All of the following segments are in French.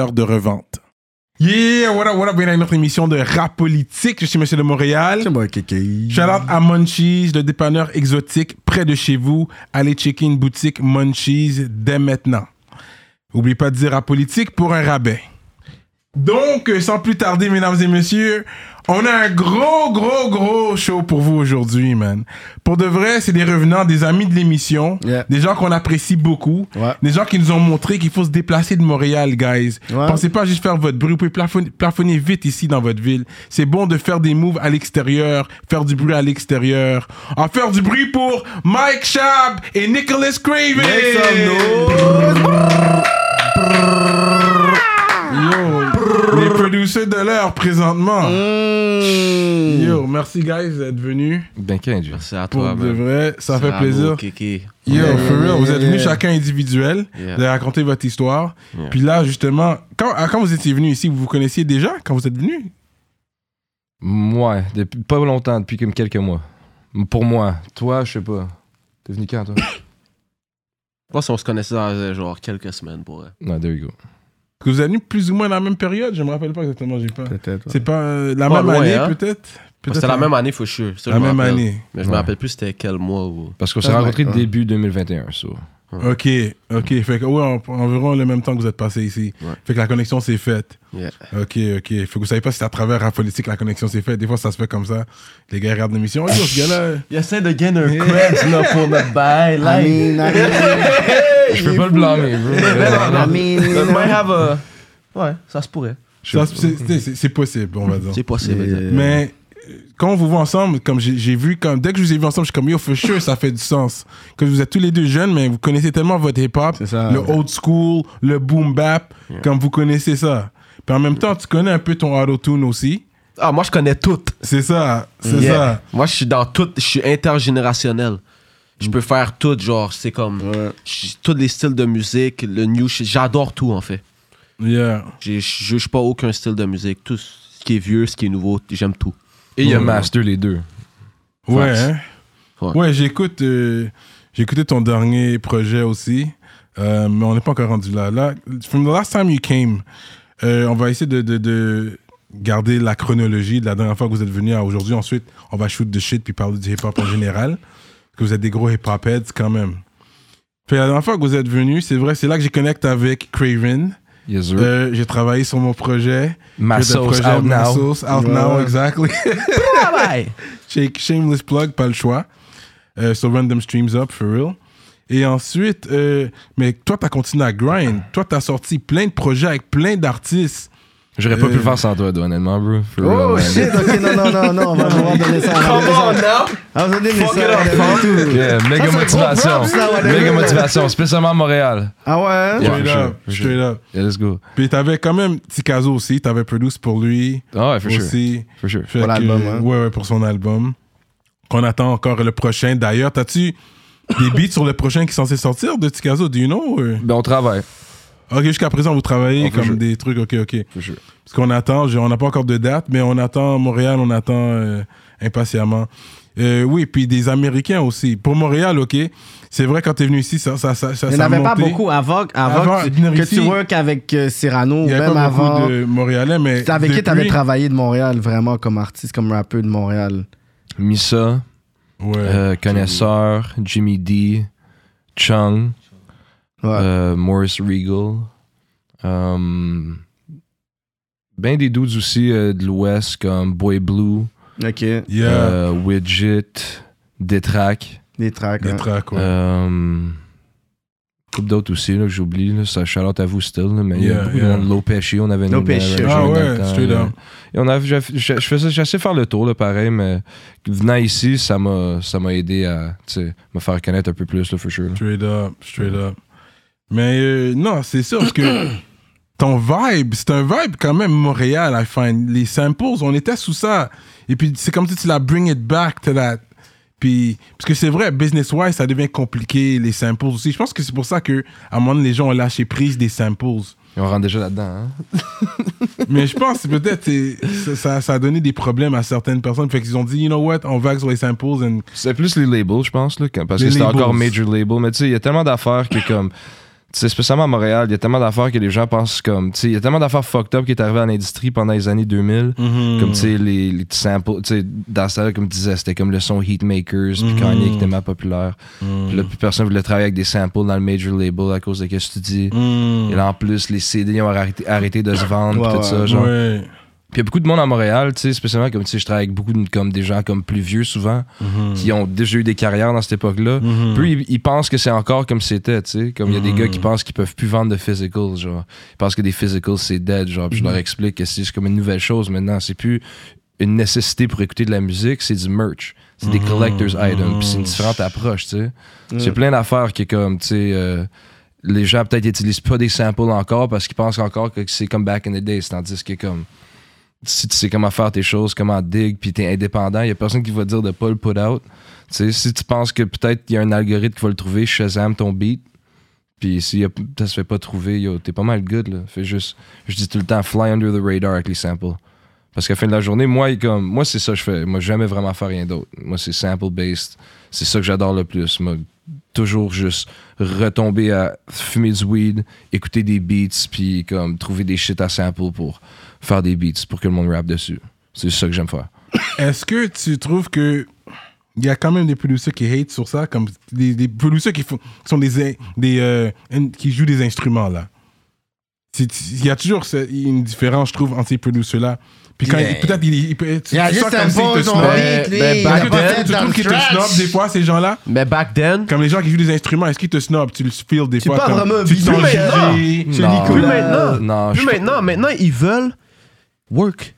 de revente. Yeah, what up, what up, bienvenue à notre émission de rap politique. Je suis Monsieur de Montréal. C'est moi, Kéké. Shout out à Munchies, le dépanneur exotique près de chez vous. Allez checker une boutique Munchies dès maintenant. N'oubliez pas de dire rap politique pour un rabais. Donc, euh, sans plus tarder, mesdames et messieurs, on a un gros, gros, gros show pour vous aujourd'hui, man. Pour de vrai, c'est des revenants, des amis de l'émission, Yeah. des gens qu'on apprécie beaucoup, Ouais. des gens qui nous ont montré qu'il faut se déplacer de Montréal, guys. Ouais. Pensez pas juste faire votre bruit, vous pouvez plafonner, plafonner vite ici dans votre ville. C'est bon de faire des moves à l'extérieur, faire du bruit à l'extérieur. En faire du bruit pour Mike Schaab et Nicholas Craven. Yo, les producers de l'heure présentement. Yo, merci guys d'être venus. T'inquiète, Merci à Pour toi, de man. vrai, ça fait Bravo, plaisir. Kéké. Yo, Yeah, for yeah, real, yeah, vous êtes yeah, venus yeah. chacun individuel, Yeah. vous avez raconté votre histoire. Yeah. Puis là, justement, quand, à- quand vous étiez venu ici, vous vous connaissiez déjà quand vous êtes venu Ouais, depuis pas longtemps, depuis comme quelques mois. Pour moi. Toi, je sais pas. T'es venu quand, toi Je pense qu'on se connaissait dans euh, genre quelques semaines pour vrai. Non, there you go. Parce que vous êtes venu plus ou moins dans la même période, je me rappelle pas exactement, j'ai pas. Peut-être. ouais. C'est pas euh, la Pas même loin, année, hein. peut-être Peut-être C'était la un- même année, faut sure. Ça, je La me même rappelle. année. Mais je me Ouais. rappelle plus c'était quel mois ou. Parce qu'on s'est Ah, ouais, rencontrés ouais. début 2021, so. Ok, ok. Fait que, ouais, en- environ le même temps que vous êtes passé ici. Ouais. Fait que la connexion s'est faite. Yeah. Ok, ok. Fait que vous savez pas si c'est à travers la politique la connexion s'est faite. Des fois, ça se fait comme ça. Les gars regardent l'émission. Oh, yo, ce gars-là. Il essaie de gagner un credit là, pour notre bail. I mean, I mean, Je peux pas le blâmer, bro. I mean. have a. Ouais, ça se pourrait. ça, c'est- c'est- C'est c'est possible, on va dire. C'est possible. Yeah. yeah. Mais euh, quand on vous voit ensemble, comme j'ai j'ai vu, comme, dès que je vous ai vu ensemble, je suis comme yo, for sure, ça fait du sens. Que vous êtes tous les deux jeunes, mais vous connaissez tellement votre hip-hop, C'est ça. le old school, le boom bap, comme vous connaissez ça. Puis en même temps, tu connais un peu ton auto-tune aussi. Ah, moi, je connais tout. C'est ça, c'est Yeah. ça. Moi, je suis dans tout. Je suis intergénérationnel. Je peux faire tout, genre, c'est comme. je- Tous les styles de musique, le new shit. J'adore tout, en fait. Yeah. J'ai- Je juge pas aucun style de musique. Tout ce qui est vieux, ce qui est nouveau, j'aime tout. Et il y a Master, les deux. Ouais. Facts. hein. Ouais, Ouais. j'écoute. euh, j'ai écouté ton dernier projet aussi, euh, mais on n'est pas encore rendu là. Là, from the last time you came, euh, on va essayer de, de- de garder la chronologie de la dernière fois que vous êtes venu à aujourd'hui. Ensuite, on va shoot de shit puis parler du hip hop en général, parce que vous êtes des gros hip hop heads quand même. Puis la dernière fois que vous êtes venu, c'est vrai, c'est là que j'ai connecté avec Craven. Yes, sir. Euh, j'ai travaillé sur mon projet. Ma J'ai des sauce projets, out ma now. sauce out now, exactly. Shake, shameless plug, pas le choix. Euh, so random streams up for real. Et ensuite, euh, mais toi, t'as continué à grind. Toi, t'as sorti plein de projets avec plein d'artistes. J'aurais pas pu le Euh. faire sans toi, toi, honnêtement, bro. For real, Oh man. shit, ok, non, non, non, non, on va on va donner ça. On va donner ça. Ah, On va donner Fuck ça, it on va up, donner man. tout. Yeah, méga c'est un gros motivation. props, là, whatever. Méga motivation, spécialement à Montréal. Ah ouais? Yeah, Straight for up, sure, for straight up. Yeah, let's go. Puis t'avais quand même Tikazo aussi. T'avais Produce pour lui Ah ouais, for sure. aussi. For sure. Fait Pour que, l'album, hein. Ouais, ouais, pour son album. Qu'on attend encore le prochain. D'ailleurs, t'as-tu des beats sur le prochain qui sont censés sortir de Tikazo? Do you know? euh? Ben, on travaille. Ok, jusqu'à présent, vous travaillez On fait comme jeu. des trucs. Ok, ok. For sure. Parce qu'on attend, je- on n'a pas encore de date, mais on attend Montréal, on attend euh, impatiemment. Euh, oui, puis des Américains aussi. Pour Montréal, ok, c'est vrai quand t'es venu ici, ça, ça, ça, ça, Il n'y ça en avait pas montait. beaucoup avant, avant, Avant, que, tu- venir que ici, tu work avec euh, Cyrano, Il y avait même pas avant. beaucoup de Montréalais, mais T'as- Avec qui t'avais depuis- travaillé de Montréal, vraiment, comme artiste, comme rappeur de Montréal? Missa, Ouais. euh, Connaisseur, Jimmy D, Chung, Ouais. euh, Morris Regal. euh, ben des dudes aussi euh, de l'Ouest comme Boy Blue, ok, yeah, euh, Widget, Detrack. des tracks. des hein. tracks, ouais. euh, um, couple d'autres aussi là, que j'oublie. là. Ça shout out à vous still, là, mais il y a Yeah, beaucoup de yeah. monde. Low Pesci, on avait une Low une Pesci, Ah arrangement dans ouais, le temps, straight là. up. Et on a, je, je, je faisais, j'essayais de faire le tour, là, pareil, mais venant ici, ça m'a, ça m'a aidé à tu sais, me faire connaître un peu plus, là, for sure. là. Straight up, straight up. Mais euh, non, c'est sûr que ton vibe, c'est un vibe quand même Montréal, I find. Les samples, on était sous ça. Et puis c'est comme si tu la bring it back to that. Puis, parce que c'est vrai, business-wise, ça devient compliqué, les samples aussi. Je pense que c'est pour ça que, à un moment donné, les gens ont lâché prise des samples. Et on rentre déjà là-dedans. hein. Mais je pense que peut-être c'est- ça- ça, ça a donné des problèmes à certaines personnes. Fait qu'ils ont dit, you know what, on vague sur les samples. And... C'est plus les labels, je pense, là, que- parce Les que c'est labels. encore major label. Mais tu sais, il y a tellement d'affaires que comme. Tu sais, spécialement à Montréal, il y a tellement d'affaires que les gens pensent comme. Tu sais, il y a tellement d'affaires fucked up qui est arrivé à l'industrie pendant les années 2000. Comme tu sais, les, les petits samples. Tu sais, dans ça, comme tu disais, c'était comme le son Heatmakers, puis Kanye qui était tellement populaire. Puis là, plus personne voulait travailler avec des samples dans le major label à cause de ce que tu dis. Et là, en plus, les CD ont arrêté, arrêté de se vendre, puis Ouais, tout ouais. ça. Genre. Ouais. Puis il y a beaucoup de monde à Montréal, tu sais, spécialement comme tu sais, je travaille avec beaucoup de, comme des gens comme plus vieux souvent, qui ont déjà eu des carrières dans cette époque-là. Puis ils, ils pensent que c'est encore comme c'était, tu sais, comme il y a des gars qui pensent qu'ils peuvent plus vendre de physicals, genre. Ils pensent que des physicals c'est dead, genre. Puis je leur explique que c'est comme une nouvelle chose maintenant, c'est plus une nécessité pour écouter de la musique, c'est du merch, c'est des collectors items, puis c'est une différente approche, tu sais. C'est plein d'affaires qui est comme, tu sais. euh, les gens peut-être n'utilisent pas des samples encore parce qu'ils pensent encore que c'est comme back in the days, tandis que comme si tu sais comment faire tes choses, comment dig, puis t'es indépendant, il y a personne qui va te dire de pas le put out. Tu sais, si tu penses que peut-être il y a un algorithme qui va le trouver, Shazam ton beat. Puis si ça se fait pas trouver, yo, t'es pas mal good là. Fais juste, je dis tout le temps, fly under the radar avec les samples. Parce qu'à la fin de la journée, moi, comme, moi c'est ça que je fais. Moi, jamais vraiment faire rien d'autre. Moi, c'est sample-based. C'est ça que j'adore le plus. Moi, toujours juste retomber à fumer du weed, écouter des beats, puis comme trouver des shit à sample pour faire des beats, pour que le monde rappe dessus. C'est ça que j'aime faire. Est-ce que tu trouves que il y a quand même des producers qui hate sur ça, comme des, des producers qui font, qui sont des, in- des euh, in- qui jouent des instruments là. C'est- Il y a toujours ce- une différence, je trouve, entre ces producers là. Puis quand Yeah. il- peut-être il, il peut- tu- Il y a tu sens juste comme un s'il te beau son snob. beat, Ben, lui. il ben, a Est-ce que pas tu- fait tu dans trouves le qu'ils te trash. snobent des fois ces gens là? Mais back then, Comme les gens qui jouent des instruments, est-ce qu'ils te snobent Tu le feels des C'est fois pas comme- vraiment tu te obligé. sens Mais non. jugé. Chez Non. Nicolas. plus maintenant, Non, plus je- maintenant, maintenant ils veulent work.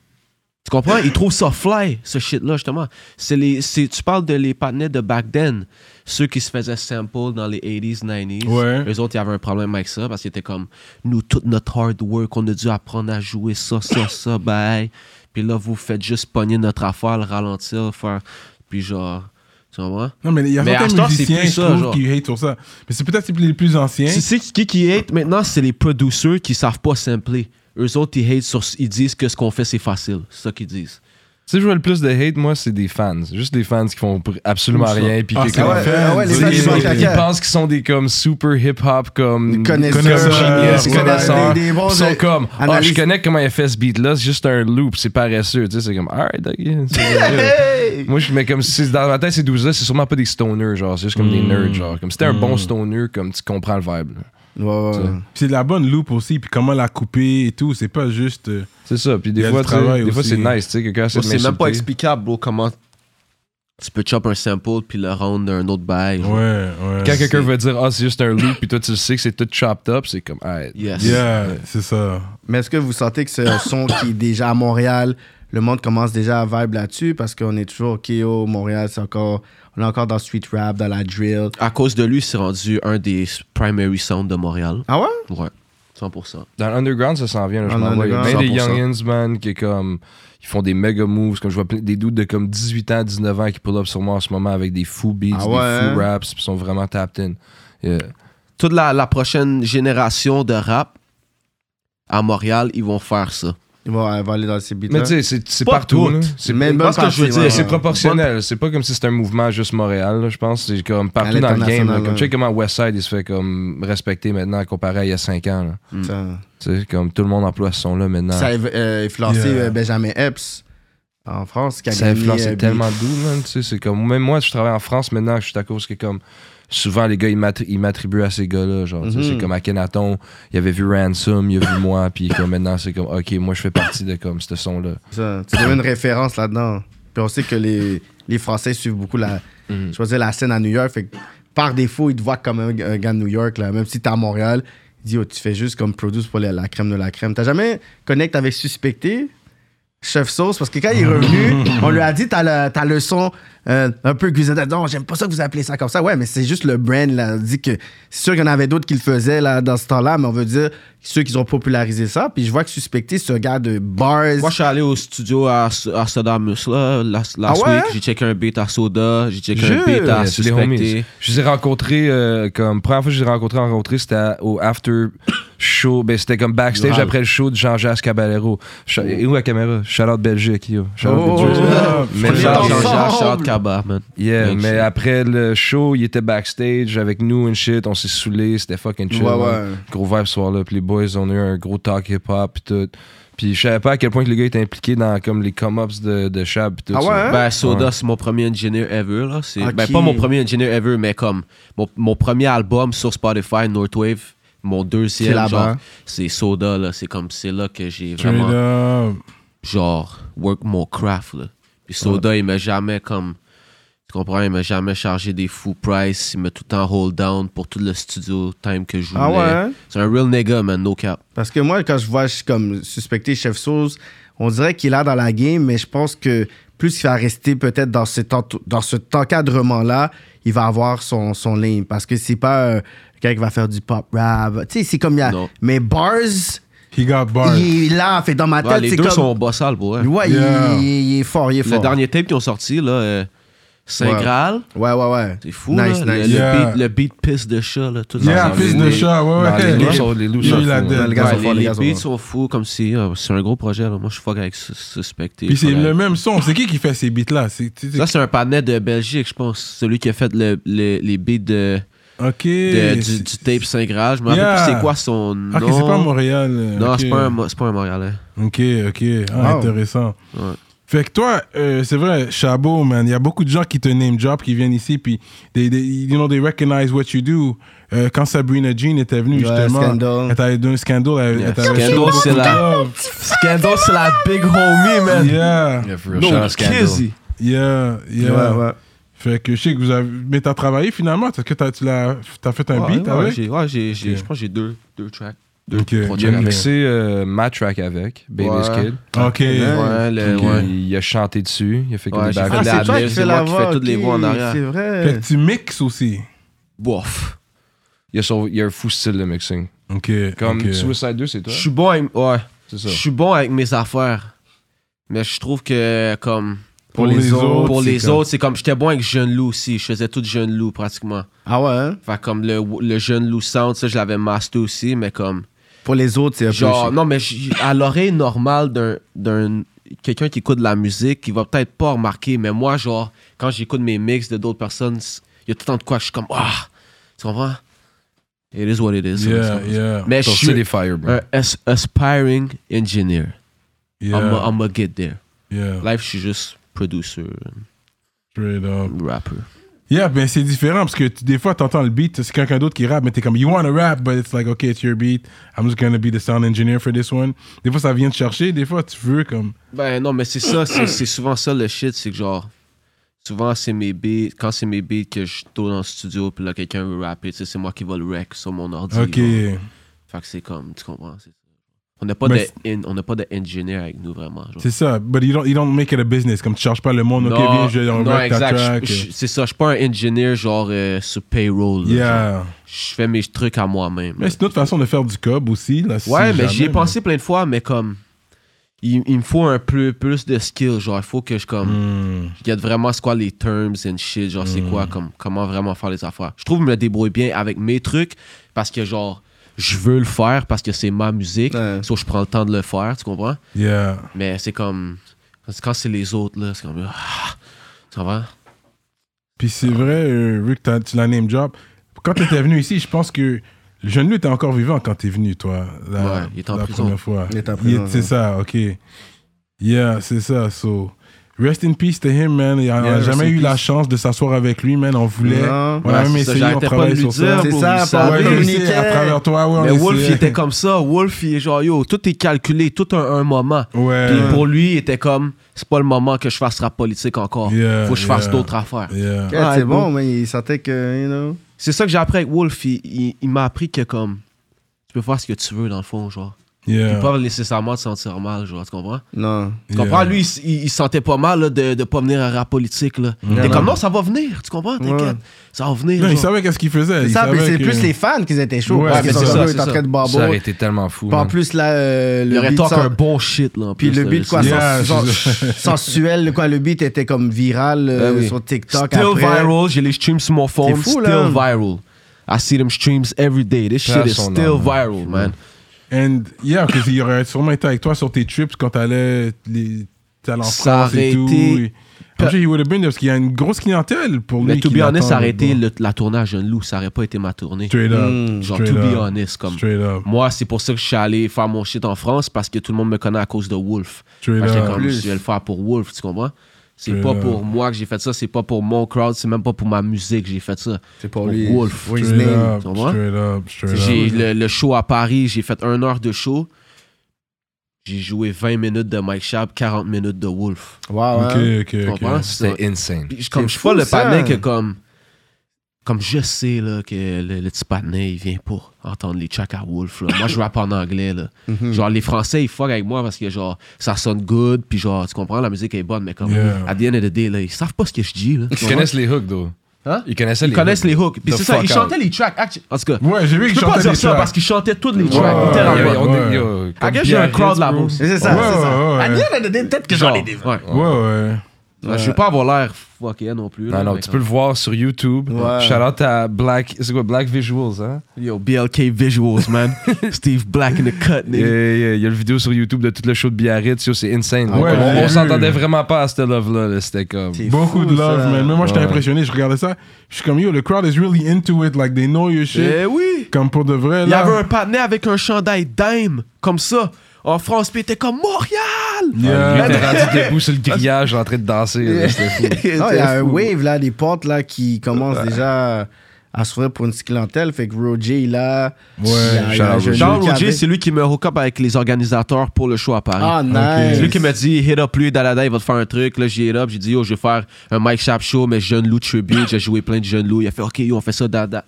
Tu comprends? Ils trouvent ça fly, ce shit-là, justement. C'est les, c'est, tu parles de les partenaires de back then, ceux qui se faisaient sample dans les 80s, 90s. Ouais. Eux autres, ils avaient un problème avec ça parce qu'ils étaient comme, nous, toute notre hard work, on a dû apprendre à jouer ça, ça, ça, bye. Puis là, vous faites juste pogner notre affaire, le ralentir, faire. Puis genre, tu comprends? Non, mais il y a Mais à ce certains temps, c'est musiciens, plus je ça, trouve, genre. qui hate sur ça. Mais c'est peut-être les plus anciens. Tu sais qui qui hate maintenant, c'est les producers qui savent pas sampler. Eux autres, ils hate sur, ils disent que ce qu'on fait, c'est facile. C'est ça qu'ils disent. Si je vois le plus de hate, moi, c'est des fans. Juste des fans qui font pr- absolument Tout ça. rien. Puis Ah, qui c'est comme- vrai. Ouais, ouais, ouais, les Ils- gens ils- qui mangent la ils, cave. pensent qu'ils sont des comme super hip-hop, comme. Des comme connaisseurs, genius, ouais, connaisseurs. des- des bons Ils sont comme. Ah, analystes. je connais comment il a fait ce beat-là, c'est juste un loop, c'est paresseux. Tu sais, c'est comme. Alright, ok. c'est vrai. Moi, je mets comme si dans ma tête, ces 12 là c'est sûrement pas des stoners, genre, c'est juste comme des Hmm. nerds, genre. Comme si t'es un bon stoner, comme tu comprends le vibe. là. Ouais, ouais, ouais. Puis C'est de la bonne loop aussi, puis comment la couper et tout. C'est pas juste. euh, C'est ça. Puis Il y des a fois, du tu sais, travail des fois, c'est aussi. nice, tu sais, quelqu'un essaie de c'est même pas m'insulter. explicable, bro, comment tu peux chop un sample puis le rendre d'un autre bail. Ouais, ouais. Quand quelqu'un va dire, ah, c'est juste un loop, puis toi, tu le sais que c'est tout chopped up, c'est comme, ah, Yes. Yeah, c'est ça. Mais est-ce que vous sentez que c'est un son qui est déjà à Montréal? Le monde commence déjà à vibe là-dessus parce qu'on est toujours OK, oh, Montréal, c'est encore. On est encore dans street rap, dans la drill. À cause de lui, c'est rendu un des primary sounds de Montréal. Ah ouais? Ouais. 100%. Dans l'underground, ça s'en vient. là, je Dans m'en vois. Il y a l'underground, plein des 100%. youngins, man, qui est comme. Ils font des méga moves. Comme je vois plein- des dudes de comme 18 ans, 19 ans qui pull up sur moi en ce moment avec des fous beats, Ah ouais, des hein? fous raps, puis sont vraiment tapped in. Yeah. Toute la, la prochaine génération de rap à Montréal, ils vont faire ça. Ils vont, elle va aller dans ces beats Mais tu sais, c'est- c'est Pas partout. toutes, là. C'est mais une parce bonne que je veux partie, dire, Mais ouais, c'est ouais. proportionnel. C'est pas comme si c'était un mouvement juste Montréal. là, je pense c'est comme partout dans le game. l'international, là. Comme ouais. tu sais comment Westside il se fait comme respecter maintenant comparé à il y a 5 ans. là. Ça, Tu sais, comme tout le monde emploie ce son là maintenant. ça a euh, influencé Yeah. euh, Benjamin Epps en France. Qui a Ça gagné, influence euh, tellement doux, man. Tu sais, c'est comme. Même moi, je travaille en France maintenant, je suis à cause que, comme. Souvent, les gars, ils m'attri- ils m'attribuent à ces gars-là. Genre, tu sais, Mhm. c'est comme à Kenaton, il avait vu Ransom, il a vu moi, puis comme maintenant, c'est comme, ok, moi, je fais partie de comme ce son-là. Ça, tu devais une référence là-dedans. Puis on sait que les, les Français suivent beaucoup la, je veux dire, la scène à New York. Fait que par défaut, ils te voient comme un, un gars de New York, là. même si t'es à Montréal. Ils disent, oh, tu fais juste comme produce pour la, la crème de la crème. T'as jamais connecté avec suspecté Chef Sauce, parce que quand il est revenu, on lui a dit t'as le, t'as le son euh, un peu grisonnant. Non, j'aime pas ça que vous appelez ça comme ça. Ouais, mais c'est juste le brand. Là. On dit que c'est sûr qu'il y en avait d'autres qui le faisaient là, dans ce temps-là, mais on veut dire ceux qui ont popularisé ça. Puis je vois que Suspecté, c'est un gars de bars. Moi, je suis allé au studio à, à Sodamus, là, last, last Ah ouais? week. J'ai checké un beat à Soda, j'ai checké Je- un beat à Ouais, euh, c'est des homies. Suspecté. Je les ai rencontrés, euh, comme, première fois que je les ai rencontrés, rencontrés, c'était à- au after show. Ben, c'était comme backstage Wow. après le show de Jean-Jacques Caballero. Ch- Et où la caméra? Shout-out Belgique, yo. Shout-out Oh, Belgique. oh, oh. Mais Premier genre, temps genre, fort. Jean-Charles Cabard, man. yeah, Mec, mais c'est- après le show, il était backstage avec nous and shit. On s'est saoulés, c'était fucking chill. Ouais, man. ouais. Gros vibe ce soir-là. Puis les boys, on a eu un gros talk hip-hop pis tout. Puis je savais pas à quel point que le gars était impliqué dans comme les come-ups de, de Chab pis tout Ah ça. ouais, hein? Ben, Soda, Ouais. c'est mon premier engineer ever. Là. C'est, Ben, Ok. pas mon premier engineer ever, mais comme mon, mon premier album sur Spotify, Northwave, mon C'est deuxième, là-bas. genre, c'est Soda. Là. C'est comme, c'est là que j'ai Straight vraiment, up. genre, work mon craft. Là. Puis Soda, il m'a jamais comme. Tu comprends? Il m'a jamais chargé des fous price. Il m'a tout le temps hold down pour tout le studio time que je voulais. Ah ouais, hein? C'est un real nigga, man, no cap. Parce que moi, quand je vois je suis comme suspecté Chef Sauce, on dirait qu'il est là dans la game, mais je pense que plus il va rester peut-être dans cet, ent- dans cet encadrement-là, il va avoir son, son ligne. Parce que c'est pas euh, quelqu'un qui va faire du pop rap. Tu sais, c'est comme il y a. Non. Mais Bars, He got bars. il est là. Fait dans ma Ouais, tête, les c'est deux comme. sont bossales, pour vrai. Ouais, Yeah. il, il- il est fort, il est Le fort. dernier tape qu'ils ont sorti, là, euh, Saint Ouais. Graal. Ouais, ouais, ouais. C'est fou, Nice, là. Le, le nice. Yeah. beat, le beat pisse de chat, là. Tout Yeah, ensemble. fils les- de les- chat, ouais, Non, ouais. Bah, les gars sont- les loups Il sont est là fous, dedans. hein. Les gars sont Ouais, forts, les, les gars les sont beats forts. sont fous, comme si... euh, c'est un gros projet, là. Moi, je fuck avec Sus- Suspecté. Puis c'est fuck le avec- même son. C'est qui qui fait ces beats-là? C'est- tu- tu- Ça, c'est un panel de Belgique, je pense. Celui qui a fait le, le- les beats de, Ok. de- du, du tape saint graal Je me rappelle Yeah. plus c'est quoi son nom. Ok, c'est pas Montréal. euh, Non, ok. c'est pas, un, Mo- c'est pas un Montréalais. Ok, ok. Ah, Wow. Intéressant. Ouais. Fait que toi, euh, c'est vrai, Chabot, man, il y a beaucoup de gens qui te name drop, qui viennent ici, puis they, they- you know, they recognize what you do. Euh, quand Sabrina Jean était venue, Ouais, justement, Scandal. elle t'avait donné un scandale. Elle, Yeah, elle t'avait Scandal, beaucoup c'est de la- love. Scandal, c'est la big homie, Yeah, Yeah, for real, shout-out Scandal. yeah, yeah. Fait que je sais que vous avez... Mais t'as travaillé finalement, est-ce que t'as, tu l'as, t'as fait un beat ouais, avec? j'ai- ouais, j'ai- j'ai- Ok. je pense que j'ai deux, deux tracks. Deux Ok. trois Il a tracks avec. mixé euh, ma track avec, Baby's Ouais. Kid. Eh Ok. Ouais, le- Puis ouais. Il a chanté dessus, il a fait que Ouais, des j'ai back- fait Ah, de la- c'est toi c'est qui fais moi la qui voix. fais toutes les ok, voix en arrière. C'est Fait vrai. que tu mixes aussi. Bof. il, a sauvé- il a un fou style de mixing. Ok. Comme ok. Suicide 2, c'est Je toi? suis bon avec... Ouais. C'est ça. Je suis bon avec mes affaires. Mais je trouve que, comme. Pour les autres, Pour c'est les comme- autres, c'est comme. J'étais bon avec Jeune Loup aussi. Je faisais tout Jeune Loup pratiquement. Ah ouais, hein? Fait comme le, le Jeune Loup Sound, ça, je l'avais master aussi, mais comme. Pour les autres, c'est un peu. Genre, non, mais j- à l'oreille normale d'un. d'un Quelqu'un qui écoute de la musique, il va peut-être pas remarquer, mais moi, genre, quand j'écoute mes mix de d'autres personnes, il y a tout le temps de quoi, je suis comme. Ah! Tu comprends? It is what it is. Yeah, yeah. Mais je Ton style suis est fire, bro. un as- aspiring engineer. I'm Yeah, I'm gonna get there. yeah. Live, je suis juste producer, Straight up. rapper. Yeah, ben c'est différent parce que tu- des fois, t'entends le beat, c'est quelqu'un d'autre qui rappe, mais t'es comme, you wanna rap, but it's like, okay, it's your beat, I'm just gonna be the sound engineer for this one. Des fois, ça vient te chercher, des fois, tu veux comme. Ben non, mais c'est ça, c'est c'est souvent ça le shit, c'est que genre, souvent c'est mes beats, quand c'est mes beats que je tourne dans le studio, puis là quelqu'un veut rapper, tu sais, c'est moi qui va le rec sur mon ordi. Ok. genre. Fait que c'est comme, tu comprends, c'est ça. On n'a pas, de, Mais in- on n'a pas de engineer avec nous vraiment. genre. C'est ça, but you don't, you don't make it a business. Comme tu cherches pas le monde, ok, Non, viens, je on non, rap ta exact, je- track. euh. je- C'est ça, je suis pas un engineer genre euh, sur payroll. là, genre. Yeah. Je fais mes trucs à moi-même. Mais c'est une autre façon de faire du cob aussi. Là, si Ouais, mais jamais, j'y ai pensé plein de fois, mais comme. Il, il me faut un peu plus de skill. Genre, il faut que je comme. Hmm. Je get vraiment c'est quoi les terms and shit. Genre, c'est Mm. quoi, comme, comment vraiment faire les affaires. Je trouve que je me débrouille bien avec mes trucs parce que, genre, je veux le faire parce que c'est ma musique. Ouais. Sauf que je prends le temps de le faire, tu comprends? Yeah. Mais c'est comme. parce que Quand c'est les autres, là, c'est comme. ah, tu comprends? Puis c'est vrai, euh, vu que t'as- tu l'as name job, quand t'étais venu ici, je pense que le jeune lui était encore vivant quand t'es venu, toi. La, Ouais, il était en la prison. première fois. Il était en Il est- prison, C'est ouais. ça, ok. Yeah, c'est ça, so. Rest in peace to him, man. Et On Yeah, n'a rest jamais in eu la peace. chance de s'asseoir avec lui, man. On voulait. Non. On a Ouais, même Ah, c'est ça, essayé, on j'arrêtais pas de travaille lui sur dire. ça. C'est Vous ça, savez, par Ouais, on communiquer. essayait à travers toi, ouais, on Mais Wolf, il essayait. était comme ça. Wolf, il est genre, yo, tout est calculé, tout un, un moment. Ouais. Puis pour lui, il était comme, c'est pas le moment que je fasse la politique encore. Yeah, Faut que je fasse yeah. d'autres affaires. Yeah. Yeah, Ouais, Ah, c'est bon, mais il sentait que, you know. C'est ça que j'ai appris avec Wolf. Il, il- il m'a appris que, comme, tu peux faire ce que tu veux, dans le fond, genre. Tu Yeah. peux pas nécessairement te sentir mal, genre, tu comprends? Non. Tu comprends? Yeah. Lui, il, s- il- il sentait pas mal là, de, de pas venir à rap politique, là. T'es non. comme, non, ça va venir, tu comprends? T'inquiète, Ouais. ça va venir. Non, il genre. savait qu'est-ce qu'il faisait. C'est il ça, mais savait c'est que- plus les fans qui étaient chauds. Ouais, parce c'est que ça, son gars c'est est en ça. train de Ça aurait barbeau. été tellement fou. Puis En man. plus, là, euh, Il le aurait beat. talk sort- un bon shit, là. en Puis plus, le là, beat, c'est- quoi, Yeah, c'est sens- ça. sens- sensuel, quoi, le beat était comme viral euh, Ah oui. sur TikTok Still après. viral, j'ai les streams sur mon phone. C'est fou, still là. viral. I see them streams every day. This shit Ah, is son still nom, man. viral, man. And yeah, parce qu'il aurait sûrement été avec toi sur tes trips quand t'allais les- t'allais en Ça France et aurait tout. été- Et- I'm sure he would have been there parce qu'il y a une grosse clientèle pour lui. Mais to qui be honest, l'attend arrêter là-bas. le- la tournée à Jeune Loup, ça aurait pas été ma tournée. Straight up. Mm, Hmm, Genre, straight to be up, honest, comme. Straight up. Moi, c'est pour ça que je suis allé faire mon shit en France parce que tout le monde me connaît à cause de Wolf. Straight Parce que up. comme, Plus. je vais le faire pour Wolf, tu comprends? C'est Straight pas up. pour moi que j'ai fait ça, c'est pas pour mon crowd, c'est même pas pour ma musique que j'ai fait ça. C'est pour lui. Wolf. Oui, Straight name. up, tu vois? straight up, straight J'ai up. le, le show à Paris, j'ai fait une heure de show. J'ai joué 20 minutes de Mike Schaap, 40 minutes de Wolf. Wow, Ok, ok, hein. Ah, Tu ok. comprends? C'est- C'était insane. Puis je- comme C'est je suis pas fou, le ça. panais que comme. Comme je sais là, que le, le petit panais, il vient pour entendre les tracks à Wolf. là. Moi, je rappe en anglais. Là. Mm-hmm. Genre, les Français, ils fuck avec moi parce que genre, ça sonne good. Puis genre, tu comprends, la musique est bonne, mais comme, Yeah. à the end of the day, là, ils savent pas ce que je dis. Là, Ils connaissent les hooks, though. Hein? Ils connaissaient Ils les connaissent hooks. les hooks. Puis The c'est ça, fuck ils chantaient out. les tracks. actu- En tout cas, Ouais, j'ai vu je qu'il peux pas chantait dire des ça tracks. parce qu'ils chantaient tous les Ouais, tracks. ouais, littéralement. ouais, on est- Ouais. yo, Ah, comme gars, j'ai un Pierre crowd Hitz, là-bas bro. aussi. C'est ça, Ouais, c'est ça. ouais, ouais. À dire, elle a des- peut-être que j'en ai des. Ouais. Ouais, ouais. Ouais, Je veux pas avoir l'air fucké non plus. là, Non, non, mais tu peux comme- le voir sur YouTube. Ouais. Shout out à Black, c'est quoi, Black Visuals, hein? Yo, BLK Visuals, man. Steve Black in the cut, Il y a- nigga. il y a- il y a le vidéo sur YouTube de tout le show de Biarritz, yo, c'est insane. Ah On- ouais, on j'ai vu. s'entendait vraiment pas à cette love-là, là, c'était comme. C'est Beaucoup fou, de love, ça. man. Mais moi, j'étais Ouais. impressionné. Je regardais ça. Je suis comme, yo, the crowd is really into it. Like, they know your shit. Eh oui! Comme pour de vrai, Il y là. avait un partenaire avec un chandail dime, comme ça, en France, puis il était comme Montréal! Il Yeah. était rendu debout sur le grillage en train de danser, là, c'était fou. Non, Oh, il y a C'était un fou. wave, là, des portes, là, qui commencent déjà à s'ouvrir pour une petite clientèle. Fait que Roger, là. Ouais, il y a- il y a un shout out jeune Jean qui Roger, avait- c'est lui qui me hook up avec les organisateurs pour le show à Paris. Ah, Ok. nice. C'est lui qui m'a dit, hit up lui, Dalada, il va te faire un truc. Là, j'ai hit up, j'ai dit, yo, je vais faire un Mike Sharp show, mais Jeune Loup tribute. J'ai joué plein de Jeune Loup. Il a fait, ok, yo, on fait ça, Dada.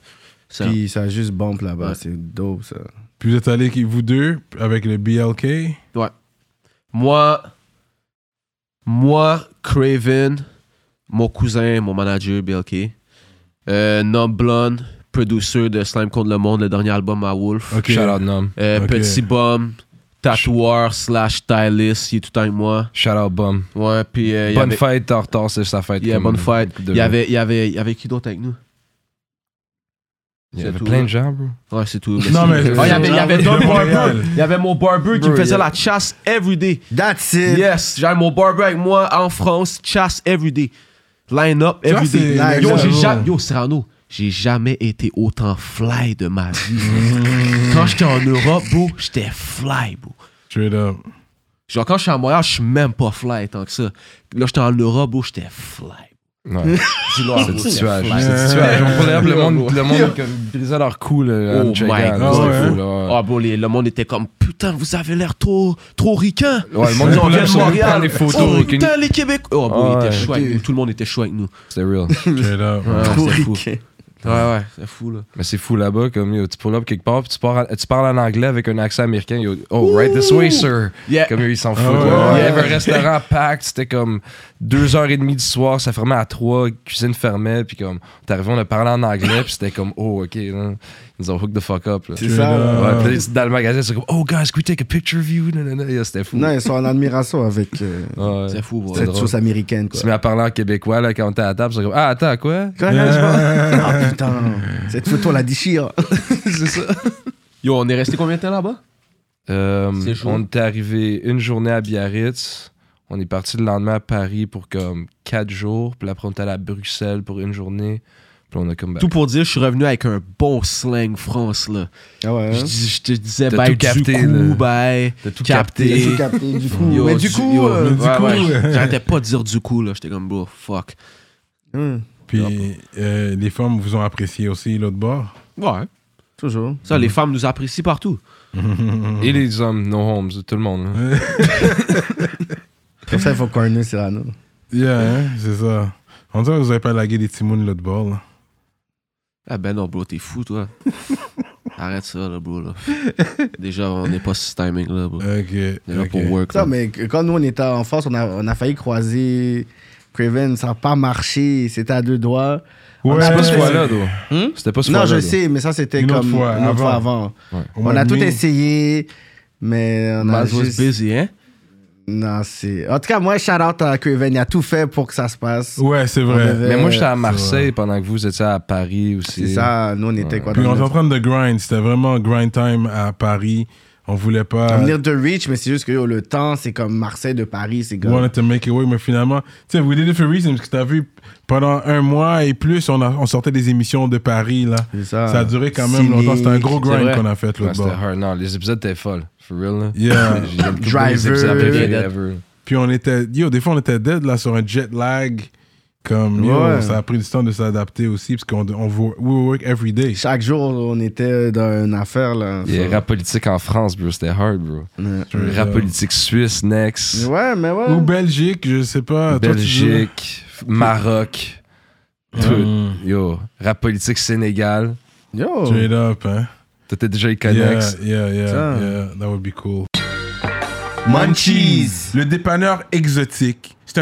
Ça. Puis ça a juste bump là-bas. Ouais. C'est dope, ça. Puis vous êtes allés, vous deux, avec le BLK. Ouais. Moi, moi, Craven, mon cousin, mon manager, BLK, euh, Nom Blonde, producer de Slime contre le monde, le dernier album à Wolf. Ok. Shout out Nom. Euh, Ok. Petit Bum, tatoueur slash stylist, il est tout le temps avec moi. Shout out Bum. Ouais, puis euh, il y Bonne avait- fête, en retard, c'est sa fête. Il y a comme- bonne fête. de- Il y avait, il y avait, il y avait qui d'autre avec nous? il y C'est avait tout, plein là. de gens, bro. Ouais, c'est tout. Non, mais- Ah, il y avait, il y avait Don De Barber. Montréal. Il y avait mon barber qui me Bro, faisait yeah. la chasse everyday. That's it. Yes, j'avais mon barber avec moi en France, chasse everyday. Line up Ça, everyday. c'est Yo, j'ai l'exagération. jamais. Yo, Serrano, j'ai jamais été autant fly de ma vie. quand j'étais en Europe, bro, j'étais fly, bro. Straight up. Genre, quand je suis à Montréal, je suis même pas fly tant que ça. Là, j'étais en Europe, bro, j'étais fly. Ouais. Dis-leur, C'est bro, du j'étais tuage. fly. C'est du tuage. On pourrait le monde, le monde comme, brisait leur cou, là. à Oh Jagan, my là, God. c'était fou, là, ouais. Ah, bon, les- le monde était comme Putain, vous avez l'air trop, trop ricain. Ouais, le monde Ils ont est vient là de pour Montréal. prendre des photos Oh, avec une- putain, les Québécois. Oh, bon, Ah ils ouais. étaient chauds avec Ok. nous. Tout le monde était chaud avec nous. C'était real. Straight up. Ah, Ouais, Trop c'était fou. ricain. Ouais, ouais, c'est fou, là. Mais c'est fou là-bas, comme yo, tu pull up quelque part, puis tu, pars en- tu parles en anglais avec un accent américain. yo, oh, right this way, sir. Yeah. Ah Comme yo, ils s'en foutent. ouais, là. Il y ouais. avait un restaurant packed, c'était comme 2h30 du soir, ça fermait à 3, cuisine fermait, puis comme t'es arrivé, on a parlé en anglais, puis c'était comme oh, ok, là, ils nous ont hook the fuck up. là. C'est ça, là. Ouais, puis là, ils- dans le magasin, c'est comme oh, guys, can we take a picture of you? Nanana. Yeah, c'était fou. Non, ils sont en admiration avec euh, Ouais. C'est fou, bro. C'est cette drôle. chose américaine, Tu quoi. te mets à parler en québécois là, quand t'es à la table, c'est comme ah, attends, quoi? Quand là, je vois- Ah, putain, cette photo, on la déchire. Yo, on est resté combien de temps là-bas? Euh, C'est chaud. on était arrivé une journée à Biarritz. On est parti le lendemain à Paris pour comme quatre jours. Puis après, on est allé à Bruxelles pour une journée. Puis on a comme. Ben. Tout pour dire, je suis revenu avec un bon slang France, là. Ah ouais, Je, hein? dis- je te disais, T'as ben, tout du capté, coup, là. ben, T'as tout J'ai capté. tout capté, du coup. yo, mais du coup, yo, euh, ouais, coup, ouais, j- j'arrêtais pas de dire du coup, là. J'étais comme, bro, fuck. hum, Puis euh, les femmes vous ont apprécié aussi, l'autre bord. Ouais. toujours. Ça, les femmes nous apprécient partout. Et les hommes, no homes, tout le monde. là. Pour ça, il faut corner Cyrano. Yeah, hein, c'est ça. On dirait que vous avez pas lagué des timounes de l'autre bord, là. Ah ben non, bro, t'es fou, toi. Arrête ça, là, bro, là. Déjà, on n'est pas sur ce timing, là, bro. Ok. On est là ok. pour work, Ça, là. mais que- quand nous, on était en France, on a, on a failli croiser Craven, ça n'a pas marché, c'était à deux doigts. Ouais. C'était pas ce Ouais. fois-là, d'où. Hum? C'était pas ce Non, fois-là. je d'où. sais, mais ça, c'était Une autre comme fois, une autre fois avant. Au On mois a de tout mai. essayé, mais on a Maz was juste... busy, hein? Non, c'est... En tout cas, moi, shout-out à Craven, il a tout fait pour que ça se passe. Ouais, c'est On vrai. devait- Mais moi, j'étais à c'est Marseille pendant que vous étiez à Paris aussi. C'est ça, nous, on était quoi Puis dans on est le- en train de grind. C'était vraiment grind time à Paris. On voulait pas. À venir de Reach, mais c'est juste que yo, le temps, c'est comme Marseille de Paris, c'est We comme. wanted to make it work, mais finalement, tu sais, we did it for reasons, parce que t'as vu, pendant un mois et plus, on, a- on sortait des émissions de Paris, là. C'est ça. a duré quand même Cynique. longtemps. C'était un gros C'est grind vrai. qu'on a fait, Ouais, l'autre c'était bord. hard. Non, les épisodes étaient folles. For real, là. Yeah. J'ai une couple Driver. d'épisodes préférés Yeah, that- ever. Puis on était, yo, des fois, on était dead, là, sur un jet lag. Comme, yo, Ouais. ça a pris du temps de s'adapter aussi, parce qu'on on, vo- we work every day. Chaque jour, on était dans une affaire, là. Il y a Ça- rap politique en France, bro. C'était hard, bro. Je- Rap politique suisse, next. Ouais, mais ouais. Ou Belgique, je sais pas. toi, tu dis- Belgique, Maroc. Tout. Mm. Yo, rap politique Sénégal. Yo. Straight up, hein. T'étais déjà les Yeah, Connex. yeah, yeah, Ça. yeah. That would be cool. Munchies. Le dépanneur exotique. C'est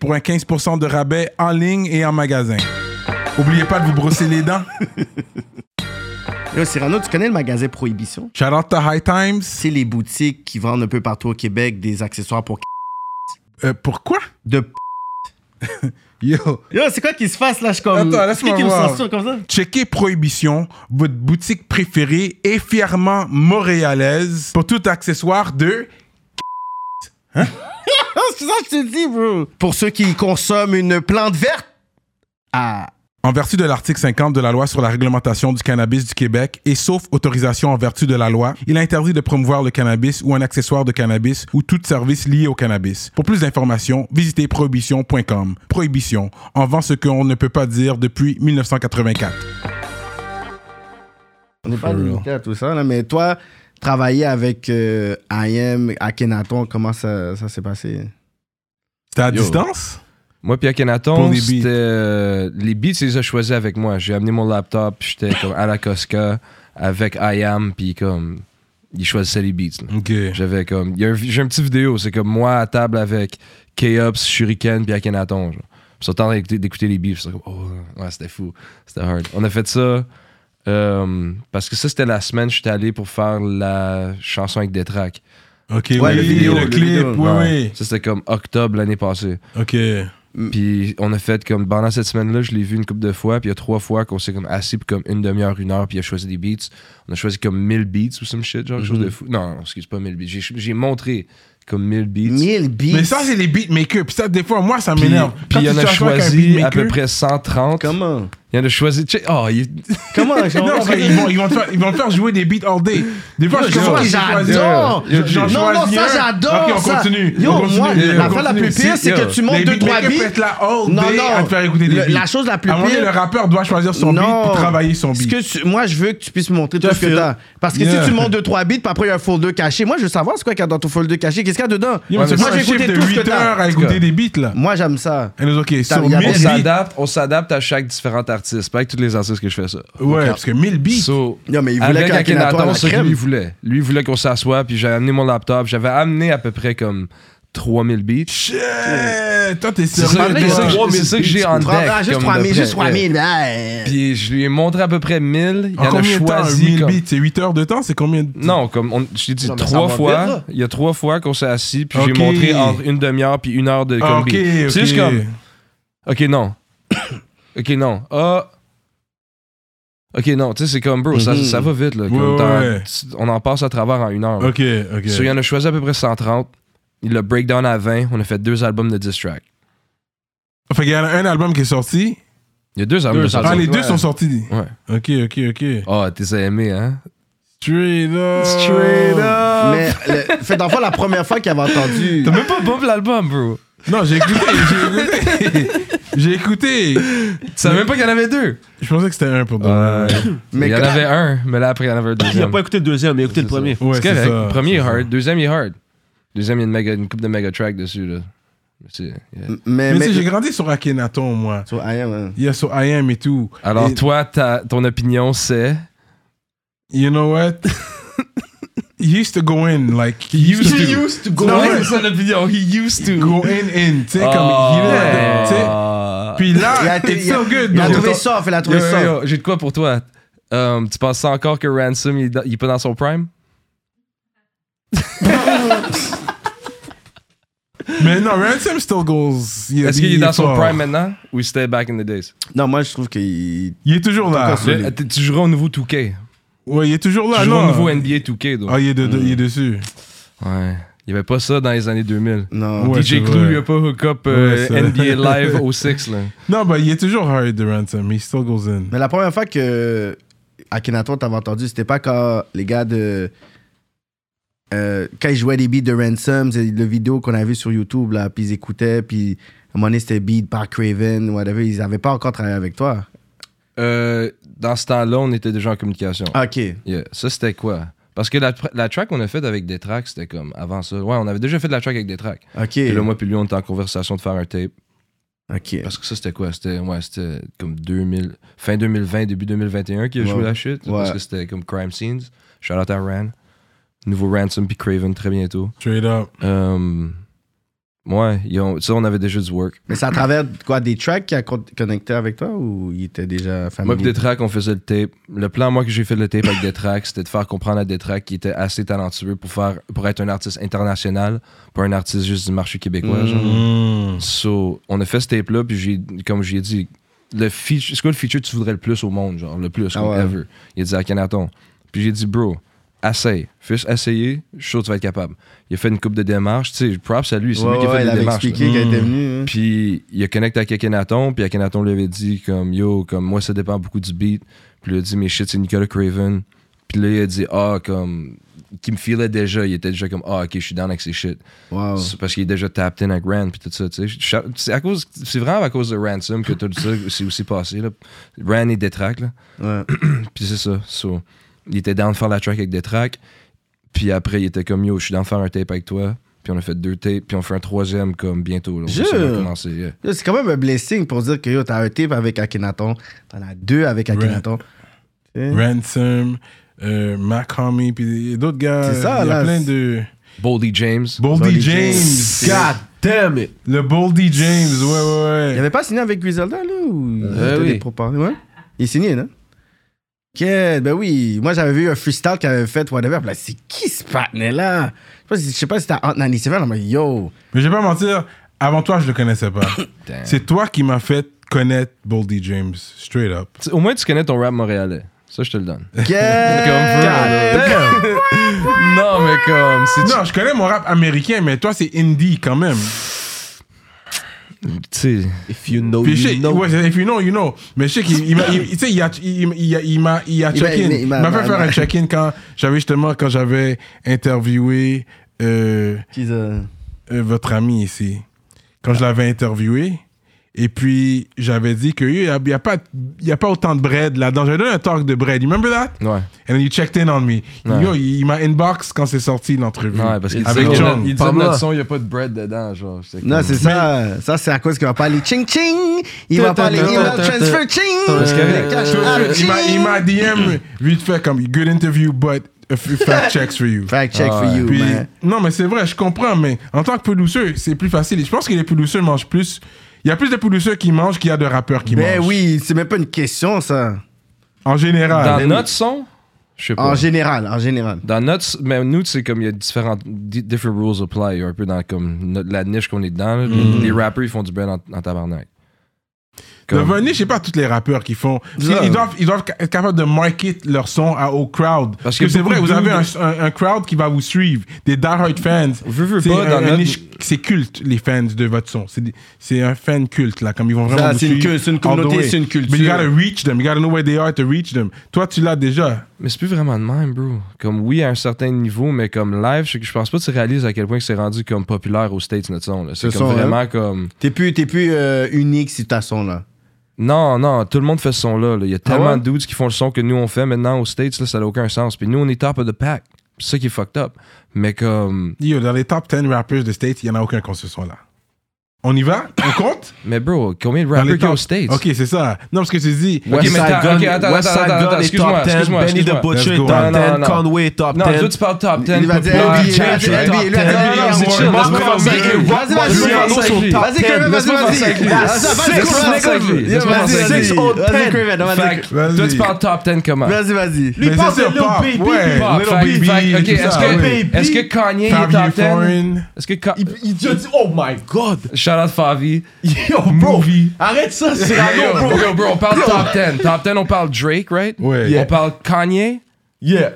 pour un 15% de rabais en ligne et en magasin. Oubliez pas de vous brosser les dents. Yo, Cyrano, tu connais le magasin Prohibition? Shout out to High Times. C'est les boutiques qui vendent un peu partout au Québec des accessoires pour Euh, pourquoi? de p- Yo. Yo, c'est quoi qui se passe là? Je suis comme. Attends, laisse-moi Qui me voir. censure comme ça? Checkez Prohibition, votre boutique préférée et fièrement montréalaise pour tout accessoire de Ah, c'est ça que je te dis, bro. Pour ceux qui consomment une plante verte. Ah. En vertu de l'article 50 de la loi sur la réglementation du cannabis du Québec et sauf autorisation en vertu de la loi, il est interdit de promouvoir le cannabis ou un accessoire de cannabis ou tout service lié au cannabis. Pour plus d'informations, visitez prohibition.com. Prohibition, en vend ce qu'on ne peut pas dire depuis 1984. On n'est pas For real. limité à tout ça, là, mais toi, travailler avec euh, IM, Akhenaton, comment ça, ça s'est passé? C'était à Yo. distance? Moi, puis Pour Akhenaton, les beats. c'était. euh, les beats, ils les ont choisis avec moi. J'ai amené mon laptop, puis j'étais comme à la Cosca avec I Am, puis comme. Ils choisissaient les beats. là. OK. J'avais comme. il y a un- J'ai un petit vidéo, c'est comme moi à table avec K-Ops, Shuriken, puis Akhenaton. genre. Ils sont en train d'écouter- d'écouter les beats, puis c'est comme. Oh, ouais, c'était fou. C'était hard. On a fait ça. euh, parce que ça, c'était la semaine, j'étais allé pour faire la chanson avec des tracks. OK, Ouais, oui, le vidéo, le le clip, vidéo. oui, Ouais. Ça, c'était comme octobre l'année passée. oui. OK. Puis on a fait comme pendant cette semaine-là, je l'ai vu une couple de fois. Puis il y a trois fois qu'on s'est comme assis pour comme une demi-heure, une heure. Puis il a choisi des beats. On a choisi comme 1000 beats ou some shit, genre quelque chose de fou. Non, non, excuse pas 1000 beats. J'ai- J'ai montré comme 1000 beats. 1000 beats. Mais ça, c'est les beatmakers. Puis ça, des fois, moi, ça Puis, m'énerve. puis Quand il y tu en a te chasses avec un choisi à beatmaker, peu près 130. Comment? Il y en a choisi. check- Oh, il est- Comment? Non, parce qu'ils vont, ils vont, te faire- ils vont te faire jouer des beats all day. Des fois, je Yo, comprends, ça, j'ai choisi- j'adore. Yo, j'en Non, non, choisis ça, un. j'adore, Ok, on ça. continue. Yo, on continue. moi, Yo, l'affaire on continue. la plus pire, c'est yo, que tu montes Les deux, trois beatmakers beats. pètent la all Non, day non. à te faire écouter des Le- beats. la chose la plus À un moment donné, pire- le rappeur doit choisir son beat pour travailler son Ce beat. que tu- moi, je veux que tu puisses montrer tout Tout à ce que fait. t'as. Parce que Yeah. si tu montes 2-3 beats, puis après, il y a un folder caché. Moi, je veux savoir c'est quoi qu'il y a dans ton folder caché. Qu'est-ce qu'il y a dedans? Yo, moi, c'est pas je un vais chiffre écouter de tout ce que 8 heures t'as. à écouter des beats, là. Moi, j'aime ça. Elle nous OK, T'as sur regardé on 1000 beats. s'adapte. On s'adapte à chaque différent artiste. C'est pas avec tous les artistes que je fais ça. Ouais, parce que 1000 beats. So, Non, mais il voulait avec qu'Akhenaton à Akhenaton, la c'est ce que crème. lui voulait. Lui voulait qu'on s'assoie, puis j'avais amené mon laptop. J'avais amené à peu près comme 3000 beats. Shit! Toi, t'es C'est ça, sérieux? c'est ça- toi? c'est ça que j'ai en deck. Prends- ah, juste comme 3000, de juste près. 3000. ouais. Puis je lui ai montré à peu près 1000. Il En en a combien de temps? choisi 1000 comme- beats, c'est 8 heures de temps? C'est combien de Non, comme on, je t'ai dit Non, mais ça trois va vite, fois. là. Il y a trois fois qu'on s'est assis, puis Ok. j'ai montré entre une demi-heure puis une heure de Ah, comme ok, beat. ok. C'est juste comme. Ok, non. ok, non. Ah. Ok, non. Tu sais, c'est comme, bro, ça, Mhm. ça va vite, là. Comme Ouais, t'en- ouais. tu- On en passe à travers en une heure. là. Ok, ok. So, il y en a choisi à peu près 130. Il l'a breakdown à 20. On a fait deux albums de 10 tracks. Fait qu'il y en a un album qui est sorti. Il y a deux albums de 10 Ah, les deux ouais. sont sortis. Ouais. Ok, ok, ok. Ah, t'es aimé, hein? Straight up. Straight up. Mais, le, fait d'enfant, la première fois qu'il avait entendu. T'as même pas bump l'album, bro. Non, j'ai écouté, j'ai écouté. j'ai écouté. Tu savais même pas qu'il y en avait deux. Je pensais que c'était un pour deux. Mais il y en quand- avait un, mais là, après, il y en avait un Il a deuxième. pas écouté le deuxième, il a écouté le premier. Ouais, c'est c'est correct. ça. Premier C'est est ça. hard. Deuxième, il est hard. Deuxième, il y a une, méga- une coupe de méga track dessus. Là. C'est- yeah. Mais, Mais mais, tu sais, j'ai grandi sur Akhenaton, moi. So, I am, hein. Il y a sur I Am et tout. Alors, Et- toi, ta- ton opinion, c'est. You know what? he used to go in, like. He used to. go Non, in. ouais, son opinion. He used Ah. Go in, in. Tu sais, comme. Oh, He didn't have the- tu sais. Puis Il a, là, été- it's il a- so good. il a though. trouvé soft, il a trouvé soft. J'ai de quoi pour toi. Um, tu penses encore que Ransom, il est, dans- il est pas dans son prime? Mais non, Ransom still goes. il- Est-ce qu'il est il dans son fort. prime maintenant ou c'était back in the days? Non, moi, je trouve qu'il. Il est toujours là. Solide. Le- t- tu joueras au nouveau 2K. Ouais, il est toujours là. tu joueras Ah, non. au nouveau NBA 2K. donc. Ah, il est, de- de- Mm. il est dessus. Ouais. Il y avait pas ça dans les années 2000. Non. Ouais, c'est DJ Clue, vrai. il a pas hook up euh, Ouais, c'est- NBA Live au 6. Là. Non, mais il est toujours hard, de Ransom. He still goes in. Mais la première fois que Akhenaton t'avais entendu, c'était pas quand les gars de. euh, quand ils jouaient des beats de Ransom, c'est le vidéo qu'on a vu sur YouTube, là, puis ils écoutaient, puis à un moment donné, c'était beat par Craven, whatever, ils avaient pas encore travaillé avec toi. Euh, dans ce temps-là, on était déjà en communication. Ah, ok. Yeah. Ça, c'était quoi? Parce que la, pr- la track qu'on a faite avec des tracks, c'était comme avant ça. Ouais, on avait déjà fait de la track avec des tracks. Ok. Et là, moi, puis lui, on était en conversation de faire un tape. Ok. Parce que ça, c'était quoi? C'était ouais, c'était comme 2000, fin 2020, début 2021 qu'il a Ouais. joué la shit. Parce Ouais. que c'était comme Crime Scenes. Shout out à Ran. Nouveau Ransom puis Craven très bientôt. Straight up. Euh, ouais, ils ont- ça, on avait déjà du work. Mais c'est à travers quoi Des tracks qui a con- connecté avec toi ou il était déjà Moi, familier puis Detrack, on faisait le tape. Le plan, moi, que j'ai fait le tape avec Detrack, c'était de faire comprendre à Detrack qu'il était assez talentueux pour, faire, pour être un artiste international, pas un artiste juste du marché québécois. genre. Mm. So, on a fait ce tape-là, puis j'ai, comme j'ai dit, le feature, c'est quoi le feature que tu voudrais le plus au monde, genre, le plus, Ah comme ouais. ever. Il a dit à Canaton. Puis j'ai dit, bro, essaye. Fais essayer, je suis sûr que tu vas être capable. Il a fait une coupe de démarches, tu sais, props à lui, c'est Ouais, lui qui a ouais, fait il les avait démarches. là. expliqué qu'il était Mm. venu. hein. Puis il a connecté avec Akhenaton, puis Akhenaton lui avait dit comme yo, comme moi ça dépend beaucoup du beat. Puis il a dit mais shit c'est Nicolas Craven. Puis là il a dit ah comme qui me filait déjà, il était déjà comme ah ok je suis down avec ces shit. Wow. C'est parce qu'il est déjà tapped in à Grand puis tout ça tu sais. Cha- C'est à cause, c'est vraiment à cause de Ransom que tout ça c'est aussi passé là. Rand et Detrack là. Ouais. Puis c'est ça. So, il était down de faire la track avec des tracks. Puis après, il était comme yo, je suis down de faire un tape avec toi. Puis on a fait deux tapes, puis on fait un troisième comme bientôt. Là, Jure. Ça va commencer. yeah. Yo, C'est quand même un blessing pour dire que yo, t'as un tape avec Akhenaton, t'en as deux avec Akhenaton. Ransom, euh, Mac Homie, puis d'autres gars. C'est ça, Il y a là, plein c'est- de. Boldy James. Boldy Boldy James. James. God. damn it! Le Boldy James, ouais, ouais, Il ouais. avait pas signé avec Griselda, là ou il Euh, était oui. des propos- Ouais. Il est signé, non Ok, ben oui. Moi, j'avais vu un freestyle qu'il avait fait, whatever. Puis là, c'est qui ce patinet-là Je sais pas si- je sais pas si c'était Ant 97, mais yo. Mais je vais pas mentir, avant toi, je le connaissais pas. Damn. C'est toi qui m'as fait connaître Boldy James, straight up. Tu- Au moins, tu connais ton rap montréalais. Ça, je te le donne. Ok. non, mais comme. si tu- Non, je connais mon rap américain, mais toi, c'est indie quand même. Tu sais, If you know, Puis je you sais, know. ouais, if you know, you know. Mais je sais qu'il il m'a- il- tu sais, il a- il- il- il a- il m'a il a Il m'a- check-in. il Il m'a- m'a m'a- fait faire m'a- un check-in quand j'avais justement, quand j'avais interviewé euh, Qu'ils, euh, euh, votre ami ici. Quand je l'avais interviewé. Et puis, j'avais dit que il n'y a, il y a, pas- il y a pas autant de bread là-dedans. J'avais donné un talk de bread. You remember that? ouais. And then you checked in on me. Ouais. Yo, il m'a inbox quand c'est sorti l'entrevue. Ouais, parce qu'il disait Avec que John. Mm. notre- il Pas disait que moi. notre son, il n'y a pas de bread dedans. Genre, J'étais Non, comme- c'est ça. Ça, c'est à cause qu'il va pas aller ching ching. Il va pas aller il va transfer ching. Parce que- Le cash Ah, Tout de out, suite, Il m'a- il m'a DM vite fait comme good interview, but a few fact checks for you. Fact check Ah for ouais. you, Puis, man. non, mais c'est vrai, je comprends, mais en tant que pelouseux, c'est plus facile. Et je pense que les pelouseux mangent plus. Il y a plus de pelouseux qui mangent qu'il y a de rappeurs qui Ben mangent. oui, c'est même pas une question, ça. En Ben général. Dans notre son, je sais pas. En général, en général. Dans notre. Mais nous, c'est comme il y a différentes. di- Different rules apply. Un peu dans comme, notre- la niche qu'on est dedans. là. Les rappers, ils font du bread en, en tabarnak. Le Comme- Venez, je sais pas tous les rappeurs qui font. Parce qu'ils- Ça. Ils doivent, ils doivent ca- être capables de market leur son à, au crowd. Parce Parce que, que c'est vrai, beaucoup vous de avez un, dudes- un- un crowd qui va vous suivre, des die-hard fans. Veux, veux C'est pas, un- dans un notre- niche- C'est culte, les fans de votre son. C'est des- C'est un fan culte, là, comme ils vont vraiment Ça, vous c'est une suivre. culte, c'est une all the communauté, way. c'est une culture. But you gotta reach them, you gotta know where they are to reach them. Toi, tu l'as déjà. Mais c'est plus vraiment de même, bro. Comme oui, à un certain niveau, mais comme live, je, je pense pas que tu réalises à quel point que c'est rendu comme populaire aux States, notre son. là. C'est Ce comme son, hein. vraiment comme. T'es plus, t'es plus euh, unique si t'as son là. Non, non, tout le monde fait ce son-là. là. Il y a tellement ouais? de dudes qui font le son que nous on fait maintenant aux States, là, ça n'a aucun sens. Puis nous, on est top of the pack. C'est ça qui est fucked up. Mais comme. Yo, dans les top 10 rappers de States, il y en a aucun qui a ce son-là. On y va? On compte? Mais bro, combien de Dans les rappers qu'il y a top- aux States? Ok, c'est ça. Non, parce que tu dis. Ouais. Ok, mais Side t'as- Gun- ok, attends, West attends, Side attends, Gun attends, est excuse-moi, top 10, excuse-moi, Benny the excuse-moi. Butcher Let's est go. top Non, 10, non, non. Conway est top Non, 10. toi tu parles top 10. Il va dire populaire, NBA, chat, NBA, top lui, lui, 10. lui, Non, lui, c'est lui, chill, lui, laisse-moi lui, penser. lui, Hey, lui, what? lui, vas-y, Moi, vas-y, je suis vas-y, sur top Vas-y, 10. Kevin, vas-y, Laisse-moi vas-y. penser avec lui. Ah, ça, vas-y, Six, laisse-moi Kevin, avec lui. vas-y, Laisse-moi penser avec lui. Vas-y, vas-y, Fait Kevin, vas-y. que, Vas-y. Toi tu parles top 10 comment? Vas-y, vas-y. Mais parle c'est de ça, Lil pop, Baby, ouais. Pop, Lil fait- Baby, fait- ok, tout est-ce ça, que, oui. est-ce que Kanye est Favier top 10? Foreign. Est-ce que Ka- Il il a dit Oh my god! Shout out Favi. Yo, bro! Movie. Arrête ça, c'est Yo, bro! bro, bro, on parle top 10. Top 10, on parle Drake, right? Ouais. On parle Kanye. Yeah!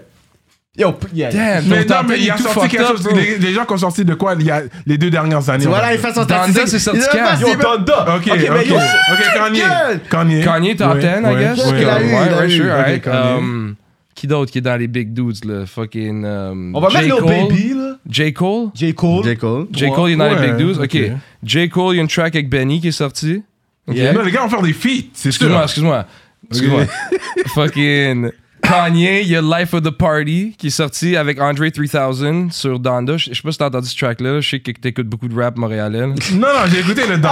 Yo, p- yeah! Damn, Mais ton non, top mais 10 il a est tout sorti fucked quelque up, chose. bro. Les, les gens qui ont sorti de quoi il y a les deux dernières années. on va Voilà, il dire. fait son Danda, statistique. c'est sorti Il a quand? pas- Yo, il a- Donda! Ok, ok, mais yo, ok, Kanye. gueule. Kanye. Kanye top Ouais, 10, I ouais, guess. ouais. Comme- Il a eu, il ouais, a ouais, eu. sure, Ok, alright. Kanye. Um, qui d'autre qui est dans les big dudes, là? Fucking. um, On va J. mettre Lil Cole. Baby, là! J. Cole. J. Cole. J. Cole. J. Cole, il est dans Ouais, les big dudes. Ok. ok. J. Cole, il y a une track avec Benny qui est sortie. Ok. Yeah. Non, les gars vont faire des feats, c'est sûr. Excuse-moi, excuse-moi. Excuse-moi. Fucking. Kanye, il y a Life of the Party qui est sorti avec Andre 3000 sur Donda. Je je sais pas si t'as entendu ce track-là. là. Je sais que t'écoutes beaucoup de rap montréalais. là. Non, non, j'ai écouté le Danda.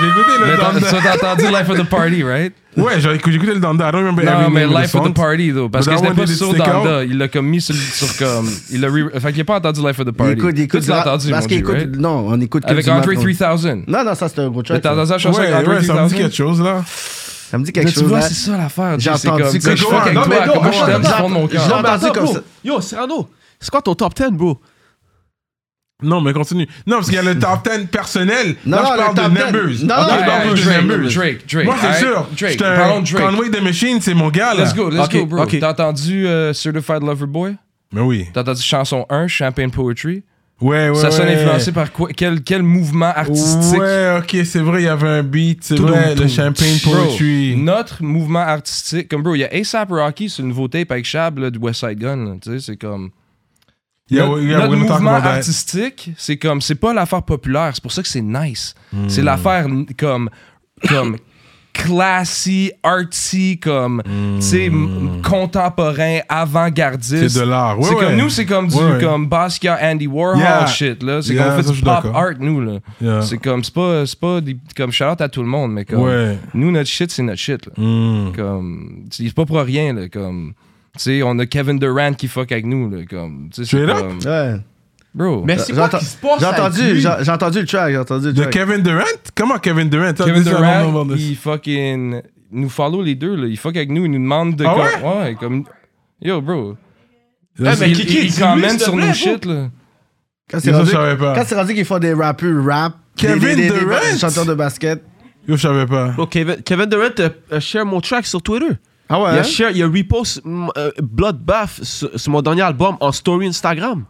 J'ai écouté Ah! Mais le t'as Danda. ça, t'as entendu Life of the Party, right? Ouais, j'ai écouté j'ai écouté le Danda. I don't remember Non, every mais name of the Life of song. the Party, though. Parce But que that c'était one pas did sur stick Donda. Il l'a comme mis sur, sur comme. Il l'a re- Fait qu'il a pas entendu Life of the Il Party. écoute, il Toi, écoute. tu l'as entendu, Parce mon qu'il G, écoute. right? Non, on écoute. que Avec du Andre Macron. 3000. Non, non, ça, c'est un gros Mais track. T'as ça. entendu la chanson Ouais, avec Andre ouais, ça me dit hein. 3000? quelque chose là. Ça me dit Là, quelque tu chose. vois, là. c'est ça l'affaire. J'ai G, c'est entendu comme, que- tu sais, Je fais avec Non, toi, mais non, comment je attends, t'aime du fond de mon J'ai Ah, cœur. Attends, entendu attends, comme bro. ça. Yo, Cyrano, c'est quoi ton top 10, bro? Non, mais continue. Non, parce qu'il y a le top 10 personnel. Non, là, non, je parle le top de 10. numbers. Non, Là, non, je parle non, de Drake, numbers. Drake, Drake. Moi, c'est alright? sûr. Drake, J'étais un- parlons de Drake. Conway the Machine, c'est mon gars, là. Let's go, let's Ok, go, bro. ok. T'as entendu euh, Certified Lover Boy? Mais oui. T'as entendu chanson 1, Champagne Poetry? Ouais, ouais. ça sonne ouais. influencé par quoi? Quel, quel mouvement artistique? Ouais, ok, c'est vrai, il y avait un beat, c'est Tout vrai, tout. le champagne Bro, poetry. Notre mouvement artistique, comme bro, il y a ASAP Rocky sur le nouveau tape avec Shab là, du West Side Gun. là, Tu sais, c'est comme. Yeah, notre yeah, notre we're gonna talk mouvement about that. artistique, c'est comme, c'est pas l'affaire populaire, c'est pour ça que c'est nice. Hmm. C'est l'affaire n- comme, comme classy, arty, comme, Hmm. tu sais, m- contemporain, avant-gardiste. C'est de l'art, ouais, C'est ouais. comme nous, c'est comme du Ouais, ouais. comme Basquiat, Andy Warhol Yeah. shit, là. C'est Yeah, qu'on ça, fait je du suis pop d'accord. art, nous, là. Yeah. C'est comme, c'est pas, c'est pas des- comme shout out à tout le monde, mais comme, Ouais. nous, notre shit, c'est notre shit, là. Mm. Comme, c'est c'est pas pour rien, là, comme... Tu sais, on a Kevin Durant qui fuck avec nous, là, comme... tu sais, c'est Straight up? comme- Ouais. Bro. Mais c'est quoi J'entends- qui se passe? J'ai avec entendu, lui? j'ai j'ai entendu le track, j'ai entendu le De track. Kevin Durant? Comment Kevin Durant? Ça, Kevin dis ça, non, non, Durant, non, il fucking nous follow les deux, là. Il fuck avec nous, il nous demande de. Ah comme, ouais? comme. Yo, bro. non. Eh, mais il, Kiki, il- il dis-lui, s'il commente te sur plaît, nos bro. shit, là. Quand c'est Ça, je rendu, savais pas. quand c'est rendu qu'ils font des rappeurs rap, des- Kevin des- des- des- Durant? des chanteurs de basket. Yo, je savais pas. Bro, Kevin, Kevin Durant a, a share mon track sur Twitter. Il, Ah a ouais? share, il a repost mm, euh, Bloodbath sur, sur mon dernier album en story Instagram.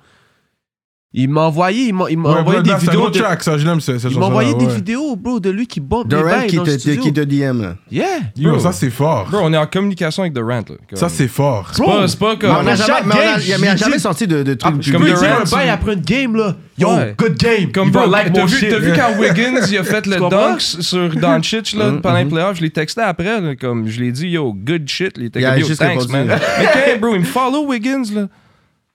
Il m'a envoyé, il m'a il m'a Ouais, Blood envoyé Bah, des Bath, C'est un vidéos. autre De, track, ça, je l'aime, ce- cette il chanson. m'a envoyé des vidéos, bro, de lui qui bombe les Durant bails qui dans le te- te studio. qui te DM là. Ah, Yeah. Yo, Yo. ça, c'est fort. Bro, on est en communication avec Durant, là. Comme- Ça, c'est fort. C'est pas, c'est pas Mais on comme. n'a jamais, chaque mais on a- game, mais il j'ai a jamais dit- sorti de, de truc Ah, je du comme Comme Durant, un tu- bail après une game, là. Yo, Ouais. good game. Comme Il va bro, like t'as mon vu, shit. t'as vu quand Wiggins il a fait le Tu comprends? dunk sur Doncic là pendant les playoffs, je l'ai texté après là, comme je l'ai dit yo good shit, il était Il a comme yo juste thanks répondu. man. Mais quand bro il me follow Wiggins là,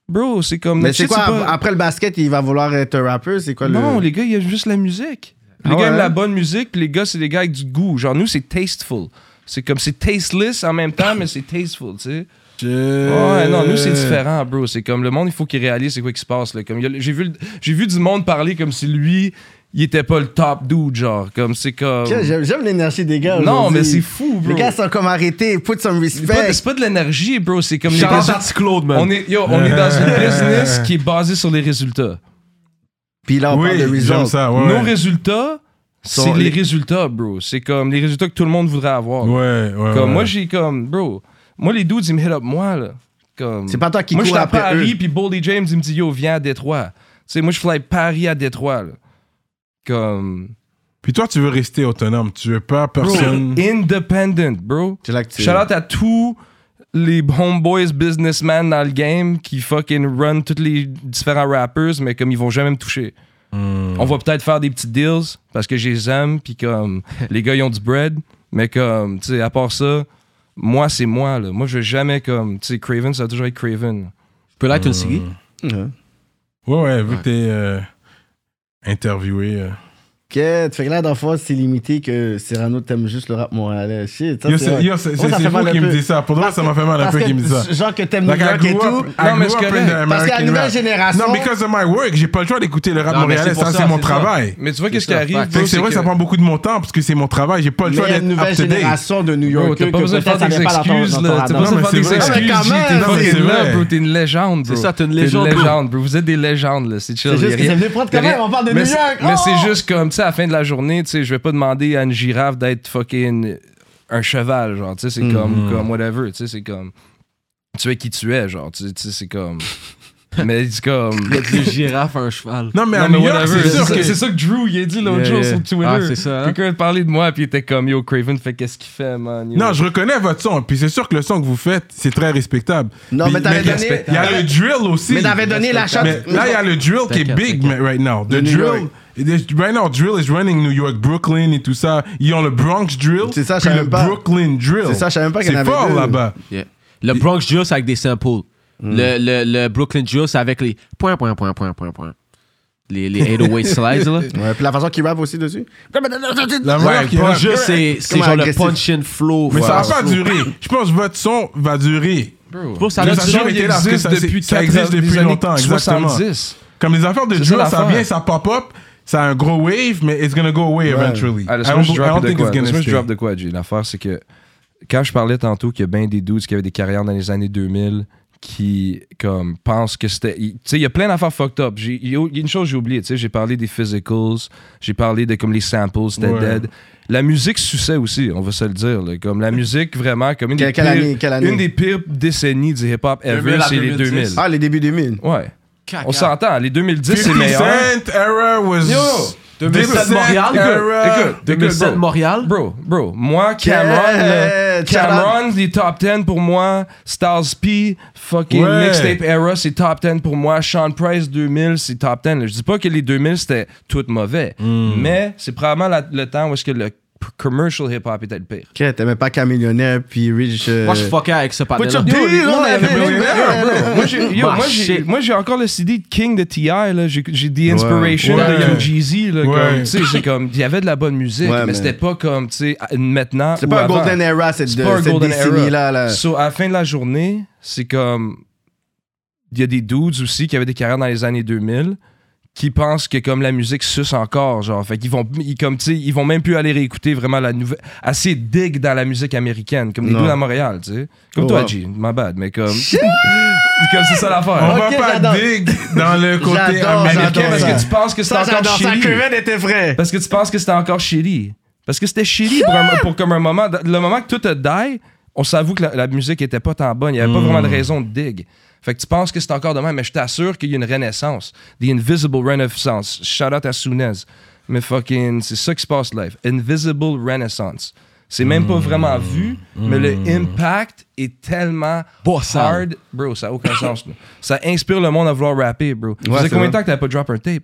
bro c'est comme Mais notre c'est shit, quoi, pas- après le basket, il va vouloir être un rappeur? C'est quoi Non, le. les gars, il y a juste la musique. Les Ah gars ouais? aiment la bonne musique, puis les gars, c'est des gars avec du goût. Genre, nous, c'est tasteful. C'est comme, c'est tasteless en même temps, mais c'est tasteful, tu sais. Ouais, non, nous, c'est différent, bro. C'est comme le monde, il faut qu'il réalise c'est quoi qui se passe. Là. Comme, il y a le- j'ai, vu, le- j'ai vu du monde parler comme si lui, il était pas le top dude, genre. Comme c'est comme. Tiens, J'aime j'aime l'énergie des gars. Non, aujourd'hui. mais c'est fou, bro. Les gars sont comme arrêtés, put some C'est pas, respect. c'est pas de l'énergie, bro. C'est comme les Shout out résultats. à Petit Claude, man. On est, yo, on est dans une business qui est basée sur les résultats. Puis là, on parle de Oui, j'aime results. ça. Ouais, Nos ouais. résultats, c'est Sont les les- résultats, bro. C'est comme les résultats que tout le monde voudrait avoir. Ouais, ouais. Comme ouais. moi, j'ai comme, bro, moi, les dudes, ils me hit up moi, là. Comme, C'est pas toi qui Moi, je cours suis à après Paris, eux. puis Boldy James, il me dit, yo, viens à Détroit. Tu sais, moi, je fly Paris à Détroit, là. Comme, Puis toi, tu veux rester autonome. Tu veux pas bro, personne. independent, bro. C'est là que tu- Shout out à tous les homeboys businessmen dans le game qui fucking run tous les différents rappers, mais comme ils vont jamais me toucher. On va peut-être faire des petits deals parce que je les aime, puis comme les gars ils ont du bread, mais comme, tu sais, à part ça, moi c'est moi, là. Moi je vais jamais comme, tu sais, Craven, ça va toujours être Craven. Je peux light une cigare? Ouais. Ouais, ouais, vu Ouais. que t'es euh, interviewé. euh. Ok, tu fais que là, dans le fond, c'est limité que Cyrano t'aime juste le rap montréalais. Shit, ça, Yo, c'est- c'est yo, c'est- Moi, c'est- ça c'est fait vous mal un qui me peu. dit ça. Pour moi, ça m'a fait mal un Parce peu qu'il me dit ça. que, genre que t'aimes New Like, I York et grew up- tout. I Non, mais grew c'est up in the correct. American Parce qu'à la nouvelle rap. génération- Non, because of my work, j'ai pas le choix d'écouter le rap Non, mais montréalais. c'est pour Ça, ça, c'est mon c'est ça. travail. Mais tu vois qu'est-ce qui ça, arrive, fact. bro, Fait que c'est vrai, que- ça prend beaucoup de mon temps parce que c'est mon travail. J'ai pas le Mais choix il y a d'être une nouvelle up to date. génération de New Bro, York t'as pas besoin de faire des excuses, là. T'as pas Non, besoin de mais faire c'est des vrai. excuses. Non, mais quand G, même, T'es non, mais fucking c'est là, vrai. bro. T'es une légende, bro. C'est ça, t'es une T'es légende, une bro. légende, bro. Vous êtes des légendes, là. C'est chill. C'est juste y a que rien- c'est venu prendre y a quand même, rien- on parle de mais New c'est- York, Mais oh! c'est juste comme, tu sais, à la fin de la journée, tu sais, je vais pas demander à une girafe d'être fucking un cheval, genre. Tu sais, c'est comme, comme whatever. Tu sais, c'est comme. Tu es qui tu es, genre. Tu sais, tu sais, c'est comme. Mais c'est comme. Une girafe à un cheval. Non, mais Non, à mais New York, whatever. c'est sûr ça- que. c'est ça que Drew, il a dit l'autre Yeah, jour yeah. sur Twitter. Ah, c'est ça, hein? Quelqu'un a parlé de moi, puis il était comme, yo, Craven fait qu'est-ce qu'il fait, man. yo. Non, je reconnais votre son. Puis c'est sûr que le son que vous faites, c'est très respectable. Non, Puis- mais t'avais donné. Il y a le drill aussi. Mais t'avais donné la chance. Mais là, il y a le drill qui est T'inquiète, big t'inquiète. man, right now. The Le New drill. York. it is- Right now, drill is running New York, Brooklyn et tout ça. Ils ont le Bronx drill. C'est ça, je puis savais le pas. Brooklyn drill. C'est ça, je savais même pas qu'il y en C'est avait fort deux. là-bas. Yeah. Le Bronx Drill, c'est avec des samples. Le, le, le Brooklyn Drill, c'est avec les point, point, point, point, point, point. Les, les 808 slides, là. Ouais, puis la façon qu'il rappe aussi dessus. Mm. La Ouais, manière le qu'il Bronx rappe. Drill, c'est c'est Comment genre le agressif. punch and flow. Mais ça Ouais. va pas durer. Je pense que votre son va durer. Je pense que ça Mais va ça durer. change. Il était là, parce que existe ça- depuis ça 4 existe des depuis années longtemps, exactement. 70. Comme les affaires de C'est ça drill, ça l'affaire. vient, ça pop-up, ça a un gros wave, mais it's gonna go away Ouais. eventually. Ah, I laisse-moi don't, je I don't drop de think it's quoi. gonna Laisse-moi je stay. drop de quoi, Jay. L'affaire, c'est que quand je parlais tantôt qu'il y a bien des dudes qui avaient des carrières dans les années 2000 qui comme pensent que c'était il- tu sais il y a plein d'affaires fucked up J'ai- il y a il y a une chose que j'ai oubliée tu sais j'ai parlé des physicals j'ai parlé de comme les samples c'était Ouais. dead la musique suçait aussi on va se le dire là. comme la musique vraiment comme une, Quelle- des, quelle pires, année, quelle année? une des pires décennies du hip hop ever 2000 à c'est les 2000 2010. Ah, les débuts 2000. ouais Caca. on s'entend les 2010 c'est 50 meilleur Cent era was... Yo, 2007 50 Cent Montréal, era- écoute, écoute, 2007 bro. Montréal. Bro, bro, moi, Cameron, Yeah, là, shout out. Cameron, les top 10 pour moi. Styles P, fucking Ouais. Mixtape Era, c'est top 10 pour moi. Sean Price 2000, c'est top 10. là. Je dis pas que les 2000, c'était tout mauvais, Hmm. mais c'est probablement la- le temps où est-ce que le p- commercial hip-hop était le pire. Ok, t'aimais pas Camillionnaire, puis Rich. euh, Moi, je fuckais avec ce Put panel-là. your dick Yo, on on avait- the- yo, bro, moi, j'ai- yo, Bah, Ah, moi, j'ai- shit. Moi, j'ai encore le CD de King de T.I. là. J'ai j'ai The Inspiration Ouais. de Young Jeezy. là, Ouais. comme, tu sais, c'est comme, Il y avait de la bonne musique, Ouais, mais mais- c'était pas comme tu sais, à- maintenant. C'est ou pas un avant. Golden Era, cette C'est pas un cette golden décennie-là. era. là. So, à la fin de la journée, c'est comme. Il y a des dudes aussi qui avaient des carrières dans les années 2000 qui pensent que comme la musique suce encore, genre. Fait qu'ils vont, ils, comme, tu sais, ils vont même plus aller réécouter vraiment la nouvelle. assez dig dans la musique américaine, comme les Non. dudes à Montréal, tu sais. Comme Oh, toi, wow. G, my bad, mais comme. c'est comme c'est ça On l'affaire. Ok, va pas j'adore. dig dans le côté Oh, Américain, J'adore, américain. j'adore parce ça. que tu penses que c'est Ça, encore j'adore ça. shitty. Cuvette était vrai. Parce que tu penses que c'était encore shitty. Parce que c'était shitty pour, un- pour comme un moment. Le moment que tout a die, on s'avoue que la, la musique était pas tant bonne. Il y avait pas vraiment de Hmm. raison de dig. Fait que tu penses que c'est encore de même, mais je t'assure qu'il y a une renaissance. The Invisible Renaissance. Shout out à Sounez. Mais fucking, c'est ça qui se passe live. Invisible Renaissance. C'est même pas vraiment vu, mais le Hmm. impact est tellement Bossal. hard. Bro, ça n'a aucun sens. là. Ça inspire le monde à vouloir rapper, bro. Ouais, ça c'est fait combien de vrai. temps que t'avais pas drop un tape?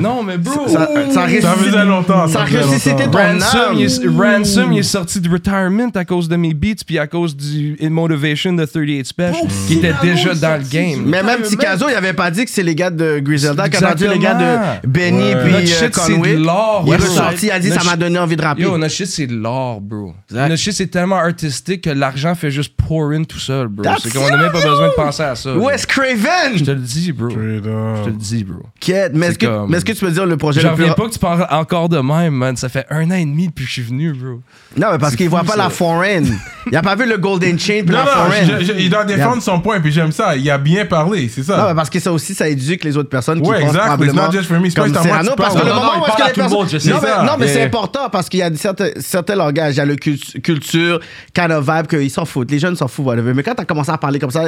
Non, mais bro! Euh, Ça, ça ressuscite- Ça faisait longtemps. Ça a faisait ressuscité longtemps. ton Ransom, âme. il est, Ransom, il est sorti de retirement à cause de mes beats puis à cause du Motivation de 38 Special qui était déjà dans le game. Mais même Ticazo, il avait pas dit que c'est les gars de Griselda qui a dit les gars de Exactement. Benny Ouais. puis Notre euh, shit, c'est Conway. de l'or, Il est bro. ressorti, il a dit Notre ça m'a shit- donné envie de rapper. Yo, notre shit, c'est de l'art, bro. Exact. Notre shit, c'est tellement artistique que l'argent fait juste pour in tout seul, bro. That's C'est qu'on n'a même pas it, yo. besoin de penser à ça. Wes Je te Craven! le dis, bro. Je te le dis, bro. Quête, mais est-ce C'est que, comme- mais est-ce que tu peux dire le projet J'en le plus. reviens pas que tu parles encore de même, man. Ça fait un an et demi depuis que je suis venu, bro. Non, mais parce C'est qu'il voit fou, pas ça. la foreign. Il a pas vu le Golden Chain puis Non, la non, foreign. je- je- il doit défendre son point, puis j'aime ça. Il a bien parlé, c'est Non, ça. mais parce que ça aussi, ça éduque les autres personnes qui Ouais, pensent exact. It's probablement not just for me. C'est pas comme juste à moi que Cyrano, tu parce que parles. le Oh, Non, moment non, il où est-ce que parle les à tout le personnes- monde, je sais Non, mais, ça. non, mais c'est Yeah. important parce qu'il y a des certains, certains langages. Il y a le cul- culture, kind of vibe, qu'ils s'en foutent. Les jeunes s'en foutent, whatever. Mais quand t'as commencé à parler comme ça,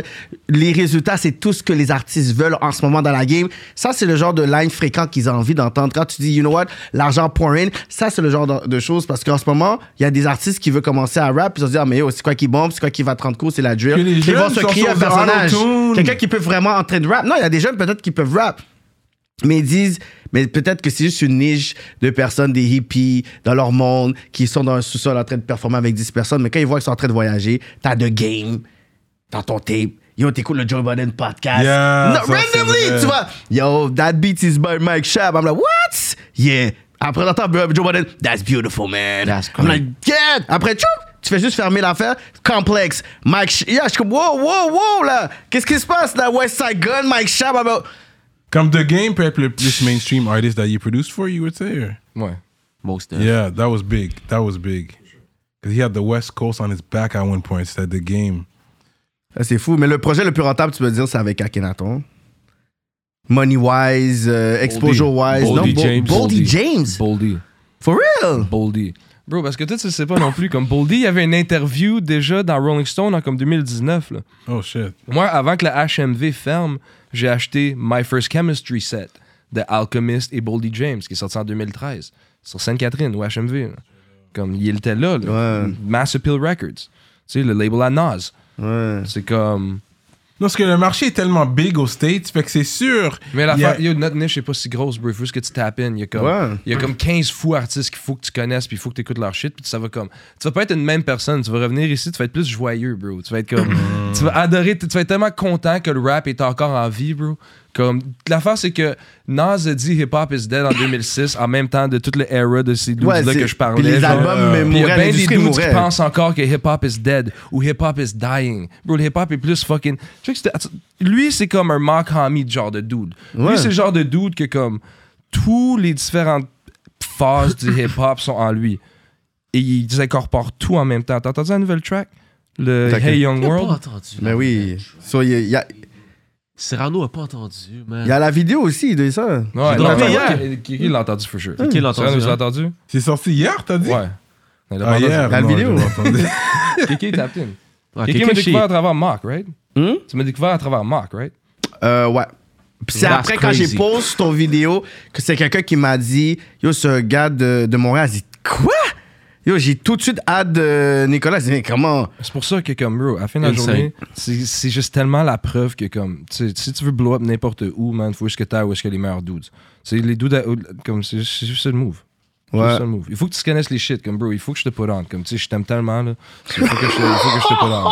les résultats, c'est tout ce que les artistes veulent en ce moment dans la game. Ça, c'est le genre de line fréquent qu'ils ont envie d'entendre. Quand tu dis, you know what, l'argent pour in, ça, c'est le genre de, de choses parce qu'en ce moment, il y a des artistes qui veulent commencer à rap, puis ils se disent, ah, mais yo, c'est quoi qui bombe, c'est quoi qui va 30 coups, c'est la drill. Que les Ils vont jeunes se sont créer un sur leur personnage. auto-tune. Quelqu'un qui peut vraiment entrer de rap. Non, il y a des jeunes peut-être qui peuvent rap. Mais ils disent, mais peut-être que c'est juste une niche de personnes, des hippies, dans leur monde, qui sont dans un sous-sol en train de performer avec 10 personnes. Mais quand ils voient qu'ils sont en train de voyager, t'as de game dans ton tape. Yo, t'écoutes le Joe Biden podcast. Yeah, No, ça, c'est randomly, vrai. tu vois. Yo, that beat is by Mike Shab. I'm like, what? Yeah. Après, t'entends Joe Biden, that's beautiful, man. That's I'm great. like, yeah. Après, tchou, tu fais juste fermer l'affaire. Complexe. Mike Sh- Yeah, je suis comme, wow, wow, wow, là. Qu'est-ce qui se passe, là? West Side Gun, Mike Shab. I'm like, Comme The Game peut être le plus mainstream artist that you produced for, you would say? or- Ouais. Most euh, of. Yeah, that was big. That was big. Because he had the West Coast on his back at one point. C'était The Game. Ah, C'est fou, mais le projet le plus rentable, tu peux dire, c'est avec Akhenaton. Money wise, euh, exposure wise, Boldy non, Bo- James. Boldy Boldy. James. Boldy. For real? Boldy. Bro, parce que toi, tu sais pas non plus. Comme Boldy, il y avait une interview déjà dans Rolling Stone en comme 2019. Là. Oh, shit. Moi, avant que la HMV ferme, j'ai acheté My First Chemistry Set de Alchemist et Boldy James, qui est sorti en 2013, sur Sainte-Catherine, au HMV. là. Comme, il était là, là. Ouais. Mass Appeal Records. Tu sais, le label à Nas. Ouais. C'est comme... Non, parce que le marché est tellement big aux States, fait que c'est sûr. Mais la il y a- fin- yo, notre niche est pas si grosse, bro. Il faut juste que tu tapes in. Il y a comme, Ouais. il y a comme 15 fous artistes qu'il faut que tu connaisses, puis il faut que tu écoutes leur shit, puis ça va comme. Tu vas pas être une même personne. Tu vas revenir ici, tu vas être plus joyeux, bro. Tu vas être comme. Mm. tu vas adorer, tu vas être tellement content que le rap est encore en vie, bro. Comme, l'affaire, c'est que Nas a dit Hip Hop is Dead en 2006, en même temps de toute l'era de ces Ouais, dudes-là c'est- que je parlais. puis les genre. albums euh, mais Puis il y a mouraient, bien des l'industrie dudes qui mourait. pensent encore que hip-hop is dead ou hip-hop is dying. Bro, le hip-hop est plus fucking... Tu sais que c'était- Lui, c'est comme un Mark Hamill genre de dude. Ouais. Lui, c'est le genre de dude que comme tous les différentes phases du hip-hop sont en lui. Et ils incorporent tout en même temps. T'as entendu la nouvelle track? Le T'as Hey que- Young Il a pas World? entendu. Mais oui. So, Il y, a- Cyrano a pas entendu, man. il y a la vidéo aussi de ça. Ouais, J'ai non, entendu mais hier. qui- qui- qui l'a entendu, for sure. Qui l'a entendu, Sérieux, vous hein? l'avez entendu? C'est sorti hier, t'as dit? Ouais. Il l'a Ah, entendu. hier. La non, je vidéo. l'ai entendu. Kiki tapped in. Ouais, Kiki m'a quelqu'un chez- découvert à travers Mark, right? Hmm? Tu m'as découvert à travers Mark, right? Euh, ouais. Puis c'est That's après, quand j'ai crazy. posté ton vidéo, que c'est quelqu'un qui m'a dit Yo, ce gars de, de Montréal, j'ai dit Quoi Yo, j'ai tout de suite hâte de Nicolas. J'ai dit Mais comment C'est pour ça que, comme, bro, à la fin de la Insane. journée, c'est c'est juste tellement la preuve que, comme, tu sais, si tu veux blow up n'importe où, man, faut juste que t'ailles où est-ce que les meilleurs dudes. C'est les dudes, à- comme, c'est juste c'est juste ça le move. C'est juste Ouais. ça le move. Il faut que tu connaisses les shit, comme, bro, il faut que je te put on. Comme, tu sais, je t'aime tellement, là. Il faut que je, il faut que je te put on. bro.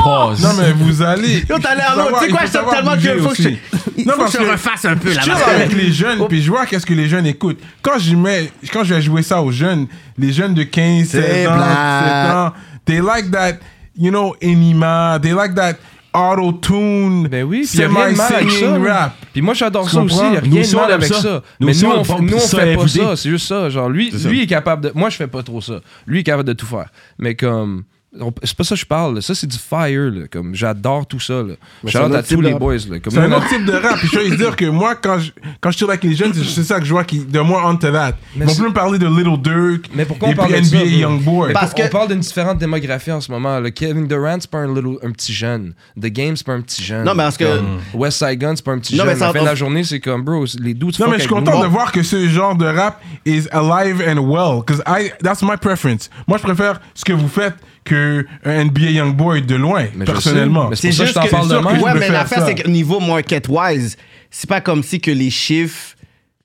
Pause. non, mais vous allez. Yo, t'as l'air Faut l'autre. Tu savoir- il sais quoi, je t'aime tellement bouger que faut que je, aussi. il Non, faut que parce je que- refasse un peu Je là. chill parce que- avec les jeunes, puis je vois qu'est-ce que les jeunes écoutent. Quand je mets, quand je vais jouer ça aux jeunes, les jeunes de 15, C'est 16 ans, 17 plat. ans, they like that, you know, Enima, they like that auto-tune, Ben oui, puis y a rien de mal avec ça. semi-singing là. rap. Puis moi, j'adore Tu ça aussi. comprends? Il a Nous rien aussi, de on mal aime avec ça. ça. Nous Mais aussi, nous, on on, pompe nous, on ça fait pas everyday. ça. C'est juste ça. Genre, lui, lui est capable de. Moi, je fais pas trop ça. Lui est capable de tout faire. Mais comme. on- C'est pas ça que je parle. là. Ça, c'est du fire. Là. Comme j'adore tout ça. Là. c'est un J'adore à autre type tous les de- boys. Là. Comme C'est un nous, on a- autre type de rap. Puis je vais dire que moi, quand je, quand je chill avec les jeunes, c'est- c'est ça que je vois qui, de moi, onto that. Ils Mais vont c'est- plus me parler de Little Dirk Mais pourquoi et on parle puis de ça, NBA bro? Youngboy. Mais Parce pour- que- On parle d'une différente démographie en ce moment. là. Kevin Durant, c'est pas un, little- un petit jeune. The Game, c'est pas un petit jeune. Non, mais parce que- Comme Mm. West Side Gun, c'est pas un petit Non, jeune. mais ça- la fin de la journée, c'est comme, bro, les dudes Non, fuck mais je suis avec content nous. de voir que ce genre de rap is alive and well. Because I, that's my preference. Moi, je préfère ce que vous faites que un NBA Youngboy de loin, Mais je personnellement. sais, mais C'est pour ça que je t'en parle c'est de sûr même. je Ouais, peux mais faire l'affaire, ça. c'est que niveau market-wise, c'est pas comme si que les chiffres.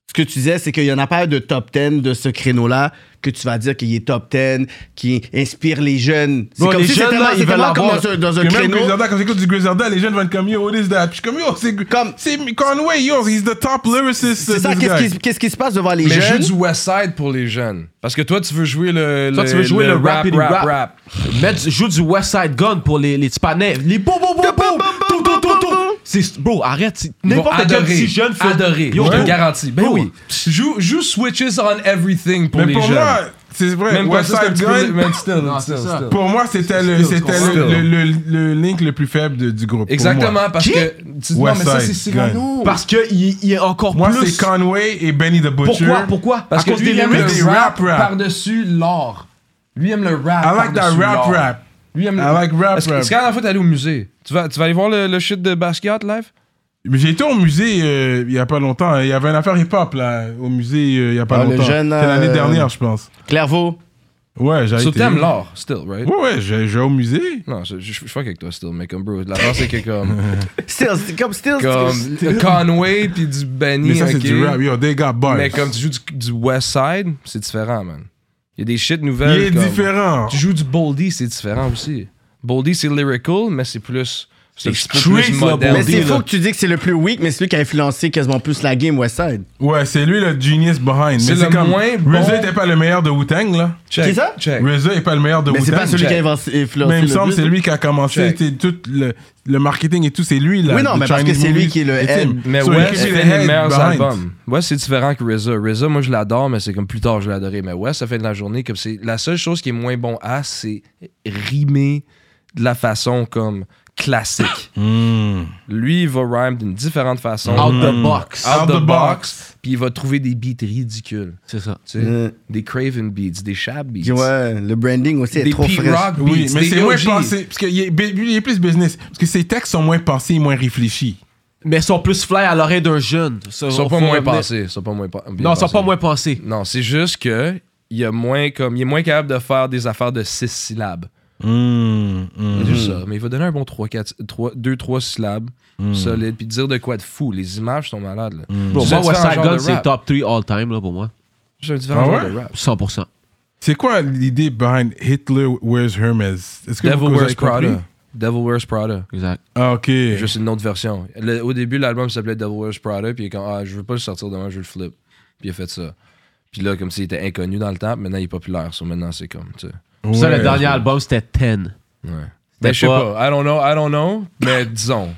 Ce que tu disais, c'est qu'il y en a pas de top 10 de ce créneau-là que tu vas dire qu'il est top 10, qui inspire les jeunes. C'est Bon, comme les si jeunes, c'était là, ils c'est veulent tellement comme l'avoir. dans un, dans un Que même créneau. Griselda, quand j'écoute du Griselda, les jeunes vont être comme yo, what is that? Puis je suis comme yo, c'est Comme- c'est Conway, yo, he's the top lyricist. C'est ça, qu'est-ce qui, qu'est-ce qui se passe devant les Mais joue jeunes? du West Side pour les jeunes. Parce que toi, tu veux jouer le. Toi, tu veux jouer le rap, rapidity rap, rap. rap, Mets du- joue du West Side Gun pour les, les Tipanais. Les boum, boum, boum, boum, tout, tout, tout, tout. C'est- Bro, arrête. c'est- Ils vont N'importe quel adorer. petit jeune fait. Adorer. Yo, je te bro. le garantis. Ben Bro. oui. Joue, joue Switches on Everything pour Mais les pour jeunes. moi, c'est vrai, même pas West ça, c'est un Side petit Gun, peu- même still, Non, still, c'est ça. still. pour moi, c'était le, c'était tu comprends? le, le, le- le link le plus faible de- du groupe. pour moi. Exactement, parce Qui? que. tu- Non, mais West ça, Side c'est Gun. Cyrano. Parce qu'il il est encore Moi, plus. c'est Conway et Benny the Butcher. Pourquoi Pourquoi Parce À que cause lui, des il aime lyrics? lyrics. le Rap, rap rap. par-dessus l'or. Lui aime le rap. I like that par-dessus rap, l'or. rap. Lui aime I le like rap, Est-ce que- rap. Est-ce qu'à la fois, t'es allé au musée Tu vas tu vas aller voir le le shit de Basquiat live Mais J'ai été au musée euh, il y a pas longtemps. hein. Il y avait une affaire hip-hop là, au musée euh, il y a pas Ah, le longtemps. jeune, C'était l'année euh, dernière, je pense. Clairvaux. Ouais, j'avais So, été. t'aimes l'or, still, right Ouais, ouais, j'ai j'ai au musée. Non, je, je, je suis fuck avec toi, still, mais comme bro, la France c'est que comme, Still, c'est comme still. comme le Conway puis du Benny, Mais ça, c'est ok? du rap. Yo, they got bars. Mais comme tu joues du, du West Side, c'est différent, man. Il y a des shit il nouvelles. est comme- différent. Tu joues du Boldy, c'est différent aussi. Boldy, c'est lyrical, mais c'est plus. C'est un C'est petit peu plus street, là, moderne. Mais Boldy, c'est là. faux que tu dis que c'est le plus weak, mais c'est lui qui a influencé quasiment plus la game Westside. Ouais, c'est lui le genius behind. C'est Mais c'est le comme. moins bon- RZA était pas le meilleur de Wu-Tang là. Check, C'est ça? Check. RZA est pas le meilleur de Mais Wu-Tang. c'est pas celui check. qui a inven- influencé. Mais il me le semble plus. c'est lui qui a commencé Check. tu sais, tout le, le marketing et tout, c'est lui là. Oui, non, the mais parce que Chinese c'est lui movies qui est le et tout. head. Mais So, Wes il could be fait the les head meilleurs behind. albums. Wes, c'est différent que RZA. RZA, moi, je l'adore, mais c'est comme plus tard, je l'ai adoré. Mais Wes, ça fait de la journée comme c'est... La seule chose qui est moins bon à, c'est rimer de la façon comme classique. Hmm. Lui, il va rhyme d'une différente façon. Out the Mm. box. Out Out the the box. Puis il va trouver des beats ridicules. C'est ça. tu sais. Euh. Des Craven beats, des Shab beats. Ouais, le branding aussi est des trop frais. P-Rock beats. Oui, mais des c'est moins OG. pensé. Parce qu'il est, il est plus business. Parce que ses textes sont moins pensés, moins réfléchis. Mais ils sont plus fly à l'oreille d'un jeune. Ça, Ils sont on pas faut moins revenir- pensés. Ils sont pas moins pa- bien Non, ils sont pensés. pas moins pensés. Non, c'est juste que il y a moins comme il est moins capable de faire des affaires de 6 syllabes. Mmh, C'est juste ça, mais il va donner un bon 3 4 3 2 3 syllabes Mmh. solide puis dire de quoi de fou, les images sont malades là. Bon, C'est moi, un West différent Side genre Gun, de c'est rap. top 3 all time là, pour moi. C'est un différent Ah genre ouais? de rap. 100%. C'est quoi l'idée behind Hitler Wears Hermes Est-ce que vous, Devil vous Wears avez compris Prada. Devil Wears Prada. Exact. Ah, ok. Juste une autre version. Le- au début, l'album s'appelait Devil Wears Prada, puis quand ah, je veux pas le sortir demain, je veux le flip. Puis il a fait ça. Puis là, comme s'il était inconnu dans le temps, maintenant il est populaire. So maintenant, c'est comme, tu sais. Ouais. Ça, le dernier album, c'était 10. Ouais. Ben, je sais pas- pas. I don't know, I don't know, mais disons.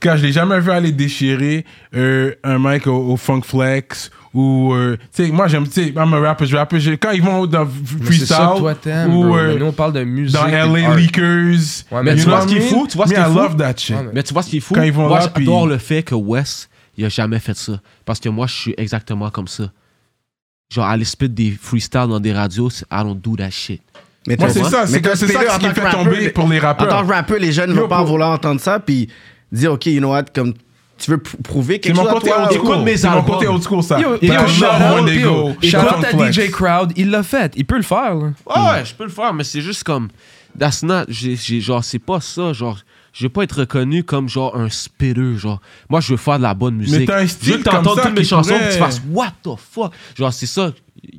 Quand je l'ai jamais vu aller déchirer euh, un mic au, au Funk Flex ou. euh, tu sais, moi, j'aime. Tu sais, I'm a rapper, je rappe. je- Quand ils vont dans Mais C'est Freestyle ça que toi t'aimes, ou bro. euh, Mais nous on parle de musique. dans et LA d'art. Leakers. Ouais, mais tu you vois know ce qui est what I fou, mean? tu vois ce Mais qui est I fou? love that shit. Ouais, mais- Mais tu vois ce qui est fou? Quand ils vont moi, là, puis- j'adore le fait que Wes, il a jamais fait ça. Parce que moi, je suis exactement comme ça. Genre, aller spit des freestyles dans des radios, c'est I don't do that shit. Mais Moi, t'as- c'est ouais. ça, c'est Mais que- t'as c'est Spiller ça en ce qui tant me que fait rappeur, tomber les- pour les En tant rappeurs. que rappeur, les jeunes vont Yo, pas pour- vouloir entendre ça, puis dire, OK, you know what, comme tu veux pr- prouver C'est quelque mon chose. à côté toi, old ou- écoute school. mes C'est mon albums. côté old school, ça. Yo, But I yo, love shout when out, they yo. go Shout out Funk à Flex. DJ Crowd, il l'a fait, il peut le faire. Là. Ah ouais, je peux le faire, mais c'est juste comme. That's not. j'ai- j'ai- genre, c'est pas ça. Genre, je veux pas être reconnu comme genre un spitter. Genre, moi, je veux faire de la bonne musique. t'as un je veux style que t'entendes comme ça toutes mes qui chansons pourrait- que tu fasses What the fuck? Genre, c'est ça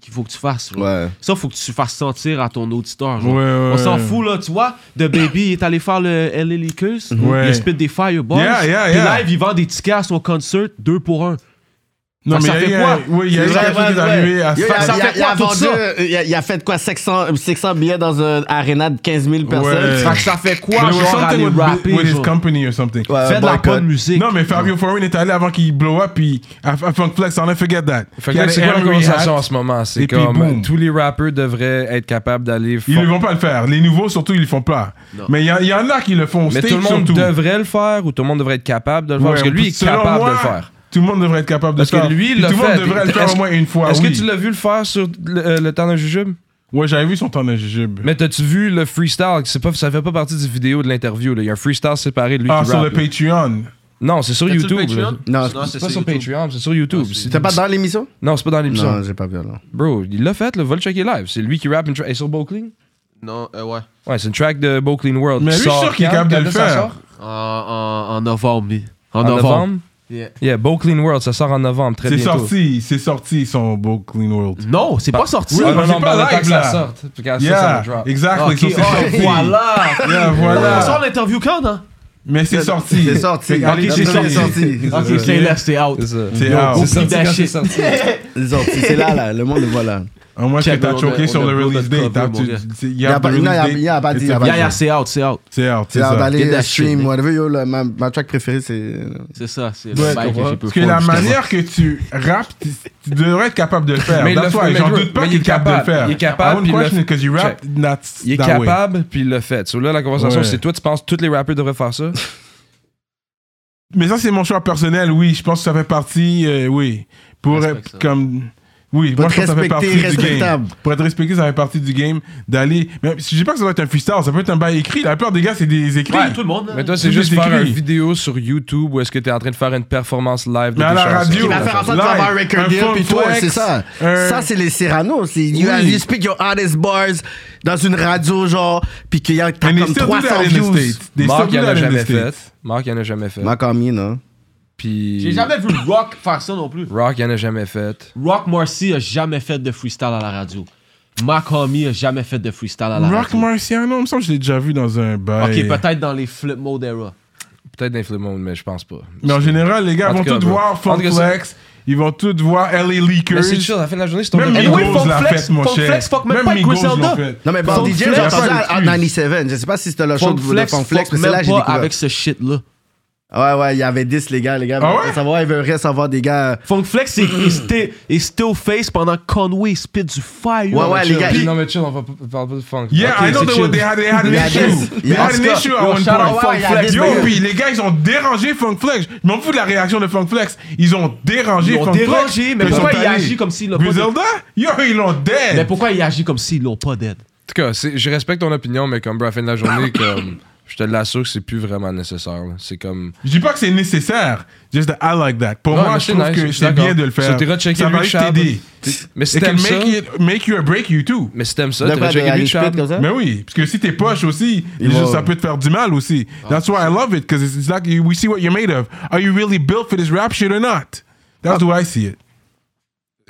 qu'il faut que tu fasses. genre. Ouais. Ça, faut que tu fasses sentir à ton auditeur. genre. Ouais, ouais, On s'en ouais. fout, là, tu vois. The Baby il est allé faire le LA Leakers. Mhm. Ouais. Il spit des fireballs. Yeah, yeah, Puis yeah. live, il vend des tickets à son concert, deux pour un. Non, mais Ça il y fait a quoi? eu- oui, il y a eu Ouais, quelque chose ouais, qui est arrivé à ouais. Yo, ça. il ça a- fait il a quoi, tout vendu- ça? Il a- il a fait quoi 600, 600 billets dans un aréna de 15 000 personnes. Ouais. Fait que ça fait quoi, There was genre, something aller with, rapper? with his genre? company or something. Ouais, Fais de la boycott. bonne musique. Non, mais Fabio Foreign est allé avant qu'il blow up, puis à, à Funk Flex, on a forget that. Fait Il que y a là, c'est des quoi la Henry conversation Hatt, en ce moment? et C'est puis boum. comme tous les rappeurs devraient être capables d'aller. Ils fort. ne vont pas le faire. Les nouveaux, surtout, ils le font pas. Mais il y, a- il y en a qui le font. au Mais stage tout le monde surtout. devrait le faire ou tout le monde devrait être capable de le faire? Ouais, parce que lui, il est selon capable moi, de le faire. Tout le monde devrait être capable de le Parce faire. que lui, il Puis l'a Tout le fait. monde devrait le faire au Est-ce- moins une fois. Est-ce oui. que tu l'as vu le faire sur le, euh, le temps d'un jujube? Ouais, j'avais vu son temps de jujube. Mais t'as-tu vu le freestyle? C'est pas, ça fait pas partie du vidéo de l'interview. là. Il y a un freestyle séparé de lui Ah, qui sur rappe, le là. Patreon. Non, c'est sur T'as-tu le YouTube. là. Patreon? Non, C'est c'est pas sur YouTube. Patreon, c'est sur YouTube. C'est- T'es pas dans l'émission Non, c'est pas dans l'émission. j'ai pas vu, non. Bro, il l'a fait, là, va le checker live. C'est lui qui rappe une tra- Et sur Bowling? Non, euh, ouais. Ouais, c'est une track de Bo Clean World. Mais qui lui, je suis sort sûr qu'il est quand? capable de le Quand ça faire. sort? En, en, en novembre. lui. En, En novembre. novembre? Yeah. Yeah, Bo Clean World, ça sort en novembre, très C'est bientôt. sorti, c'est sorti son beau Clean World. Non, c'est pas sorti. Oui, Ah, non, mais non, c'est bah, pas le temps live, que ça là. sorte. puis quand Ah, ça, ça Yeah, va drop. exactement. Ok, oh, voilà. Yeah, On sort voilà. l'interview quand, hein? Mais c'est sorti. C'est sorti. Fait que Ok, allez c'est checker. sorti. C'est Ok, sorti. c'est là, c'est out. C'est ça. C'est Yo, out. c'est sorti Au prix quand c'est d'achat. sorti. C'est sorti. C'est là, là. Le monde le voit là. À moins que Check, t'as on choqué a- sur on a le beau release notre date. cover, hein, mon tu- gars. tu- Il y Y a a pas- pas de non, y a- release y a date. pas dit, It's y a a pas Yeah, fact. yeah, c'est out, c'est out. C'est out, c'est C'est là, ça. d'aller Get that shit, stream, man. whatever. Yo, là, ma, ma track préférée, c'est. euh, C'est ça, c'est Ouais, le bail que comprends. j'ai peu Parce que la manière que tu rappes, tu tu devrais être capable de le faire. Mais il That's le fait, why, mais J'en bro, doute pas mais qu'il il est est capable de le capable, faire. il est capable, I puis wouldn't question il le fait. it 'cause you rap, that's Il est that way. capable, puis il l'a fait. So, là, la conversation, Ouais. c'est toi, tu penses que tous les rappers devraient faire ça? Mais ça, c'est mon choix personnel, oui. Je pense que ça fait partie, euh, oui. Pour Respecte être ça. comme. Oui, Pour moi, je être pense que ça fait partie respecté, du game. respectable. Pour être respecté, ça fait partie du game d'aller. Mais je dis pas que ça doit être un freestyle, ça peut être un bail écrit. La plupart des gars, c'est des écrits. Ouais, tout le monde. hein? là. Mais toi, Tout c'est juste est faire écrit. une vidéo sur YouTube où est-ce que t'es en train de faire une performance live de Mais à tes la chansons. radio, Il va faire en sorte de Live, faire un un record deal, fun puis toi, flex, c'est ça. un- Ça, c'est les Serrano. C'est you, Oui. you speak your hardest bars dans une radio, genre, puis qu'il y a t'as Mais comme still do that 300 in the views. States. They still Marc, do il en that a in the jamais States. fait. Marc, il en a jamais fait. Ma comme non? Puis. J'ai jamais vu Rock faire ça non plus. Rock, il en a jamais fait. Rock Marcy a jamais fait de freestyle à la radio. Mac Homie a jamais fait de freestyle à la Rock radio. Marciano, il me semble que je l'ai déjà vu dans un Ok, bail. peut-être dans les flip mode era. Peut-être dans Flip Mode, mais je pense pas. Mais en général, les gars En vont tout cas, tous bro. voir En tout cas, ça- Funflex, ils vont tous voir LA Leakers. Mais c'est chill, à la fin de la journée, c'est ton Même domaine. Anyway, Migos l'a Funkflex- fait, mon Funkflex cher. fuck même Même pas avec Migos Griselda. l'ont fait. Non, mais Bar Funk DJ, Flex, j'ai y a entendu pas en en d'excuse. 97. Je sais pas si c'était le show de Funkflex de Funflex, fuck mais c'est là même que j'ai pas découvert. avec ce shit là. Ouais, ouais, il y avait 10, les gars. Les gars, Ah veulent ouais? savoir, ils veulent savoir des gars. Funkflex est, Mm-hmm. est sti- est still face pendant Conway spit du fire. Ouais, ouais, les gars. Puis- ils- Non, mais chill, on va pas parler de funk. Yeah, Ok, I know c'est they, chill. were- they had, they had an Yeah, issue. this- They had an Oscar, issue yo, at one shout out point. Funk Flex, Yo, man. puis les gars, ils ont dérangé Funk Flex. Je m'en fous de la réaction de Funk Flex. Ils ont dérangé Ils l'ont Funk Flex. dérangé, mais Ils sont pourquoi il allés. agit comme s'il l'a pas dé- Griselda? Yo, ils l'ont Mais dead. pourquoi il agit comme s'ils l'ont pas En dead? tout cas, c'est- je respecte ton opinion, mais comme, bro, à la fin de la journée, comme, je te l'assure que c'est plus vraiment nécessaire. là. C'est comme. Je dis pas que c'est nécessaire. Just that I like that. Pour Non, moi, mais je c'est trouve nice, je que suis c'est d'accord. bien de le So, faire. t'es rechecké Ça va lui, juste Chab. t'aider. Mais si It can t'aimes ça. make, it- make you or break you too. Mais si t'aimes ça, De t'es quoi, de rechecké aller lui, spit Chab. comme ça? Mais oui, parce que si t'es poche aussi, Hein? Il juste, va- ça peut te faire du mal aussi. That's why I love it, because it's, it's like you- we see what you're made of. Are you really built for this rap shit or not? That's the way I see it.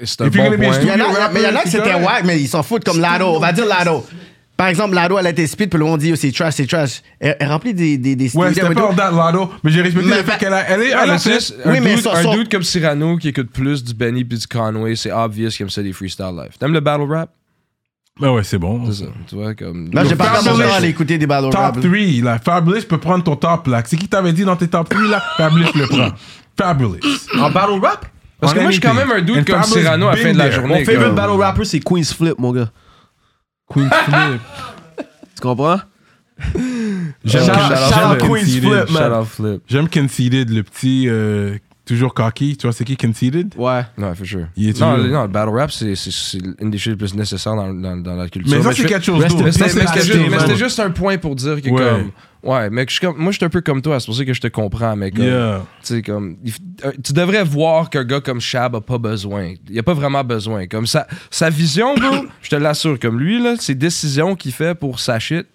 C'est un If you're bon gonna be a point. Il y en Studio a, rapper, mais il y en a c'est qui c'était correct. wack, mais ils s'en foutent comme Lado. On va dire Lado. Par exemple, Lado, elle a été speed, puis le monde dit, oh, c'est trash, c'est trash. Elle, elle remplit des, des, des Ouais, studios c'était et pas tout. that Lado, mais j'ai respecté Mais le fait fa- qu'elle a. Elle est. Ah, elle a mais c'est fait- juste, un, Oui, mais dude, ça un sort- dude comme Cyrano qui écoute plus du Benny puis du Conway, c'est obvious qu'il aime ça des freestyle live. T'aimes le battle rap? Ben ouais, c'est bon. C'est ça. Tu vois, comme. Là, j'ai Yo, pas commencé Fabulous. à aller écouter des battle rap. Top 3, là. Fabulous peut prendre ton top, là. C'est qui t'avait dit dans tes top 3, là? Fabulous le prend. Fabulous. En battle rap? Parce que En moi, je suis quand anything. même un And dude comme Fabulous Cyrano à la been fin de la there. journée. Mon favorite comme- battle rapper c'est Queen's Flip, mon gars. Queen Flip. Tu comprends? J'aime Ken- Shout- shout j'aime out Queen's Conceded. Flip, man. Shout out Flip. J'aime Conceded, le petit. euh, Toujours cocky. Tu vois, c'est qui Conceded? Ouais. Ouais, for sure. Il est non, toujours- le- non, le battle rap, c'est c'est- c'est une des choses les plus nécessaires dans, dans, dans la culture. Mais ça, je c'est fais- quelque chose mais c'était- d'autre. mais c'était- C'est mais c'était assez, juste- mais man. c'était juste un point pour dire que, Ouais. comme. Ouais, mais que je suis comme- moi, je suis un peu comme toi, c'est pour ça que je te comprends, mais comme. Yeah. Tu sais, comme. il f- euh, Tu devrais voir qu'un gars comme Shab a pas besoin. Il a pas vraiment besoin. Comme sa, sa vision, bro, je te l'assure, comme lui, là, ses décisions qu'il fait pour sa shit,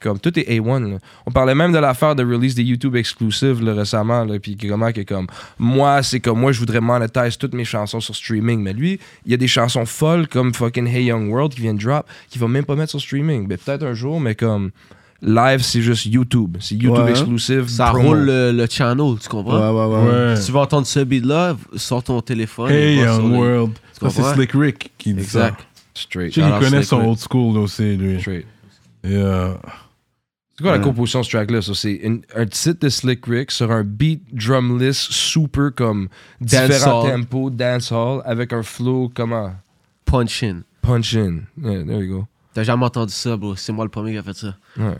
comme tout est A1. là. On parlait même de l'affaire de release des YouTube exclusives là, récemment, là, puis comment que comme moi, c'est comme moi, je voudrais monétiser toutes mes chansons sur streaming, mais lui, il y a des chansons folles comme fucking Hey Young World qui vient de drop, qui va même pas mettre sur streaming. Mais peut-être un jour, mais comme live, c'est juste YouTube, c'est YouTube Ouais. exclusive. Ça promo. roule le, le channel, tu Ouais, comprends? ouais, ouais. Ouais. Si tu veux entendre ce beat là, sors ton téléphone. Hey et va sur Young le- World. Ça, Tu c'est comprends? Slick Rick qui dit ça. Exact. Straight. Je sais qu'il Alors, connaît Slick son Rick. old school là, aussi, lui. Straight. Yeah. C'est quoi la Ouais. composition de ce track-là? Ça, c'est une- un titre de Slick Rick sur un beat drumless super comme différents Dancehall. tempos, dancehall, avec un flow comment? Punch in. Punch in. Yeah, there you go. T'as jamais entendu ça, bro. C'est moi le premier qui a fait ça. Ouais.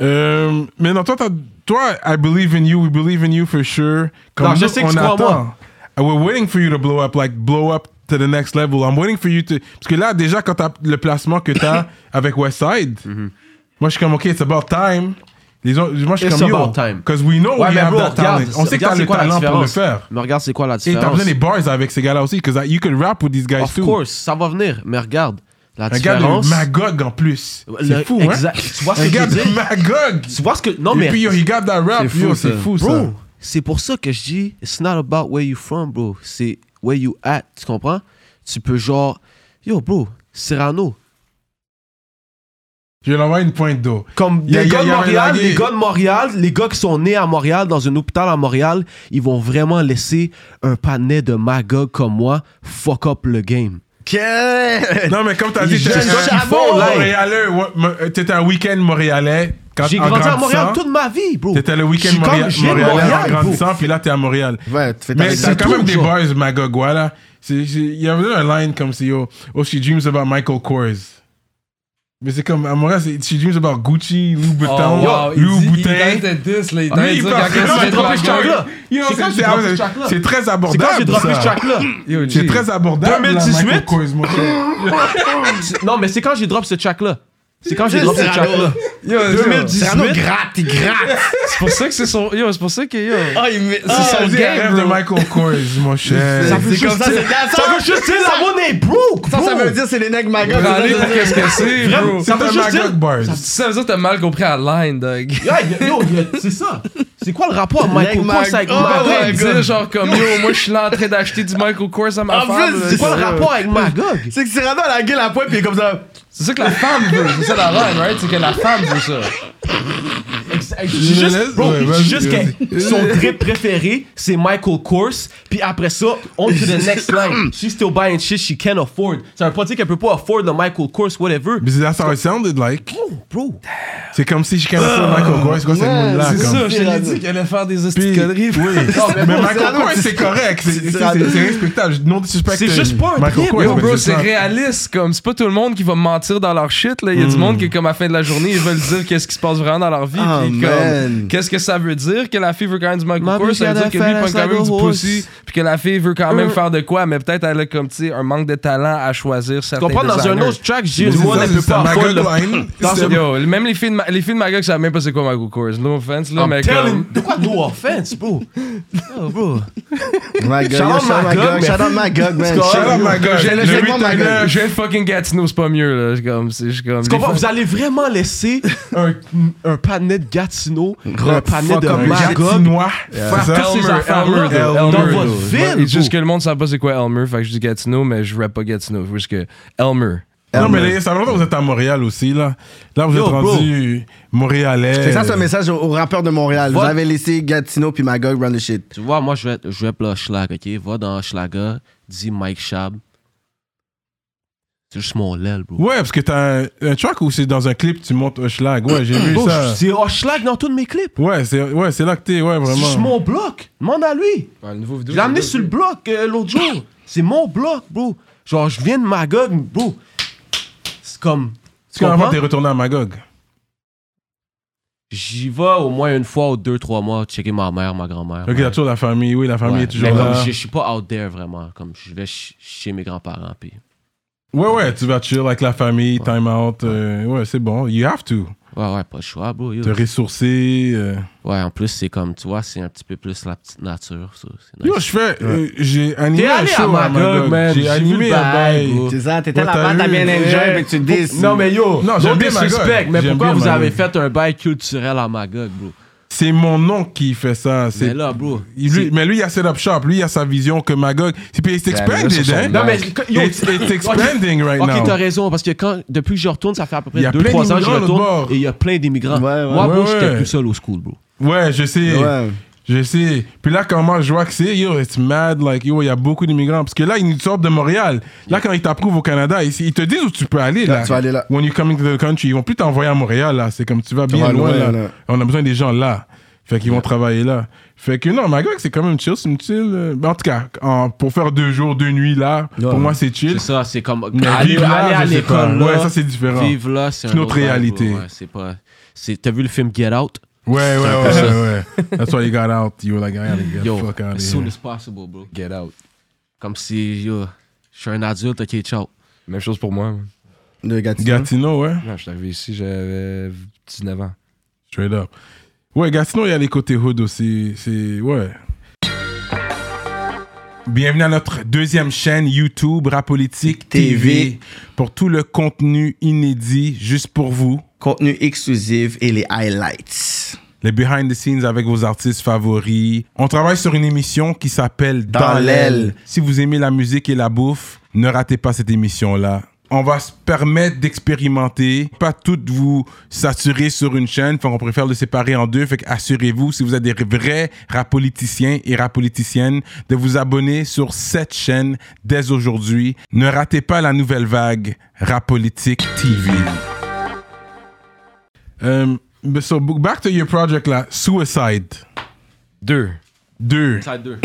Euh, mais non, toi, t'as- toi, I believe in you, we believe in you for sure. Comme Non, je nous, sais que on tu crois en attend. moi. We're waiting for you to blow up, like blow up to the next level. I'm waiting for you to. Parce que là, déjà, quand t'as le placement que t'as avec Westside, Mhm. moi, je suis comme, OK, it's about time. Les autres, moi, je suis It's comme, yo, about time. Because we know we mais have bro, that regarde, talent. On sait que regarde t'as c'est le quoi la talent pour le différence. faire. Mais regarde, c'est quoi la Et t'as différence? besoin des bars avec ces gars-là aussi, because like, you can rap with these guys Of too. course, ça va venir. Mais regarde, La Un gars de différence- Magog en plus. Le- C'est fou, hein? exact. Tu vois ce Un que je gars veux de dire? Magog! Tu vois ce que. Non, Et Oh, mais. puis, yo, il garde la rap, C'est yo, fou, c'est ça. fou, ça. Bro, c'est pour ça que je dis, it's not about where you from, bro. C'est where you at, tu comprends? Tu peux genre, yo, bro, Cyrano. Je vais l'envoyer une pointe d'eau. Comme Y a- les y a- gars de y a un Montréal, lagué. les gars de Montréal, les gars qui sont nés à Montréal, dans un hôpital à Montréal, ils vont vraiment laisser un panel de magog comme moi fuck up le game. Que- Non, mais comme t'as dit, Il t'es gêne un Chabot, là. Montréalais. ouais, me- euh, T'étais un week-end Montréalais. Quand- J'ai en grandi à grandissant, Montréal toute ma vie, bro. T'étais le Je week-end suis comme- Montréal- j'aime Montréalais en Montréal, bro. grandissant, puis là, t'es à Montréal. Ouais, tu fais ta Mais raison. c'est quand tout, même des genre. boys Magog, voilà. C'est- c'est- Il y avait un line comme c'est yo, Oh, she dreams about Michael Kors. Mais c'est comme, à Montréal, c'est She dreams about Gucci, Oh, Louis Vuitton, Louis Vuitton. Lui, il parle- Non, j'ai droppé ce track-là. Yo, C'est quand c'est- j'ai droppé ce c'est- track-là. C'est très C'est quand abordable. j'ai droppé ça. ce track-là. C'est très abordable. là, 2018? Michael Kors, mon frère. C'est- Non, mais c'est quand j'ai drop ce track là. C'est quand j'ai drop ce Cyrano. track là. Cyrano 2018. gratte, il gratte. C'est pour ça que c'est son. Yo, c'est pour ça que. Yo. Ah, c'est un rêve de Michael Kors, mon cher. Ça veut juste dire- Ça veut juste dire la monnaie est broke, Ça, bro. ça veut dire c'est les nègres magots. Allez, pour qu'est-ce que c'est, bro? C'est veut un juste Magog dire- Bars. Ça veut dire que t'as mal compris la line, dog. Yeah, y a- yo, y a- c'est ça. C'est quoi le rapport Michael Like Kors my- avec Oh, Magog? ouais. Dire genre Ah comme yo, moi je suis là en train d'acheter du Michael Kors à ma En femme. plus, là. c'est C'est quoi le Ouais. rapport avec Magog? C'est que Cyrano a la gueule à poil, puis il est comme ça. C'est ça que la femme veut, c'est ça la line, right? C'est que la femme veut ça. C'est juste, bro, Ouais, c'est vas-y, juste que vas-y. son trip préféré, c'est Michael Kors. Puis après ça, on to the next line. She's still buying shit she can afford. Ça veut pas dire qu'elle peut pas afford le Michael Kors, whatever. But that's how it sounded like. Bro, bro. C'est comme si je connaissais Michael Kors, quoi, c'est ouais, là c'est comme. je l'ai dit qu'elle allait faire des Puis- petites conneries. Oui. mais bon, Michael Cyrano, Kors, c'est- c'est correct. C'est- C'est Cyrano. c'est- c'est respectable. Non disrespect. C'est juste pas un Michael trip, Kors, Yo, mais bro, je c'est sens- réaliste, comme c'est pas tout le monde qui va mentir dans leur shit. Là. Il y a Hmm. du monde qui, comme à la fin de la journée, ils veulent dire qu'est-ce qui se passe vraiment dans leur vie. Ah, Oh, puis man. comme, qu'est-ce que ça veut dire que la fille veut quand même du Michael Ma Kors? bitch Ça veut gotta dire que lui, il faire prend la quand même du saga horse. pussy, puis que la fille veut quand même Euh. faire de quoi, mais peut-être elle a comme, tu sais, un manque de talent à choisir certains Tu comprends? Dans un designers. autre track, j'ai C'est une monnaie, ça, elle peut c'est pas un afford le Magog line. dans C'est- un- Yo, même les filles de, Ma- les filles de Magog savent même pas c'est quoi Michael Kors. No offense, là, I'm mais telling- comme... De quoi no offense, bro? Oh, Yo, bro. Magog, Shout out shout out Magog, Magog, man. shout out Magog, man. Shout out Shout out Magog. Magog. J'ai- Le j'ai- huit j'ai- Magog. Je viens de fucking Gatineau, c'est pas mieux, là. C'est comme... C'est juste comme... Tu des comprends? fois- Vous allez vraiment laisser un, un panet de Gatineau, un panet fuck de up Comme les Magog, Gatinois. faire C'est ça? toutes ces Elmer, affaires-là Elmer, dans Elmer, votre Elmer. ville. C'est juste que bro. le monde sait pas c'est quoi Elmer, fait que je dis Gatineau, mais je rappe pas Gatineau. Faut juste que Elmer. Non, mais les- ça fait longtemps que vous êtes à Montréal aussi, là. Là, vous êtes Ah, Yo, bro. rendu Montréalais. Et ça, c'est un message aux, aux rappeurs de Montréal. Vous Vote. avez laissé Gatineau puis Magog run the shit. Tu vois, moi, je vais être, je vais être le schlag, ok? Va dans Schlaga, dis Mike Schab. C'est juste mon lel, bro. Ouais, parce que t'as un, un track où c'est dans un clip, tu montes Schlag. Ouais, j'ai vu Bro, ça. c'est un schlag dans tous mes clips. Ouais, c'est ouais, c'est là que t'es, ouais, C'est juste vraiment. mon bloc. Demande à lui. Je l'ai amené sur le bloc euh, l'autre jour. C'est mon bloc, bro. Genre, je viens de Magog, bro. C'est comme. Tu comprends, t'es retourné à Magog. J'y vais au moins une fois ou deux, trois mois checker ma mère, ma grand-mère. Ok, Ouais. t'as toujours la famille, oui, la famille Ouais. est toujours Mais comme là. Je je suis pas out there vraiment. Comme je vais ch- chez mes grands-parents. Puis... Ouais, ouais, tu vas chill avec la famille, time out. euh, ouais, c'est bon. You have to. Ouais, ouais, pas le choix, bro. yo. Te ressourcer. euh. Ouais, en plus, c'est comme, tu vois, c'est un petit peu plus la petite nature. Ça. C'est nice. Yo, je fais. euh, j'ai animé T'es un allé à show à Magog, man, Magog. J'ai j'ai vu animé le à bail, bail. bro. C'est ça, t'étais Ouais, t'as là-bas, t'as vu. bien enjoy, Ouais. mais tu dis. Non, mais yo, Non, non, j'aime j'aime bien disrespect, Magog. mais J'aime pourquoi bien vous avez Magog. fait un bail culturel à Magog, bro? C'est mon oncle qui fait ça. Mais C'est là, bro. Il- lui- mais lui, il a set up shop. Lui, il a sa vision que Magog. c'est- Puis it's Ben, mais là, expanded, sur son hein? Non, mais yo, It's, it's expanding right ok, now. t'as raison, parce que quand, depuis que je retourne, ça fait à peu près Il y a plein 2-3 ans que je d'immigrants de l'autre retourne bord. et il y a plein d'immigrants. Ouais, ouais. Moi, bro, Ouais, ouais. j'étais tout seul au school, bro. Ouais, je sais. Ouais. Je sais. Puis là, comment je vois que c'est, yo, it's mad, like, yo, il y a beaucoup d'immigrants. Parce que là, ils nous sortent de Montréal. Là, quand ils t'approuvent au Canada, ils, ils te disent où tu peux aller, là. Là, tu vas aller là. When you come into the country, ils vont plus t'envoyer à Montréal, là. C'est comme tu vas bien vas loin, loin, là. là. On a besoin des gens là. Fait qu'ils vont travailler là. Fait que non, Magog, c'est quand même chill, c'est une chill. euh, ben, en tout cas, en- pour faire deux jours, deux nuits là, Ouais. pour moi, c'est C'est chill. ça, c'est comme Mais aller, vivre là, aller à je sais l'école. pas. Ouais, là, ça, c'est différent. Vivre là, c'est C'est un une autre vibe, bro. réalité. Ouais, c'est pas. c'est- T'as vu le film Get Out? Ouais, ouais, ouais, ouais, ouais. That's why you got out. You were like, I gotta get Yo, the fuck out as of soon here. as possible, bro. Get out. Comme si, yo, je suis un adulte, ok, ciao. Même chose pour moi. moi. De Gatineau. Gatineau, ouais. Non, je suis arrivé ici, j'avais 19 ans. Straight up. Ouais, Gatineau, il y a les côtés hood aussi. C'est. Ouais. Bienvenue à notre deuxième chaîne YouTube Rap Politique TV, TV. pour tout le contenu inédit juste pour vous. Contenu exclusif et les highlights. Les behind the scenes avec vos artistes favoris. On travaille sur une émission qui s'appelle Dans, Dans l'aile. l'aile. Si vous aimez la musique et la bouffe, ne ratez pas cette émission-là. On va se permettre d'expérimenter, pas toutes vous saturer sur une chaîne, on préfère le séparer en deux, fait assurez-vous, si vous êtes des vrais rap politiciens et rap politiciennes, de vous abonner sur cette chaîne dès aujourd'hui. Ne ratez pas la nouvelle vague Rap Politique TV. Um, but so b- back to your project là, Suicide Deux. 2. Side 2.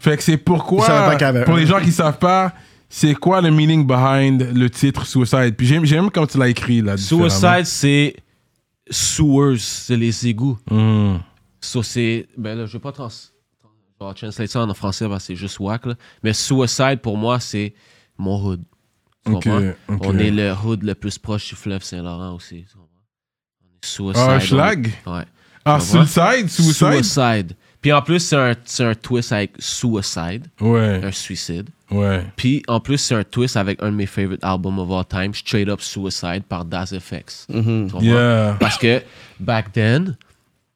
Fait que c'est pourquoi, Je savais pas qu'il y avait un. pour les gens qui savent pas, c'est quoi le meaning behind le titre Suicide? Puis j'aime, j'aime quand tu l'as écrit là. différemment. Suicide, c'est sewers, c'est les égouts. Mm. So, c'est. Ben là, je vais pas trans. Je vais translate ça en français parce que c'est juste whack, là. Mais suicide, pour moi, c'est mon hood. Tu Ok, comprends? ok. On est le hood le plus proche du fleuve Saint-Laurent aussi. tu comprends? On est suicide. Ah, on est- schlag? Ouais. Ah, Tu comprends? Suicide? Suicide? Suicide. Puis en plus, c'est un, c'est un twist avec suicide, Ouais, un suicide. ouais. Puis en plus, c'est un twist avec un de mes favorite albums of all time, Straight Up Suicide par Daz FX. Tu comprends? Yeah. Parce que back then,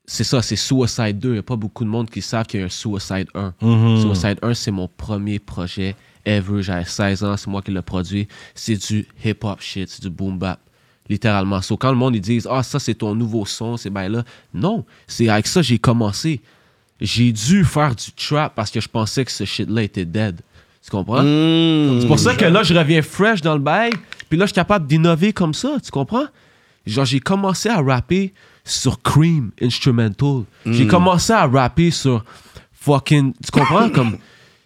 c'est ça, c'est Suicide 2. Il n'y a pas beaucoup de monde qui savent qu'il y a un Suicide 1. Suicide 1, c'est mon premier projet ever. J'avais 16 ans, c'est moi qui l'ai produit. C'est du hip-hop shit, c'est du boom-bap. Littéralement. So, quand le monde, ils disent « Ah, ça, c'est ton nouveau son, c'est ben là. » Non, c'est avec ça j'ai commencé. J'ai dû faire du trap parce que je pensais que ce shit-là était dead. Tu comprends? C'est pour ça que là, je reviens fresh dans le bail. Puis là, je suis capable d'innover comme ça, tu comprends? Genre, j'ai commencé à rapper sur Cream Instrumental. Hmm. J'ai commencé à rapper sur fucking. Tu comprends? comme.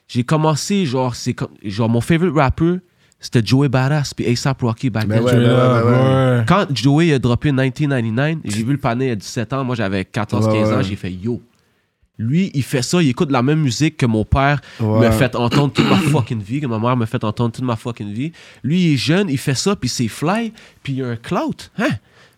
J'ai commencé, genre, c'est comme. Genre, mon favorite rapper, c'était Joey Badass puis ASAP Rocky back then. Ben ouais, Ouais, ben ouais, ben ouais. ouais. Quand Joey a droppé 1999, j'ai vu le panier à 17 ans, moi j'avais 14-15 Ouais, ans, ouais. j'ai fait yo. Lui, il fait ça, il écoute la même musique que mon père Ouais. me fait entendre toute ma fucking vie, que ma mère me fait entendre toute ma fucking vie. Lui, il est jeune, il fait ça, puis c'est fly, puis il y a un clout. Hein?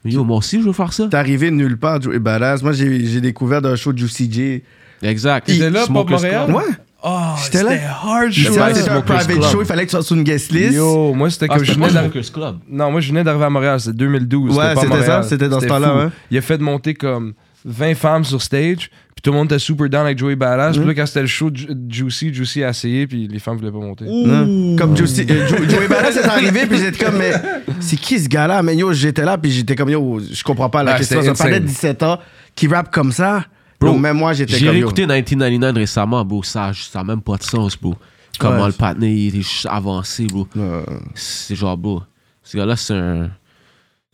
Yo, moi aussi, je veux faire ça. T'es arrivé de nulle part, Joey Badass. Moi, j'ai j'ai découvert d'un show de Juicy J. Exact. Ah, T'étais là, Bob Smoke le Montréal? Scrub. Ouais. Oh, J'étais là. c'était hard, C'était pas un private show, il fallait que tu sois sur une guest list. Yo, moi, c'était Ah, que je c'était venais Moi, d'arriver- Smokers Club. Non, moi, je venais d'arriver à Montréal, c'était 2012. Ouais, pas à c'était ça, Montréal. c'était dans ce temps-là, hein. fou. ouais. Il a fait monter comme 20 femmes sur stage, puis tout le monde était super down avec Joey Badass. Puis là, quand c'était le show, Ju- Juicy, Juicy a essayé, puis les femmes voulaient pas monter. Hein? Comme Juicy, euh, Joe- Joey Badass est arrivé, puis j'étais comme, mais c'est qui ce gars-là? Mais yo, j'étais là, puis j'étais comme, yo, je comprends pas la Ah, question. c'était Ça parlait de insane. 17 ans, qui rappe comme ça. Bro, Yo, même moi, j'étais J'ai comme, yo. réécouté 1999 récemment, bro. Ça, ça a même pas de sens, bro. Comment Ouais. le partner, il est juste avancé, bro. Euh, C'est genre, beau. Ce gars-là, c'est un,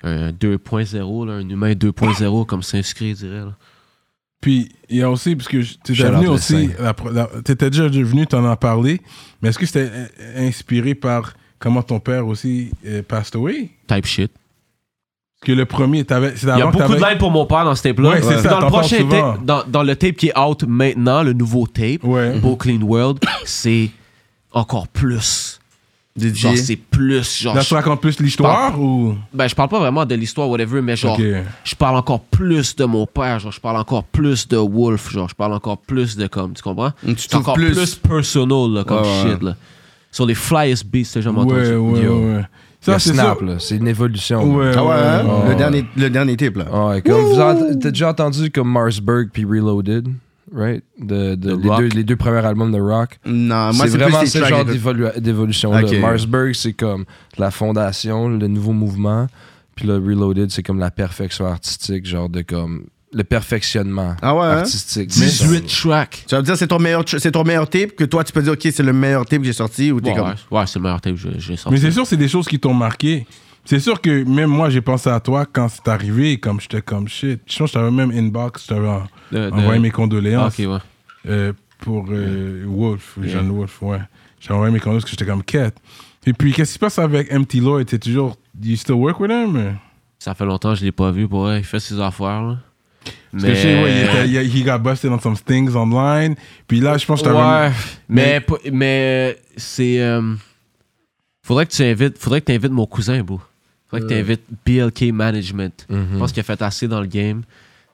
un 2.0, là, un humain 2.0, comme s'inscrit, je dirais. là. Puis il y a aussi, parce que je- t'es Shout déjà out venu le aussi, la pro- la- t'étais déjà venu, t'en as parlé, mais est-ce que c'était euh, inspiré par comment ton père aussi euh, passed away? Type shit. Parce que le premier, t'avais. Il y a beaucoup de lines pour mon père dans ce tape-là. Ouais, c'est ça, dans, t'en le prochain parles souvent. tape, dans, dans le tape qui est out maintenant, le nouveau tape, Ouais. Beau Clean World, c'est encore plus. Genre, DJ. c'est plus. Genre, Là, je- tu racontes plus l'histoire ou. ben, je parle pas vraiment de l'histoire, whatever, mais genre, Ok. je parle encore plus de mon père, genre, je parle encore plus de Wolf, genre, je parle encore plus de comme, tu comprends? Tu C'est trouves encore plus- plus, personal, là, comme Ouais, ouais. shit, là. Sur les flyest beats, j'ai jamais Ouais, entendu. ouais, Yo. ouais. Le Ça, c'est ça. snap, là, c'est une évolution. là. Ouais, Ah ouais, hein? ouais. le, dernier, le dernier type, là. Ouais, Ah, comme vous ent- t'as déjà entendu comme Marsberg puis Reloaded, right? De, de- The les, Rock. deux, les deux premiers albums de Rock. Non, Ah, moi, C'est c'est vraiment plus ce les genre tracks. j'écoute. d'évolu- d'évolution-là. Ok. Marsberg, c'est comme la fondation, le nouveau mouvement. Puis le Reloaded, c'est comme la perfection artistique, genre de comme le perfectionnement Ah ouais, hein? artistique. 18 tracks. Tu vas me dire, c'est ton meilleur, tr- c'est ton meilleur type que toi, tu peux dire, OK, c'est le meilleur type que j'ai sorti ou t'es Ouais, comme. ouais, c'est le meilleur tape que j'ai- j'ai Mais sorti. c'est sûr, c'est des choses qui t'ont marqué. C'est sûr que même moi, j'ai pensé à toi quand c'est arrivé, comme j'étais comme shit. Je pense que je t'avais même inbox, je t'avais en- De- de- envoyé mes Ah, condoléances Euh, ok, ouais. euh, pour euh, Wolf, Jean Wolf, ouais. J'avais envoyé mes condoléances parce que j'étais comme quête. Et puis, qu'est-ce qui se passe avec MT Lloyd T'es toujours. You still work with him or? Ça fait longtemps que je l'ai pas vu, pour vrai. Il fait ses affaires, là. Parce que je sais, ouais, il était- il a- he got busted on some things online. Puis là, je pense que je t'avais. Ouais, mais, pas- mais c'est. euh, faudrait que tu invites, faudrait que t'invites mon cousin, bro. Faudrait que tu invites BLK Management. Je pense qu'il a fait assez dans le game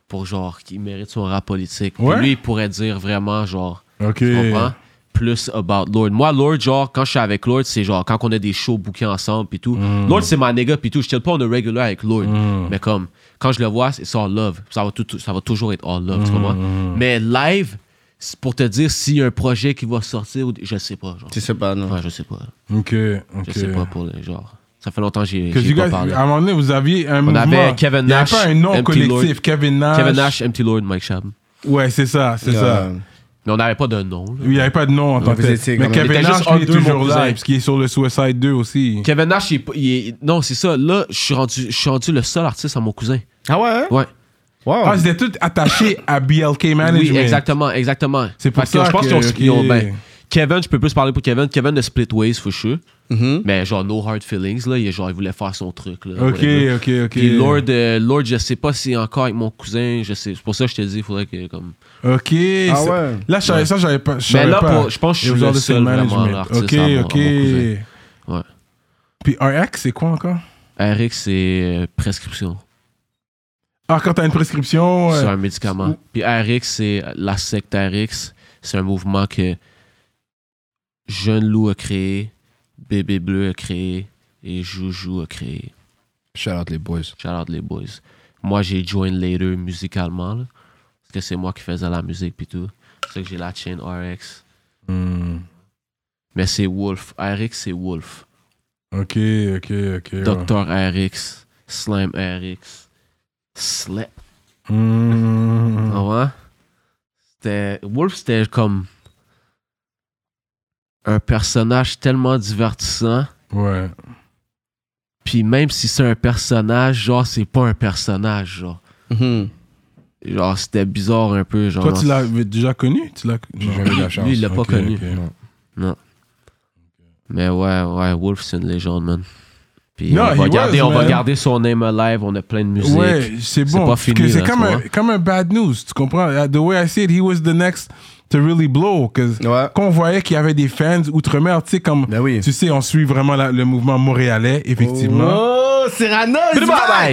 pour genre qu'il mérite son rap politique. Puis Ouais? lui, il pourrait dire vraiment genre. Ok. Tu comprends? plus about Lord. Moi, Lord, genre, quand je suis avec Lord, c'est genre quand on a des shows bouquets ensemble puis tout. Mm. Lord, c'est ma nigga puis tout. Je chill pas on est regular avec Lord. Mais comme, quand je le vois, c'est all love. Ça va, tout- tout- ça va toujours être all love, tu comprends? Mm, Mais live, c'est pour te dire s'il y a un projet qui va sortir, ou des- je sais pas. Genre. Tu sais pas, non. Ouais, je sais pas. Ok, ok. Je sais pas pour le genre. Ça fait longtemps que j'ai Parce que j'ai you pas guys, Ah, parlé. à un moment donné, vous aviez un mouvement. avait Kevin Il y avait Nash, pas un nom MT collectif. Lord. Kevin Nash. Kevin Nash, Empty Lord, Mike Shab. Ouais, c'est ça, c'est ça. Euh, Mais on n'avait pas de nom. là. Oui, Il n'y avait pas de nom en tant que vous tel. étiez Mais quand même- Kevin était Nash, juste lui, entre est deux, mon toujours cousin. là, parce qu'il est sur le Suicide 2 aussi. Kevin Nash, il est pas- il est- non, c'est ça. Là, je suis rendu, je suis rendu le seul artiste à mon cousin. Ah ouais, hein? Ouais. Wow. Ah, ils étaient tous attachés à BLK Management. Oui, exactement, exactement. C'est pour Parce que ça je pense que- qu'ils ont- ok. ils ont- ben, Kevin, je peux plus parler pour Kevin. Kevin de Split Ways, for sure. Mhm. Mais genre, no hard feelings, là. Il, est genre, il voulait faire son truc, là. Mm-hmm. Ok, whatever. ok, ok. Puis Lord, euh, Lord, je sais pas si encore avec mon cousin, je sais. C'est pour ça que je te dis, il faudrait que comme. Ok. Ah ça- ouais. Là, je savais- ça, j'avais pas. Mais savais là, pas. pour- je pense que je It suis was all le the same seul vraiment management. artiste hein, Ok, à mon- à mon ok. cousin. Ouais. Puis RX, c'est quoi encore RX, c'est euh, prescription. Ah, quand t'as une prescription. C'est euh, un médicament. Puis RX, c'est la secte RX. C'est un mouvement que Jeune Loup a créé, Bébé Bleu a créé et Joujou a créé. Shout out les boys. Shout out les boys. Moi, j'ai joined later musicalement. là. parce que c'est moi qui faisais la musique puis tout. C'est ça que j'ai la chaîne RX. hmm, Mais c'est Wolf. RX, c'est Wolf. Ok, ok, ok. ouais. Docteur RX. Slime RX. Slap. Hmm. Ah ouais? C'était. Wolf, c'était comme. Un personnage tellement divertissant. Ouais. Puis même si c'est un personnage, genre, c'est pas un personnage, genre. Mhm. Genre, c'était bizarre un peu, genre. Toi, tu l'avais déjà connu Tu l'as. J'ai Non. jamais eu la chance. Lui, il l'a pas Ok, connu. ok. Non. Mais ouais, ouais, Wolf, c'est une légende, man. Puis Non, on, va he garder, was, on va man. garder son name alive, on a plein de musique. Ouais, c'est C'est bon. pas parce fini, que là, C'est tu comme, un- vois. comme un bad news, tu comprends? Uh, The way I see it, he was the next to really blow. 'cause Ouais. Quand on voyait qu'il y avait des fans outre-mer, tu sais, comme. Ben oui. Tu sais, on suit vraiment la- le mouvement montréalais, effectivement. Oh, Cyrano is Bye-bye.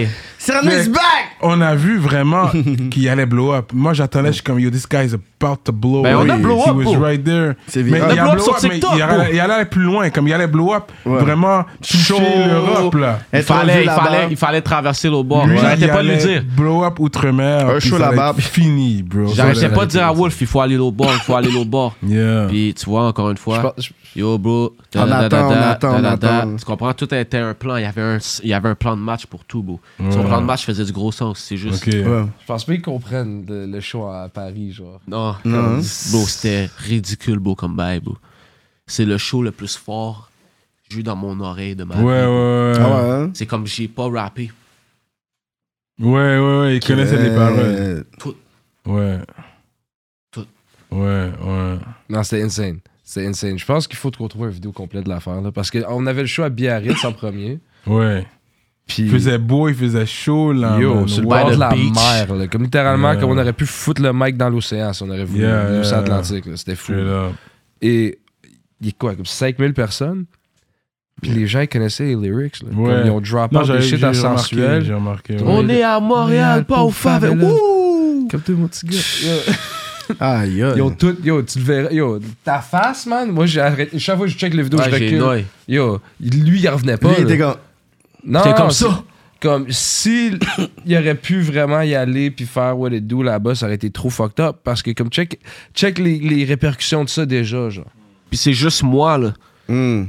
back! Cyrano Mais- is back! On a vu vraiment qu'il allait blow up. Moi, j'attendais, je suis comme, yo, this guy is about to blow Ben, up. on a blow up, He was bro. right there. C'est Mais viral. il On a a blow up blow sur up, mais TikTok, il allait, il allait aller plus loin, comme il allait blow up, vraiment toucher l'Europe, là. Il Être rendu fallait, il, là-bas. fallait, il fallait traverser l'autre bord. Lui, J'arrêtais il pas de lui allait dire. Blow up outre-mer. Un puis show ça allait là-bas. être Fini, bro. J'arrêtais Ça pas allait de dire à Wolf, il faut aller l'autre bord, il faut aller l'autre bord. être- Yeah. Puis tu vois, encore une Je fois, pense- je- yo bro, On attend, on attend, on attend. Tu comprends, tout était un plan. Il y avait un, il y avait un plan de match pour tout, bro. Son Ouais. plan de match faisait du gros sens. C'est juste. Ok. Ouais. je pense pas qu'ils comprennent le, le show à Paris, genre. Non, Non. bro, c'était ridicule, bro, comme bail, bro. C'est le show le plus fort que j'ai eu dans mon oreille de ma Ouais, vie. ouais, bro. ouais. Ah ouais, hein? C'est comme j'ai pas rappé. Ouais, ouais, ouais, ils connaissaient les paroles. Euh, Ouais. Tout. Ouais, ouais. Non, c'était insane. C'était insane. Je pense qu'il faut qu'on trouve une vidéo complète de l'affaire, là. Parce qu'on avait le show à Biarritz en premier. Ouais. Puis. Il faisait beau, il faisait chaud, là. Yo, man. sur le Ouais. bord de the la beach. mer, là. Comme littéralement, Yeah. comme on aurait pu foutre le mic dans l'océan si on aurait voulu. Yeah, yeah, L'océan yeah. Atlantique, là. C'était fou. Straight up. Et il y a quoi, comme 5000 personnes? Puis les gens, ils connaissaient les lyrics, là. Ouais. Comme ils ont drop Non, out des j'avais shit j'ai à remarqué, j'ai sensuel. remarqué. On ouais. On est à Montréal, pas au Favel. favela. Ouh! Comme tout mon petit gars. Yo. Aïe, aïe. Ils ont tout, yo, tu le verras, yo, ta face, man. Moi, j'ai arrêté. Chaque fois que je check les vidéos, Ouais, je j'ai recule. noyé. Yo, lui, il revenait pas. Lui, il là. était comme. Non, J'étais non, comme c'est- ça. Comme s'il il aurait pu vraiment y aller puis faire what it do là-bas, ça aurait été trop fucked up. Parce que, comme, check, check les, les répercussions de ça déjà, genre. Puis c'est juste moi, là. Hmm.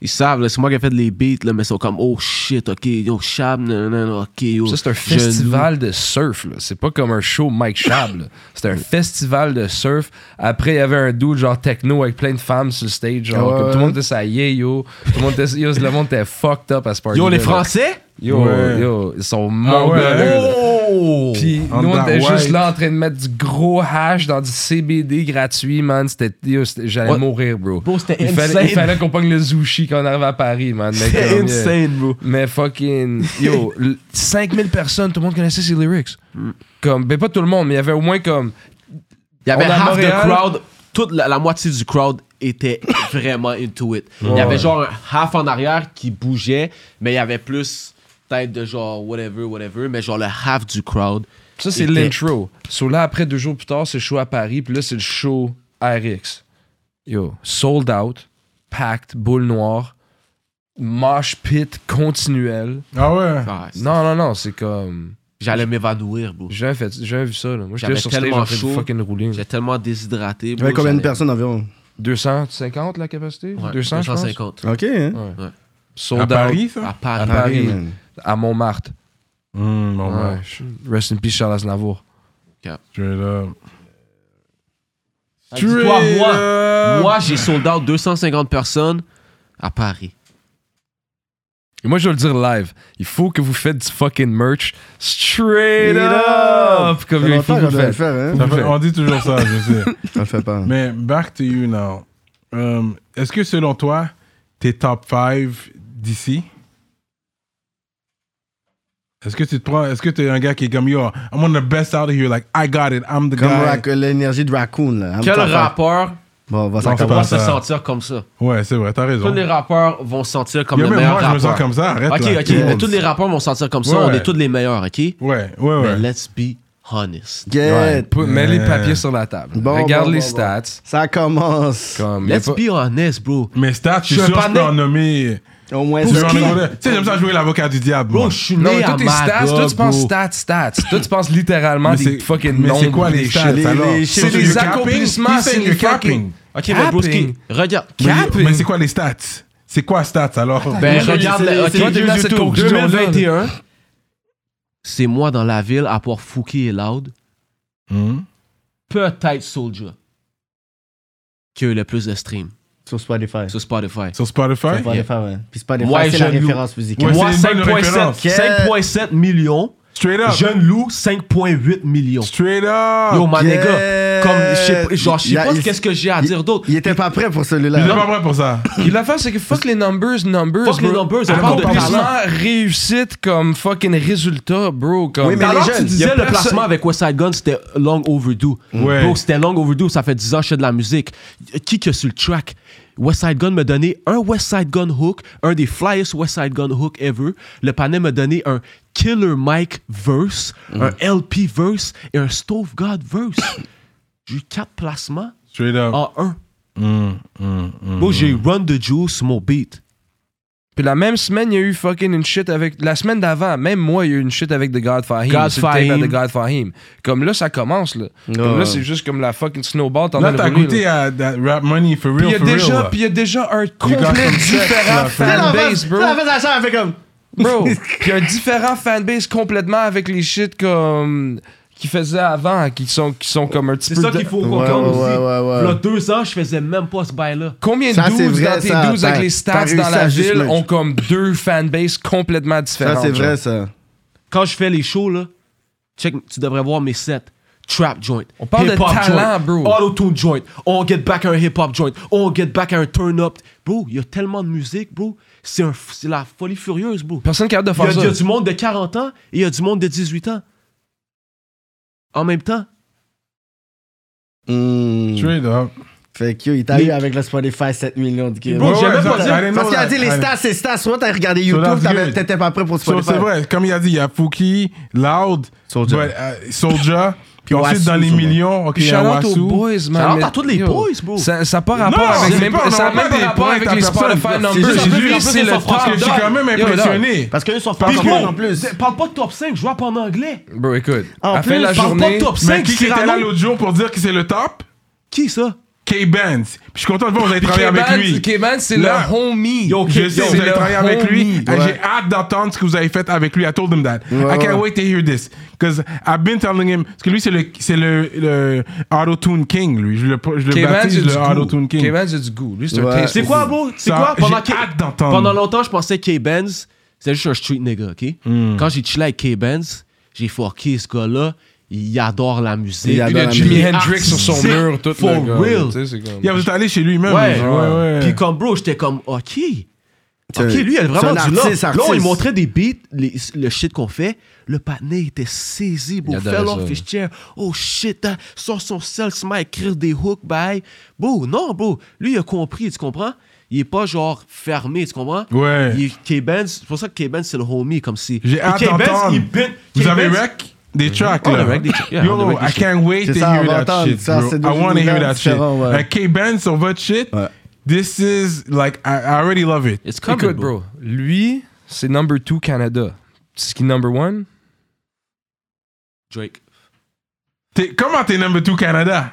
Ils savent, là, c'est moi qui ai fait les beats, là, mais ils sont comme, oh shit, ok, yo, Chab, nan, nan, nan, ok, yo. Ça, c'est un je loue. festival de surf, là. C'est pas comme un show Mike Shab, là. C'était un festival de surf. Après, il y avait un dude, genre techno, avec plein de femmes sur le stage, genre. Ah ouais, comme tout le ouais. monde était ça, yeah, yo. Tout le monde était, yo, le monde était fucked up à ce party. Yo, les Français? Yo, euh, Ouais. yo, ils sont Ah morts ouais, de rire, là. Oh! hein? Puis On nous, on that était juste white. là en train de mettre du gros hash dans du CBD gratuit, man. C'était, yo, c'était- j'allais Ouais. mourir, bro. Bro, c'était il fallait, insane. il fallait qu'on pogne le sushi quand on arrive à Paris, man. Mais C'était comme, yeah. insane, bro. Mais fucking, yo, l- 5000 personnes, tout le monde connaissait ses lyrics. Mm. Comme, ben pas tout le monde, mais il y avait au moins comme. Il y avait On est à half the Montréal. crowd, toute la, la moitié du crowd était vraiment into it. Il y Ouais. avait genre un half en arrière qui bougeait, mais il y avait plus tête de genre whatever, whatever, mais genre le half du crowd. Ça, c'est était- l'intro. So là, après, deux jours plus tard, c'est le show à Paris, puis là, c'est le show RX. Yo, sold out, packed, boule noire, mosh pit continuel. Ah ouais. Ah, c'est- Non, non, non, c'est comme. J'allais m'évanouir, bro. J'ai jamais fait- j'ai jamais vu ça, là. Moi, j'étais J'avais sur stage tellement en train de chaud. fucking rouler. J'étais tellement déshydraté, Il y bro. avait combien de j'allais- personnes environ 250 la capacité Ouais, 200, je pense. 250. Ok, hein? Ouais. Ouais. Sold à out Paris, À ça? à Paris. Paris, man. à Montmartre. Hum, bon, Ouais. ouais. Rest in peace, Charles Aznavour. Straight up. Ah, dis-toi, moi, euh, euh, up. Moi, j'ai sold out 250 personnes à Paris. Et moi, je vais le dire live. Il faut que vous faites du fucking merch straight Straight up. Comme Ça fait il faut que longtemps vous qu'on devait le faites. faire, hein? Ça fait- on dit toujours ça, je sais. Ça le fait pas. Mais back to you now. Um, Est-ce que selon toi, t'es top 5 d'ici? Est-ce que tu te prends, est-ce que t'es un gars qui est comme yo, I'm one of the best out of here, like I got it, I'm the Comme guy. Rac- l'énergie de Raccoon, là. I'm Quel top five. rappeur Bon, on va Non, s'en c'est va pas se ça. sentir comme ça? Ouais, c'est vrai, t'as Tous raison. les rappeurs vont se sentir comme Yo, le même meilleur moi, je me rappeur. sens comme ça, arrête. Ok, là. ok, mais tous les rappeurs vont se sentir comme ça. Ouais. On est tous les meilleurs, ok? Ouais, ouais, Mais ouais. let's be honest. Get. Put- Mets les Euh. papiers sur la table. Bon, Regarde bon, les bon, bon. stats. Ça commence. Comme, y a Let's pas- be honest, bro. Mais stats, je suis Je suis sûr un que je peux panel. en nommer. Au moins, Tu c'est sais, j'en ai qui? gros- tu sais, j'aime ça jouer l'avocat du diable. Bro, moi. je suis Non, né mais à toi, t'es stats. Magog, Toi, tu penses bro. stats, stats. Toi, tu penses littéralement Mais des c'est- fucking Mais nombres. c'est quoi les des stats shit. alors? les C'est chiffres? des You capping? accomplissements He said you significants. capping. Ok, mais bro, ce qui- Capping. regarde. Capping. Mais c'est quoi les stats? C'est quoi stats alors? Ben, Moi, c'est- regarde, la- c'est- ok, c'est- c'est- c'est- 2021, c'est moi dans la ville, à part Fouki et Loud, Hmm. peut-être Soldier, qui a eu le plus de streams Sur Spotify. sur Spotify. Sur Spotify? Spotify, ouais. Puis Spotify, Moi, c'est je la loue. référence musicale. Ouais, moi, c'est une bonne 5.7 référence. 5.7 millions. Straight up. Jeune Lou, 5.8 millions. Straight up. Yo, my Yeah. nigga, comme, je sais pas- genre, je sais Il a- pas il- qu'est-ce que j'ai à dire d'autre. Il était pas prêt pour celui-là. Il est pas prêt pour ça. Et l'affaire, c'est que fuck les numbers, numbers. Fuck les bro. numbers, on parle de talent. Accomplissement, réussite comme fucking résultat, bro. Comme Oui, mais Alors, les tu jeunes, disais y a le personne- placement avec West Side Gun, c'était long overdue. Ouais. Bro, c'était long overdue, ça fait 10 ans que je fais de la musique. Qui que sur le track? West Side Gun m'a donné un West Side Gun hook, un des flyest West Side Gun hook ever. Le panel m'a donné un Killer Mike verse, un LP verse et un Stove God verse. j'ai eu 4 placements Straight up. Oh, en un. Mm, mm, mm. Bro, j'ai eu Run the Juice sur mon beat. Puis la même semaine, il y a eu fucking une shit avec. La semaine d'avant, même moi, il y a eu une shit avec The God Fahim. God sur le tape Fahim. à The God Fahim. Comme là, ça commence, là. Comme Ouais. là, c'est juste comme la fucking snowball. t'en as Là, le t'as rouler, goûté là. à that rap money for Puis il y real, a for real. déjà, là. puis il y a déjà un got complet some sex, différent là, frère. fanbase, bro. Ça, la face à la chair, elle fait comme. Bro, puis un différent fanbase complètement avec les shit comme. qu'ils faisaient avant, qui sont, qui sont comme un petit C'est peu. ça de- qu'il faut Ouais, comprendre ouais, aussi. ouais, ouais, ouais. Là, deux ans, je faisais même pas ce bail-là. Combien de Ça, c'est 12 dans vrai, tes ça. 12 avec T'as- les stats t'as dans réussi la à juste ville merge. ont comme deux fanbases complètement différentes? Ça, c'est genre. vrai, ça. quand je fais les shows, là, check, tu devrais voir mes sets. Trap joint. On parle de hip-hop talent, joint, bro. Auto-tune joint. On get back à un hip-hop joint. On get back à un turn-up. Bro, il y a tellement de musique, bro. C'est un- c'est la folie furieuse, bro. Personne qui a hâte de Il y, faire a- il y a ça. du monde de 40 ans et il y a du monde de 18 ans. En même temps. Hmm. Straight up. Fait que yo, il t'a Mais- eu avec le Spotify 7 millions de kills. Bro, j'ai même ça, pas dit- I didn't Parce know qu'il a that. dit les I- stats, c'est stats. Soit t'as regardé So YouTube, that's t'avais- good. t'étais pas prêt pour So, Spotify. c'est vrai, comme il a dit, il y a Fouki, Loud, Soulja. but, euh, Soulja, puis Wasu, ensuite dans les sûrement. millions, ok, il y Shout a out aux Wasu. boys, man. Shout out mais- à tous les yo, boys, bro. Ça n'a pas rapport Non, avec, c'est même, pas- on ça a aura même pas pas des rapport points avec à les personne. Spotify C'est numbers. juste Lui, en plus, c'est ils le sont top. français. Parce que je suis dog. quand même Yo, dog. impressionné. Parce qu'ils sont Parce forts que- en plus. Parle pas de top 5, je rappe en anglais. Bro, écoute. En à plus, fin de la Parle pas de journée. top Mais 5, qui qui était là Cyrano. l'autre jour pour dire que c'est le top? Qui ça? K-Benz. Puis je suis content de voir que vous avez travaillé avec lui. K-Man, c'est le Là. homie. Yo, je sais, c'est vous avez le travaillé avec lui. homie. and Ouais. J'ai hâte d'entendre ce que vous avez fait avec lui. I told him that. Ouais, I can't ouais. wait to hear this. Because I've been telling him. Parce que lui, c'est le, c'est le, le Auto-Tune King, lui. Je le, je le K-Man, baptise c'est le du Auto-Tune goût. King. K-Man, c'est du goût. Lui, c'est un Ouais. taste. C'est quoi, bro? C'est Ça, quoi? Pendant, j'ai que- hâte d'entendre. pendant longtemps, je pensais que K-Benz, c'était juste un street nigga, OK? Quand j'ai chillé avec K-Benz, j'ai fucké ce gars-là. Il adore la musique. Il adore Il y a la Jimi musique. Hendrix sur son Artistique, mur, tout For le gars, real. tu sais, c'est comme- Yeah, vous êtes allé chez lui-même. Ouais. ouais. Puis comme, bro, j'étais comme, OK. OK, C'est- lui, il a vraiment c'est un du love. artiste, Là, on lui artiste. montrait des beats, les- le shit qu'on fait. Le patiné était saisi, bro. Il adorait Fell off ça. his chair. Oh shit, hein. sort son sel, se met à écrire des hooks, bye. Bro, non, bro. Lui, il a compris, tu comprends? Il est pas genre fermé, tu comprends? Ouais. Il est- K-Benz, c'est pour ça que K-Benz, c'est le homie, comme si. J'ai hâte K-Benz, d'entendre. il bit- Vous avez K-Benz, rec? Des tracks, On là. a mec des tracks, yeah, on a Yo, mec des I can't wait to C'est ça, on hear va that entendre. shit, Ça, bro. c'est deux I want to hear univers that shit. différents, ouais. Un K-Band sur votre shit, Ouais. this is, like, I, I already love it. It's coming, Écoute, bro. bro, lui, c'est number two Canada. C'est qui number one? Drake. T'es- comment t'es number two Canada?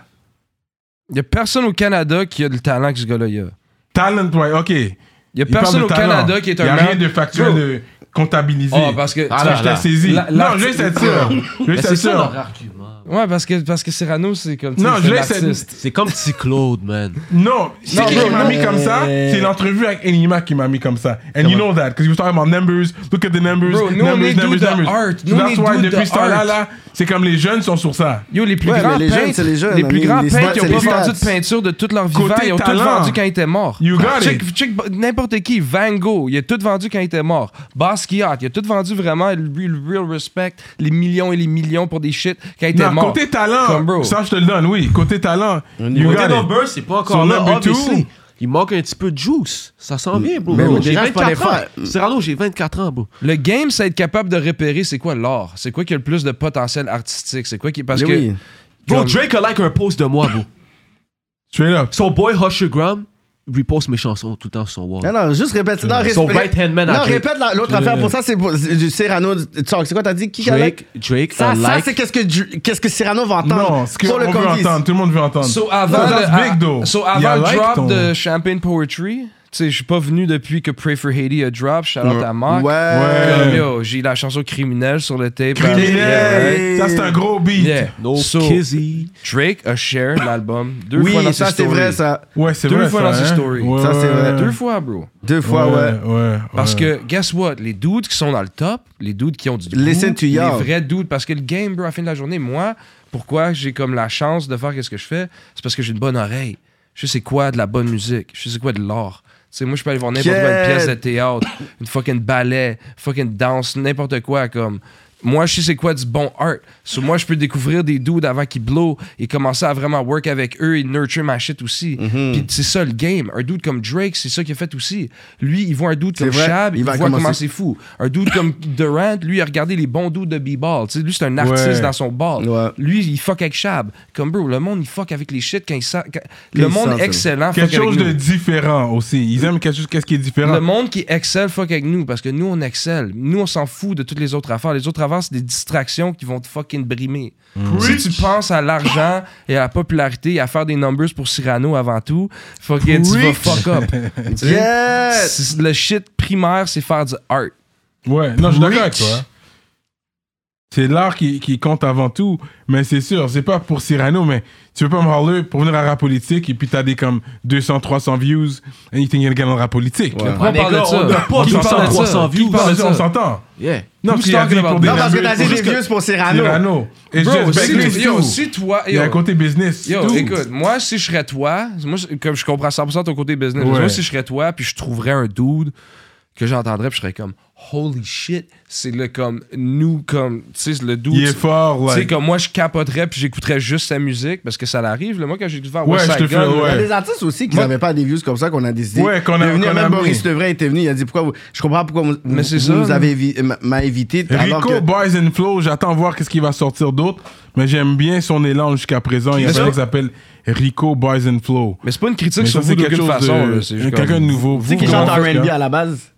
Il y a personne au Canada qui a le talent que ce gars-là il a. Talent, ouais, OK. Il Il y a parle personne de au talent. Canada qui est Il y un a meilleur- rien de factuel, Bro. de comptabilisé. Ah, parce que. Ah, ça, là, je là. t'ai La- saisi. la- non, je laisse être sûr. Je Mais laisse c'est être ça sûr. leur argument. Ouais, parce que, parce que Cyrano, c'est comme. tu Non, sais, je c'est laisse- l'artiste. C'est comme petit Claude, man. Non, c'est Non, qui non, qui m'a non. mis comme ça? Euh. C'est l'entrevue avec Enigma qui m'a mis comme ça. And you know that, because you were talking about numbers, look at the numbers, Bro, nous, on numbers, est do numbers, the numbers. art. So Nous, on that's est why do depuis the ce temps-là, art. là, c'est comme les jeunes sont sur ça. Yo, les plus Ouais, grands mais les jeunes, peintres, c'est les jeunes, les I plus mean, grands les peintres, stats, ils c'est ont pas les vendu de stats. peinture de toute leur Côté vivant, ils ont tout talent. vendu quand ils étaient morts. You got check, it. check n'importe qui, Van Gogh, il a tout vendu quand il était mort. Basquiat, il a tout vendu vraiment le real, real respect, les millions et les millions pour des shit quand il était Non, mort. côté talent, Comme bro. ça je te le donne, oui. Côté talent, you Côté got it. number, c'est pas Sur encore là, number two. obviously. Il manque un petit peu de juice. Ça sent bien, bro. Mais Bro, les j'ai gens, c'est pas 24 des ans. frères. Cyrano, j'ai 24 ans, bro. Le game, c'est être capable de repérer c'est quoi l'art, c'est quoi qui a le plus de potentiel artistique, c'est quoi qui parce Mais que oui. Bro, Comme- Drake a like un post de moi, bro. Straight up. Son boy Husher Graham reposte mes chansons tout le temps sur son wall. Non, non, juste répète. Non, répète- Son right-hand man à Non, Drake. répète la- l'autre affaire. Pour ça, c'est pour- c'est du Cyrano Talk. C'est quoi, t'as dit? Qui Alex? Drake, Drake Ça, a ça like. c'est qu'est-ce que, Dr- qu'est-ce que Cyrano va entendre. Non, ce pour qu'on le veut Conquise. entendre, tout le monde veut entendre. So avant No, that's le, big, ah, though. so Yeah, avant I le like drop ton- de Champagne Poetry, tu sais, je suis pas venu depuis que Pray for Haiti a drop, shout out à Marc. Ouais. Comme, yo, j'ai la chanson criminelle sur le tape. Criminel. Ça, c'est un gros beat. Yeah. No So, kizzy. Drake a share l'album deux fois dans ses Oui, ça, c'est stories. vrai, ça. Ouais, c'est Deux vrai. fois ça, dans ses hein. stories. Ouais, Ça, c'est vrai. Deux fois, bro. Deux fois, ouais. ouais. Parce que, guess what? Les dudes qui sont dans le top, les dudes qui ont du goût, Listen to les y'all. vrais dudes, parce que le game, bro, à la fin de la journée, moi, pourquoi j'ai comme la chance de faire qu'est-ce que je fais? C'est parce que j'ai une bonne oreille. Je sais quoi de la bonne musique. Je sais quoi de l'art. Tu sais, moi, je peux aller voir n'importe quoi, une Quel- pièce de théâtre, une fucking ballet, fucking danse, n'importe quoi, comme... Moi, je sais c'est quoi du bon art. So, moi, je peux découvrir des dudes avant qu'ils blow et commencer à vraiment work avec eux et nurture ma shit aussi. Mm-hmm. Puis c'est ça le game. Un dude comme Drake, c'est ça qu'il a fait aussi. Lui, il voit un dude C'est comme vrai, Shab, il il, va voit commencer- comment c'est fou. Un dude comme Durant, lui, il a regardé les bons dudes de B-Ball. Tu sais, lui, c'est un artiste Ouais. dans son ball. Ouais. Lui, il fuck avec Shab. Comme bro, le monde, il fuck avec les shit quand il sent. quand- il Le monde sent ça. excellent fuck Quelque avec chose nous. de différent aussi. Ils aiment quelque chose qu'est-ce qui est différent. Le monde qui excelle fuck avec nous parce que nous on excelle. Nous on s'en fout de toutes les autres affaires. Les autres affaires c'est des distractions qui vont te fucking brimer. Mm. Si tu penses à l'argent et à la popularité et à faire des numbers pour Cyrano avant tout, fucking tu vas Preach. fuck up. Tu sais? Yes! C'est- Le shit primaire c'est faire du art. Ouais, non, je suis d'accord avec Preach. toi. C'est l'art qui, qui compte avant tout, mais c'est sûr, c'est pas pour Cyrano, mais tu veux pas me parler pour venir à rap politique et puis t'as des comme 200, 300 views, anything you get en rap politique. Ouais. Pourquoi on Ah, parle les de gars, on ça? a pas Qui 200, parle de ça? 300 Qui views, parle de on ça? s'entend. Yeah. Non, Who's tu as dit talking pour about des Non, parce que t'as dit numbers, des views pour Cyrano. Cyrano. It's Bro, just si, backlinks yo, too. si toi, Il y a un yo. côté business. Yo, too. écoute, moi, si je serais toi, moi, je- comme je comprends 100% ton côté business, Ouais. moi, si je serais toi, puis je trouverais un dude que j'entendrais, puis je serais comme, holy shit, c'est le comme, nous, comme, tu sais, le dude. il est tu- fort, Tu sais, like. comme moi, je capoterais, puis j'écouterais juste sa musique, parce que ça l'arrive, là, moi, quand j'ai découvert West Ouais, Side je te fais- Gun, Il y a ouais. des artistes aussi qui Moi- n'avaient pas des views comme ça qu'on a décidé Ouais, qu'on a- de venir. qu'on a Même amené. Boris Devray était venu, il a dit pourquoi vous, je comprends pas pourquoi vous, Mais c'est vous, ça, vous là. avez évi- m'a- m'a évité. alors Rico, que- Boys and Flow, j'attends voir qu'est-ce qu'il va sortir d'autre, mais j'aime bien son élan jusqu'à présent. Il y a un Mais ça- projet qui s'appelle Rico, Boys and Flow. Mais c'est pas une critique Mais sur ça, vous c'est quelque d'aucune chose façon, de, là, c'est juste quelqu'un comme- de nouveau. Tu sais qu'il Vous, chante comment on fait, R&B hein? à la base.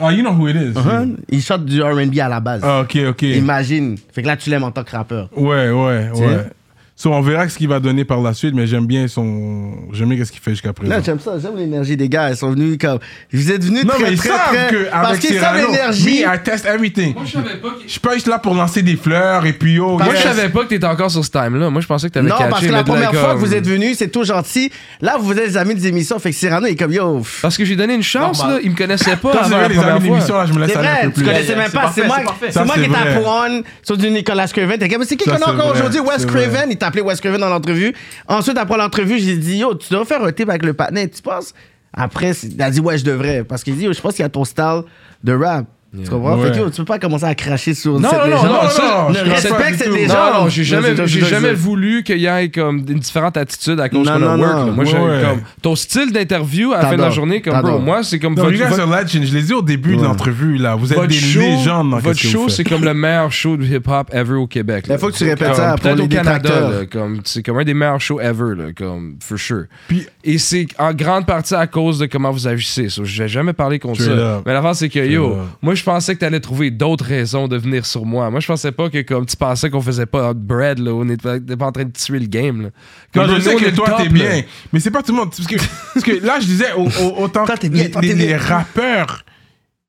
Ah, you know who it is. Hein? Il chante du R&B à la base. Ah, ok, ok. Imagine. Fait que là, tu l'aimes en tant que rappeur. Ouais, ouais, Tu ouais. sais? So, on verra ce qu'il va donner par la suite, mais j'aime bien son. J'aime bien ce qu'il fait jusqu'à Là, présent. j'aime ça, j'aime l'énergie des gars. Ils sont venus comme. Vous êtes venus Non, mais très, ils très, savent très. que parce avec qu'ils savent Cyrano, l'énergie. me, I test everything. Moi, je savais pas que- Je suis pas juste là pour lancer des fleurs et puis oh, Moi, yes. je savais pas que t'étais encore sur ce time-là. Moi, je pensais que t'avais Non, parce catché, que mais la t'es première comme- fois que vous êtes venus, c'est tout gentil. Là, vous êtes les amis des émissions. Fait que Cyrano est comme yo. pff, Parce que j'ai donné une chance, Normal. là. Il me connaissait pas Quand avant c'est la vrai, les amis première d'émission, fois. là, je me laisse C'est aller un vrai, peu tu plus. connaissais Yeah, yeah, même c'est pas. C'est parfait, moi, c'est parfait. c'est Ça, moi qui c'est étais à vrai. Pouron sur du Nicolas Creven. T'es comme, c'est qui Ça, qu'on a c'est encore vrai, aujourd'hui? Wes c'est vrai. Craven. Il t'appelait Wes Craven dans l'entrevue. Ensuite, après l'entrevue, j'ai dit, yo, tu devrais faire un tape avec le patinet, tu penses? Après, c'est- il a dit, ouais, je devrais. Parce qu'il dit, yo, je pense qu'il y a ton style de rap. Tu comprends? Fait que, yo, tu peux pas commencer à cracher sur Non, cette non, non, légende. non, ça, Le je respect, comprends pas du c'est tout. des Non, gens. non, j'ai jamais, Je- je- j'ai je- jamais je- voulu qu'il y ait comme une différente attitude à cause Non, qu'on a non, work. non. là. Moi, j'ai Ouais. comme ton style d'interview à la fin de la T'adore. journée, comme bro, T'adore. moi, c'est comme Non, votre, les gars votre- sur Legend, je les ai au début de Ouais. l'entrevue, là. Vous êtes votre des show. légendes dans votre qu'est-ce que show, vous c'est faites. comme le meilleur show de hip-hop ever au Québec. là. Il faut que tu répètes Comme, ça pour peut-être les au Canada, détracteurs. là, comme c'est comme un des meilleurs shows ever, là, comme for sure. Puis- et c'est en grande partie à cause de comment vous agissez. So, je vais jamais parler contre Straight ça. up. Mais l'affaire c'est que Straight yo, up. moi je pensais que t'allais trouver d'autres raisons de venir sur moi. Moi je pensais pas que comme tu pensais qu'on faisait pas de bread là, on était t'es pas en train de tuer le game. Là. Comme, Non, je bro, nous, sais on est que le toi, top, t'es là. bien. Mais c'est pas tout le monde. Parce que, parce que là, je disais, au- au- autant Toi, que t'es bien, les, toi, t'es les- bien. les rappeurs,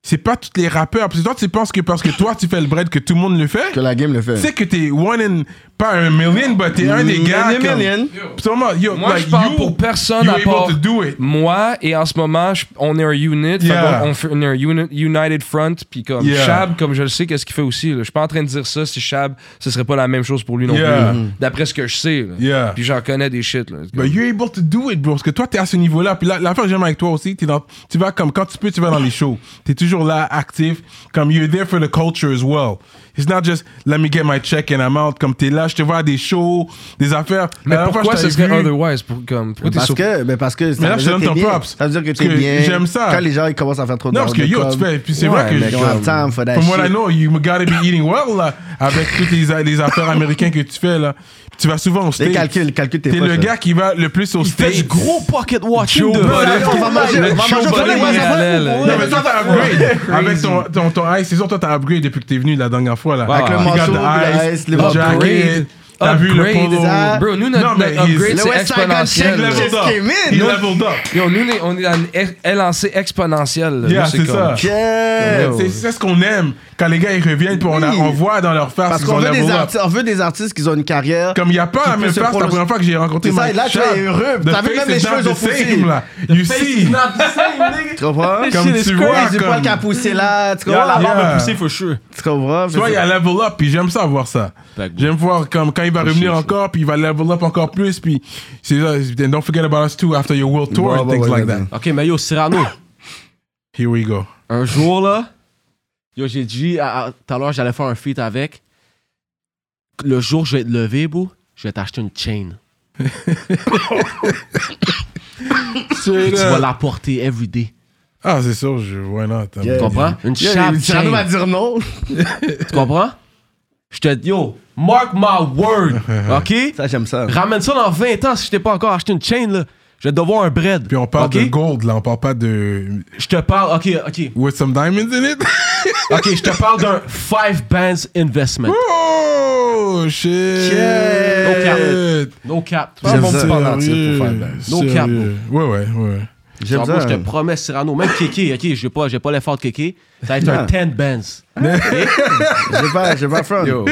c'est pas tous les rappeurs. Parce que toi, tu penses que parce que toi, tu fais le bread que tout le monde le fait, Que la game le fait. tu sais que t'es one in, pas un million, mais t'es un des gars. Million, comme- million. Absolument. Yo, Moi like, je parle Bah, you- pour personne you à able part to do it. moi et en ce moment je- on est un unit, fait Yeah. qu'on- on, fait- on est un uni- united front puis comme Yeah. Shab comme je le sais qu'est-ce qu'il fait aussi. là. Je suis pas en train de dire ça si Shab ce serait pas la même chose pour lui non Yeah. plus. là. Mhm. D'après ce que je sais. là. Yeah. Bah, Puis j'en connais des shit. Là. But you're able to do it, bro. Parce que toi, t'es à ce niveau-là. Puis là, l'affaire que j'aime avec toi aussi, t'es dans, tu vas comme, quand tu peux, tu vas dans les shows. T'es toujours là, actif. Comme, you're there for the culture as well. It's not just, let me get my check and I'm out. Comme, t'es là, je te vois à des shows, des affaires. Mais La dernière fois, pourquoi je ce t'avais serait vu- otherwise pour, comme, pourquoi t'es Parce sur- que, mais parce que ça Mais là, veut je dire te que donne t'es ton bien. props. Ça veut dire que Parce t'es que bien. j'aime ça. Quand les gens ils commencent à faire trop de Non, parce que yo, tu fais. Puis c'est vrai Ouais, que. mais je- quand- Don't have time for that From what I shit. know, you gotta be eating well, là, avec toutes les, les affaires américaines que tu fais, là. Tu vas souvent au States. calculs, calcule tes T'es poches, le là. gars qui va le plus au Fais States. du gros pocket watching Joe de Budden. Budden. on va manger, on va manger, on va Budden manger, Montréal, on va là. Non, mais toi, t'as upgrade. Crazy. Avec ton, ton, ton ice, c'est sûr, toi, t'as upgrade depuis que t'es venu la dernière fois. Là. Avec le You got manchot, the le ice, le the upgrade. jacket. T'as vu le Upgrade, polo. ça. Bro, nous, notre, Non, mais notre he's- upgrade, Le c'est West Side Gun Il exponentiel. Check, là. Just leveled up. came in. Il leveled up. Yo, nous, on est dans une é- élancée exponentielle. là. Yeah, Nous, c'est comme- ça. Yeah. C'est c'est ce qu'on aime quand les gars ils reviennent puis on, a- Oui. on voit dans leur face Parce qu'ils qu'on ont veut, des level up. artistes- on veut des artistes qui ont une carrière. Comme il n'y a pas la peut même se face, la prononcer. première fois que j'ai rencontré C'est ça, Mike et là, tu Sharp, es heureux. the T'as vu face même les is not cheveux the ont poussé. same, là. You see. Tu comprends? Comme Comme tu tu vois, du comme- poil qui a poussé là. Tu Ah, La comprends? Yeah. barbe a poussé, for sure. Tu comprends? Tu vois, il y a level up, puis j'aime ça voir ça. Fait que- J'aime voir comme quand il Oh, va revenir encore, puis il va level up encore plus, puis c'est ça. Then don't forget about us too after your world tour Ouais, and ouais, things ouais, like that. ouais. Ok, mais yo, Cyrano. Here we go. un jour là, yo, j'ai dit à- à- tout à l'heure j'allais faire un feat avec. Le jour où je vais te lever, bro, je vais t'acheter une chain. Straight Tu vas up. la porter every day. Ah, c'est sûr, je, why not? hein. Yeah. Tu comprends? Une Yeah, chape le Cyrano va chain. dire non. Tu comprends? Je te dis, yo, mark my word. OK? Ça, j'aime ça. Ramène ça dans 20 ans si je t'ai pas encore acheté une chain, là. Je vais devoir un bread. Puis on parle OK? de gold, là, on parle pas de. Je te parle, OK, OK. With some diamonds in it? OK, je te parle d'un five bands investment. oh, shit! Yeah. No cap. Pas J'aime mon ça. petit Pendentif pour sérieux. faire le bain. No cap, Sérieux. Ouais, ouais, ouais. J'aime Genre, bro, ça. hein. je te promets, Cyrano, même Kéké, ok, j'ai pas, j'ai pas l'effort de Kéké, ça va être un 10 bands. J'ai pas, j'ai pas front. Yo.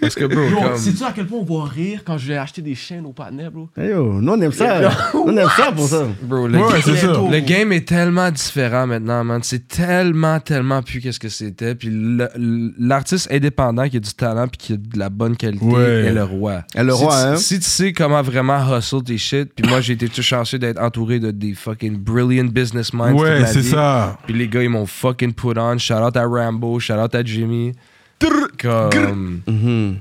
Parce que, bro, Yo, comme- sais-tu à quel point on va rire quand je vais acheter des chaînes au partenaire, bro? Hey, yo, nous on aime Yo, ça. Nous on aime ça pour ça. bro, le, Ouais, c'est ça. le game est tellement différent maintenant, man. C'est tellement, tellement plus qu'est-ce que c'était. Puis le- l'artiste indépendant qui a du talent puis qui a de la bonne qualité Ouais. est le roi. Est le Si roi, tu- hein. Si tu sais comment vraiment hustle tes shit, puis moi j'ai été tout chanceux d'être entouré de des fucking brilliant business minds. toute Ouais, ma c'est vie. ça. Puis les gars, ils m'ont fucking put on. Shout out à Rambo, shout out à Jimmy. Comme. l-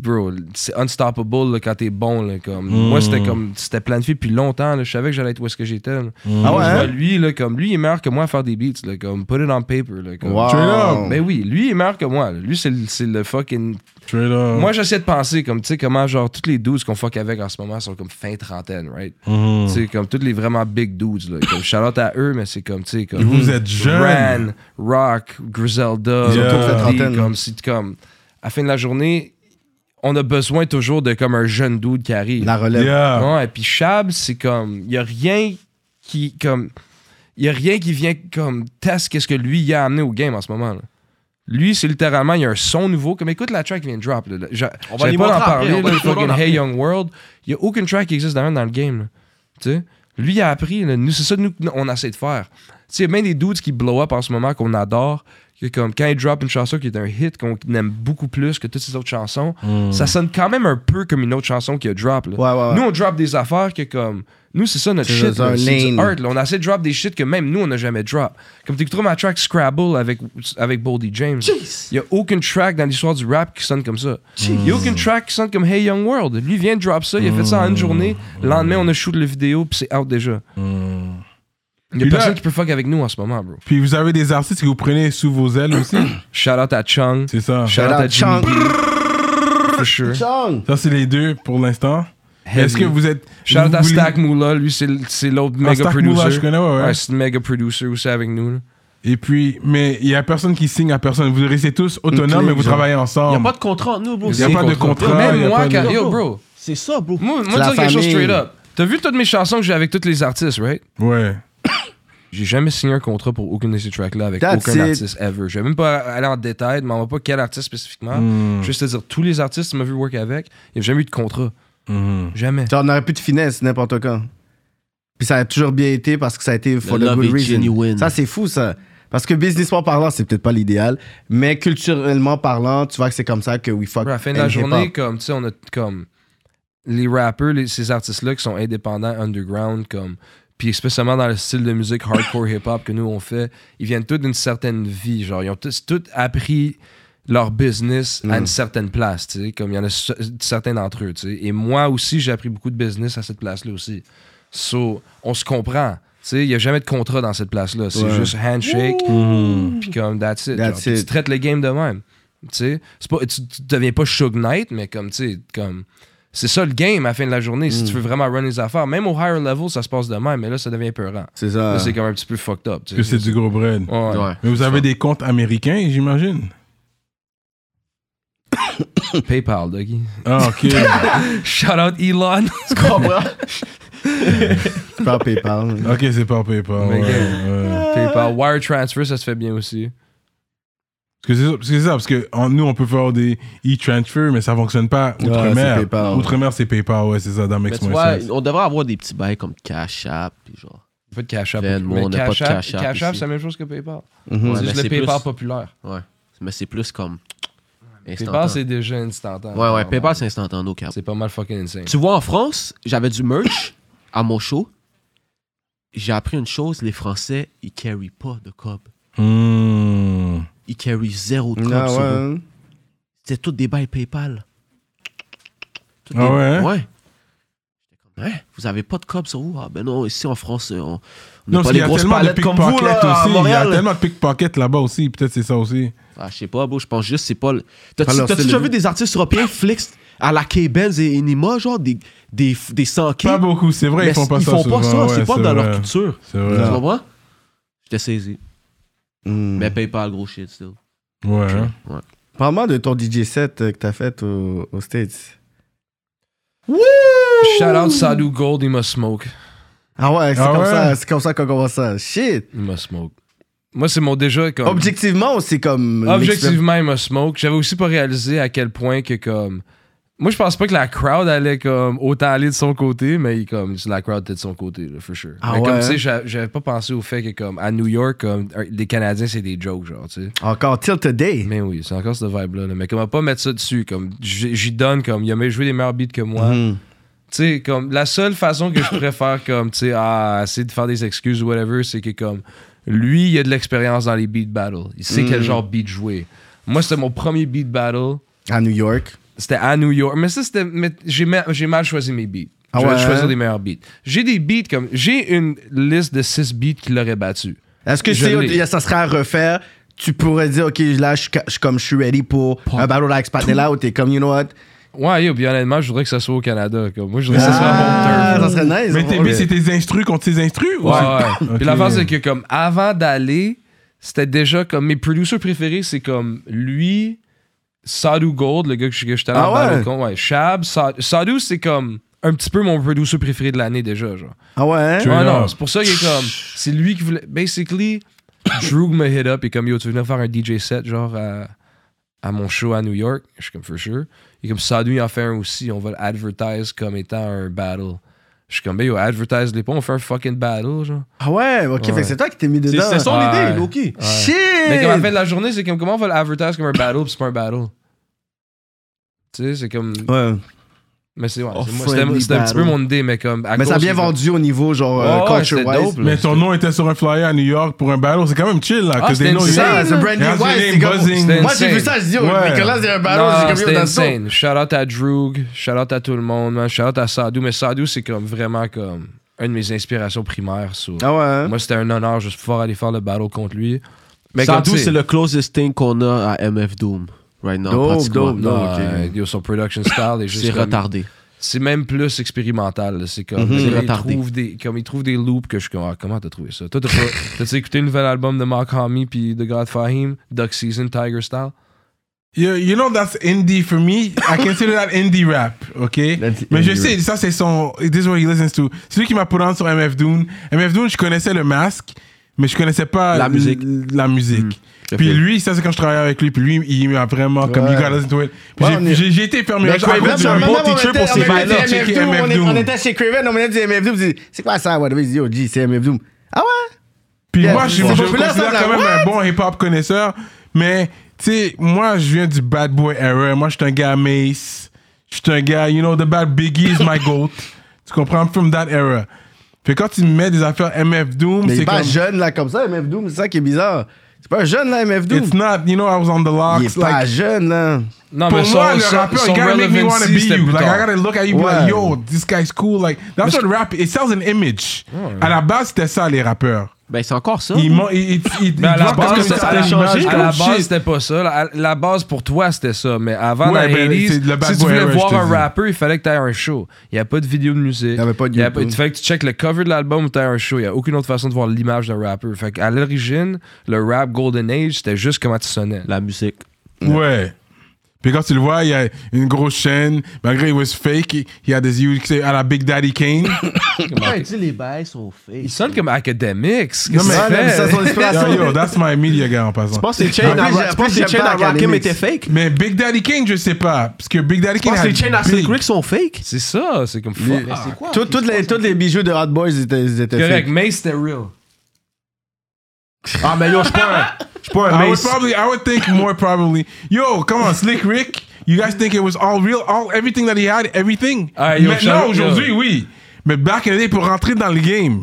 Bro, c'est unstoppable là, quand t'es bon. Là, comme. Mm. Moi, c'était comme c'était planifié depuis longtemps. là. je savais que j'allais être où est-ce que j'étais. là. Mm. Ah ouais, Je vois hein? Lui, là, comme, lui, il est meilleur que moi à faire des beats. Là, comme, put it on paper. Là, comme. Wow. Straight up. Ben oui, lui, il est meilleur que moi. là. Lui, c'est le- c'est le fucking Straight up. moi, j'essaie de penser, comme, tu sais, comment, genre, toutes les dudes qu'on fuck avec en ce moment sont comme fin trentaine, right? Mm-hmm. Tu sais, comme, toutes les vraiment big dudes, là. Comme, Charlotte à eux, mais c'est comme, tu sais, comme. Vous êtes Ran, jeunes. Rock, Griselda, Ils ont tous fait Diddy, trentaine. comme, c'est comme. À la fin de la journée, on a besoin toujours de, comme, un jeune dude qui arrive. La relève. Yeah. Ouais, et puis Chab, c'est comme. Il n'y a rien qui. comme Il y a rien qui vient comme test qu'est-ce que lui il a amené au game en ce moment. là. Lui, c'est littéralement, il y a un son nouveau. Comme écoute la track qui vient de drop. Là. Je- On va j'avais les pas montrer d'en après, parler, on va là, les le fucking montrer Hey Young World. Il n'y a aucune track qui existe dans, dans le game. là. Tu sais? Lui, il a appris. là. Nous, c'est ça que nous, on essaie de faire. sais, il y a bien des dudes qui blow up en ce moment qu'on adore. Que comme quand ils drop une chanson qui est un hit qu'on aime beaucoup plus que toutes ces autres chansons, ça sonne quand même un peu comme une autre chanson qui a drop. là. Hmm. Ouais, ouais, ouais. Nous, on drop des affaires que comme. Nous, c'est ça notre C'est shit. dans là. un C'est du lane. art. là. On a essayé de drop des shit que même nous, on n'a jamais drop. Comme t'écouteras ma track Scrabble avec, avec Boldy James. Il y a aucun track dans l'histoire du rap qui sonne comme ça. Il y a aucun track qui sonne comme Hey Young World. Lui il vient de drop ça, il a fait ça en une journée. Le lendemain, on a shoot le vidéo, puis c'est out déjà. Il y a Mm. Puis là- personne qui peut fuck avec nous en ce moment, bro. Puis vous avez des artistes que vous prenez sous vos ailes aussi. Shout out à Chung. C'est ça. Shout out Shout à out Chung. Jimmy. For sure. Chang! Ça, c'est les deux pour l'instant. Est-ce que vous êtes. Shout out vous à voulez- Stack Moula. Lui, c'est c'est l'autre Ah, mega Stack Moula, producer. je connais, ouais, ouais. c'est le mega producer aussi avec nous. là. Et puis, mais il y a personne qui signe à personne. Vous restez tous autonomes clé, et vous genre. travaillez ensemble. Y a pas de contrat entre nous, bro. Oh. Y a C'est- pas de contrat, Même y a moi, pas de- Mm. quand. Yo, bro. C'est ça, bro. Moi, C'est moi la dire quelque chose famille. straight up. T'as vu toutes mes chansons que j'ai avec tous les artistes, right? Ouais. J'ai jamais signé un contrat pour aucune de ces tracks-là avec That's aucun it. artiste ever. Je vais même pas aller en détail, mais on va pas quel artiste spécifiquement. Hmm. Juste te dire, tous les artistes que tu m'as vu work avec, il n'y a jamais eu de contrat. Hmm. Jamais. Genre, on aurait plus de finesse n'importe quand. Puis ça a toujours bien été parce que ça a été for Le the love good is reason. genuine. Ça, c'est fou, ça. Parce que businessment parlant, c'est peut-être pas l'idéal, mais culturellement parlant, tu vois que c'est comme ça que we fuck. Bro, à la fin de la and journée, hip-hop. comme, tu sais, on a comme les rappers, les- ces artistes-là qui sont indépendants, underground, comme. Puis spécialement dans le style de musique hardcore hip-hop que nous on fait, ils viennent tous d'une certaine vie. Genre, ils ont tous tous appris leur business à Mm. une certaine place, tu sais. Comme il y en a ce- certains d'entre eux, tu sais. Et moi aussi, j'ai appris beaucoup de business à cette place-là aussi. So, on se comprend. Tu sais, il n'y a jamais de contrat dans cette place-là. C'est juste handshake, puis comme that's it. Mm-hmm. That's genre. Puis it. tu traites le game de même. Tu sais, c'est pas- tu, tu deviens pas Shug Knight, mais comme, tu sais, comme. C'est ça le game à la fin de la journée, si tu Hmm. veux vraiment run les affaires. Même au higher level, ça se passe de même, mais là, ça devient peurant. C'est ça. Là, c'est comme un petit peu fucked up. tu Parce que sais. c'est du gros bread. Ouais. Ouais. Mais vous avez des comptes américains, j'imagine. PayPal, Dougie. Ah, ok. Shout out Elon. Par PayPal. ok, c'est par PayPal. ouais, Mais gars. ouais. PayPal. Wire Transfer, ça se fait bien aussi. Parce que c'est ça, parce que, c'est ça, parce que en- nous, on peut faire des e-transfer, mais ça fonctionne pas Ouais, outre-mer. c'est PayPal. outre-mer, c'est PayPal, ouais, c'est ça, dans Mais Makes tu More vois, Sense. on devrait avoir des petits bails comme Cash App, puis genre. Pas de Cash App. Venmo, mais on a pas de Cash App, Cash App Cash App, ici. c'est la même chose que PayPal. Mhm. Ouais, c'est mais juste le c'est PayPal plus- populaire. Ouais. Mais c'est plus comme. PayPal, Instantané. c'est déjà instantané. Ouais, ouais, PayPal, c'est instantané au cap. C'est pas mal fucking insane. Tu vois, en France, j'avais du merch à mon show. J'ai appris une chose les Français, ils carry pas de cob. Hmm. Ils carry zéro de cob. Ah, sur eux. ouais. C'était tout des bails PayPal. Tout Ah ouais, hein? Ouais. Hein? Vous avez pas de cob sur vous? Ah ben non, ici en France, on n'a Non, pas parce qu'il des y a grosses tellement de palettes comme vous, pickpockets là, à aussi. Il y a Montréal. tellement de pickpockets là-bas aussi. Peut-être c'est ça aussi. Ah, je sais pas, bro, je pense juste c'est pas le... T'as-tu Alors, t'as-tu c'est déjà le- vu des artistes européens flex à la K-Benz et Enima, genre des, des, des 100K? Pas beaucoup, c'est vrai, Mais ils font pas ça. souvent, ouais, c'est pas dans leur vrai, culture. C'est Tu vrai. comprends? J'étais saisi. Hmm. Mais paye pas le gros shit, still. Ouais. hein. Ouais. Parle-moi de ton DJ set euh, que t'as fait au- aux States. Shout out Sadhu Gold, il m'a smoke. Ah ouais, c'est Ah comme ouais? ça, c'est comme ça qu'on commence ça. Shit. Il m'a smoke. Moi, c'est mon déjà. Comme... Oh, Objectivement, c'est comme. Objectivement, il m'a smoke. J'avais aussi pas réalisé à quel point que comme. Moi, je pense pas que la crowd allait comme autant aller de son côté, mais il, comme la crowd était de son côté, là, for sure. Ah mais comme ouais, tu hein? sais, j'a- j'avais pas pensé au fait que comme à New York, comme euh, les Canadiens, c'est des jokes, genre, tu sais. Encore till today. Mais oui, c'est encore cette vibe-là. là. Mais comment pas mettre ça dessus? Comme j- j'y donne comme il a même joué des meilleurs beats que moi. Mhm. Tu sais, comme la seule façon que je pourrais faire comme tu sais, ah, essayer de faire des excuses ou whatever, c'est que comme lui, il a de l'expérience dans les beat battles. Il Mm. sait quel genre de beat jouer. Moi, c'était mon premier beat battle. À New York. C'était à New York. Mais ça, c'était. mais J'ai ma- j'ai mal choisi mes beats. Ah J'aurais ouais, dû choisir hein? des meilleurs beats. J'ai des beats comme. J'ai une liste de 6 beats qui l'auraient battu. Est-ce que Je c'est- l'ai. ça serait à refaire? Tu pourrais dire, OK, là, je suis ca- je suis comme je suis ready pour un battle like Spatella ou t'es comme, you know what? Ouais, yo, puis honnêtement, je voudrais que ça soit au Canada. Comme. Moi, je voudrais que ça soit à mon turf. Ah, ça serait nice. Mais tes on- beats, c'est tes instrus contre tes instrus ou Ouais, c'est- ouais. Ok. Puis l'affaire, c'est que comme avant d'aller, c'était déjà comme mes producers préférés, c'est comme lui, Sadhu Gold, le gars que je que j'étais allé Ah en ouais? battle contre, ouais, Shab, Sa- Sadhu, c'est comme un petit peu mon producer préféré de l'année déjà, genre. Ah ouais, hein? Tu- Ouais, là. non, c'est pour ça qu'il est comme c'est lui qui voulait basically Drew me hit up et comme yo, tu veux venir faire un DJ set genre à, à mon show à New York, je suis comme for sure. Et comme Sadhu il en fait un aussi, on va l'advertise comme étant un battle. Je suis comme, ben yo, advertise les pas, on fait un fucking battle, genre. Ah ouais, ok, fait que c'est toi qui t'es mis C'est dedans. c'est son Ouais. idée, Loki. Shit! Mais comme à la fin de la journée, c'est comme comment on va l'advertise comme un battle, puis c'est pas un battle. Tu sais, c'est comme. Ouais. Mais c'est ouais, Oh, c'est moi, c'était- friendly c'était un petit peu battle. mon idée, mais comme. à Mais ça a cause bien que- vendu au niveau, genre, euh, Ouais, ouais, culture c'était wise. dope, là. Mais ton C'était- nom était sur un flyer à New York pour un battle, c'est quand même chill là. Ah, que c'était des noms, insane. Ça, c'est Brandy Regarde, Wise. c'est c'est comme- buzzing. C'était Moi, j'ai vu insane. ça, je dis, oh, Ouais. Nicolas, il y a un Non, battle, j'ai c'était comme yo, ça. insane. Shout out à Droog, shout out à tout le monde, man. Shout out à Sadou. Mais Sadou, c'est comme vraiment comme une de mes inspirations primaires. so. Ah ouais. hein? Moi, c'était un honneur juste pouvoir aller faire le battle contre lui. Mais Sans, tu Sadou, sais, c'est le closest thing qu'on a à MF Doom. Right now, Dope, pratiquement. dope, Non, Non, ok. euh, yo, son production style est juste. C'est comme- retardé. C'est même plus expérimental. là. C'est comme. Mhm. il C'est retardé. trouve des, comme il trouve des loops que je suis comme. Ah, comment t'as trouvé ça? Toi, t'as pas. T'as-tu écouté le nouvel album de Mark Hamill puis de God Fahim, Duck Season, Tiger Style? You, you know that's indie for me. I consider that indie rap, ok? That's Mais je indie sais, ça c'est son. This is what he listens to. Celui qui m'a put on sur MF Doom. MF Doom, je connaissais le masque, mais je connaissais pas La l- musique. La musique. Puis lui, ça c'est quand je travaillais avec lui. Puis lui, il m'a vraiment comme you Hmm. Ouais. gotta listen to it. Puis Ouais, j'ai- on est- Ben, j'ai j'ai été fermé. Mais à cause Craven, de on un bon était- teacher on pour ces était- on vibes-là, était checker MF Doom, on MF est- On Doom. était chez Craven, on venait de dire MF Doom, on dit, c'est quoi ça? Ouais, il dit, oh, G, c'est MF Doom. Ah ouais? Puis Yeah, moi, je, c'est je me populaire, considère ça, quand là. même un bon hip-hop connaisseur, mais tu sais, moi, je viens du bad boy era. Moi, je suis un gars Mace. Je suis un gars, you know, the bad Biggie is my goat. tu comprends? From that era. Fait quand tu me mets des affaires MF Doom, Mais il c'est est pas comme... jeune, là, comme ça, MF Doom, c'est ça qui est bizarre. C'est pas un jeune, là, MF Doom. It's not, you know, I was on the Il locks. est pas Like, jeune, là. Non, pour mais son, moi, le son- rappeur, you son gotta make me wanna be relevancy, c'était you. plus Like, I tard. gotta look at you be like, Ouais. yo, this guy's cool. Like, that's what rap, it sells an image. À la base, c'était ça, les rappeurs. Ben, c'est encore ça. Ils, mon- ils, ils, ils, Mm-hmm. Mais à la ils- base, parce ça, ça a une changé, image À la comme base, shit. c'était pas ça. La, la base pour toi, c'était ça. Mais avant, Ouais, dans ben, les 80s, c'est de la bad si tu boy voulais era, voir je te un dis. rapper, il fallait que tu aies un show. Il n'y a pas de vidéo de musique. Il y avait pas de Il y a YouTube. il fallait que tu checkes le cover de l'album ou tu aies un show. Il n'y a aucune autre façon de voir l'image d'un rapper. Fait qu'à l'origine, le rap Golden Age, c'était juste comment tu sonnais. La musique. Ouais. Puis quand tu le vois, il y a une grosse chaîne. Malgré qu'il was fake, il il y a des yeux qui sont à la Big Daddy Kane. Ouais, tu sais, les bails sont faits. Il sonne comme academics. Qu'est-ce Non, mais- que tu Ouais, non, mais fais? ça, son inspiration. yo, yo, that's my media guy en passant. Je pense que c'est En Chain plus, à j'ai- Rock- je pense j'ai que Chain pas à regardé Rakim les était mix. fake. Mais Big Daddy Kane, je sais pas. Parce que Big Daddy Je Kane. pense que had les Chain à Slick big- Rick sont fake. C'est ça, c'est comme fuck. Mais Ah, c'est quoi? Tout- toutes les- Tous les bijoux de Hot Boys, ils étaient ils étaient Correct, faits. mais c'était real. Ah, mais yo, je suis pas un- je suis pas un I would Mace. probably, I would think more probably. Yo, come on, Slick Rick. You guys think it was all real, all everything that he had, everything. Ah, yo, Maintenant, shout- aujourd'hui, yo. oui. Mais back in the day, pour rentrer dans le game,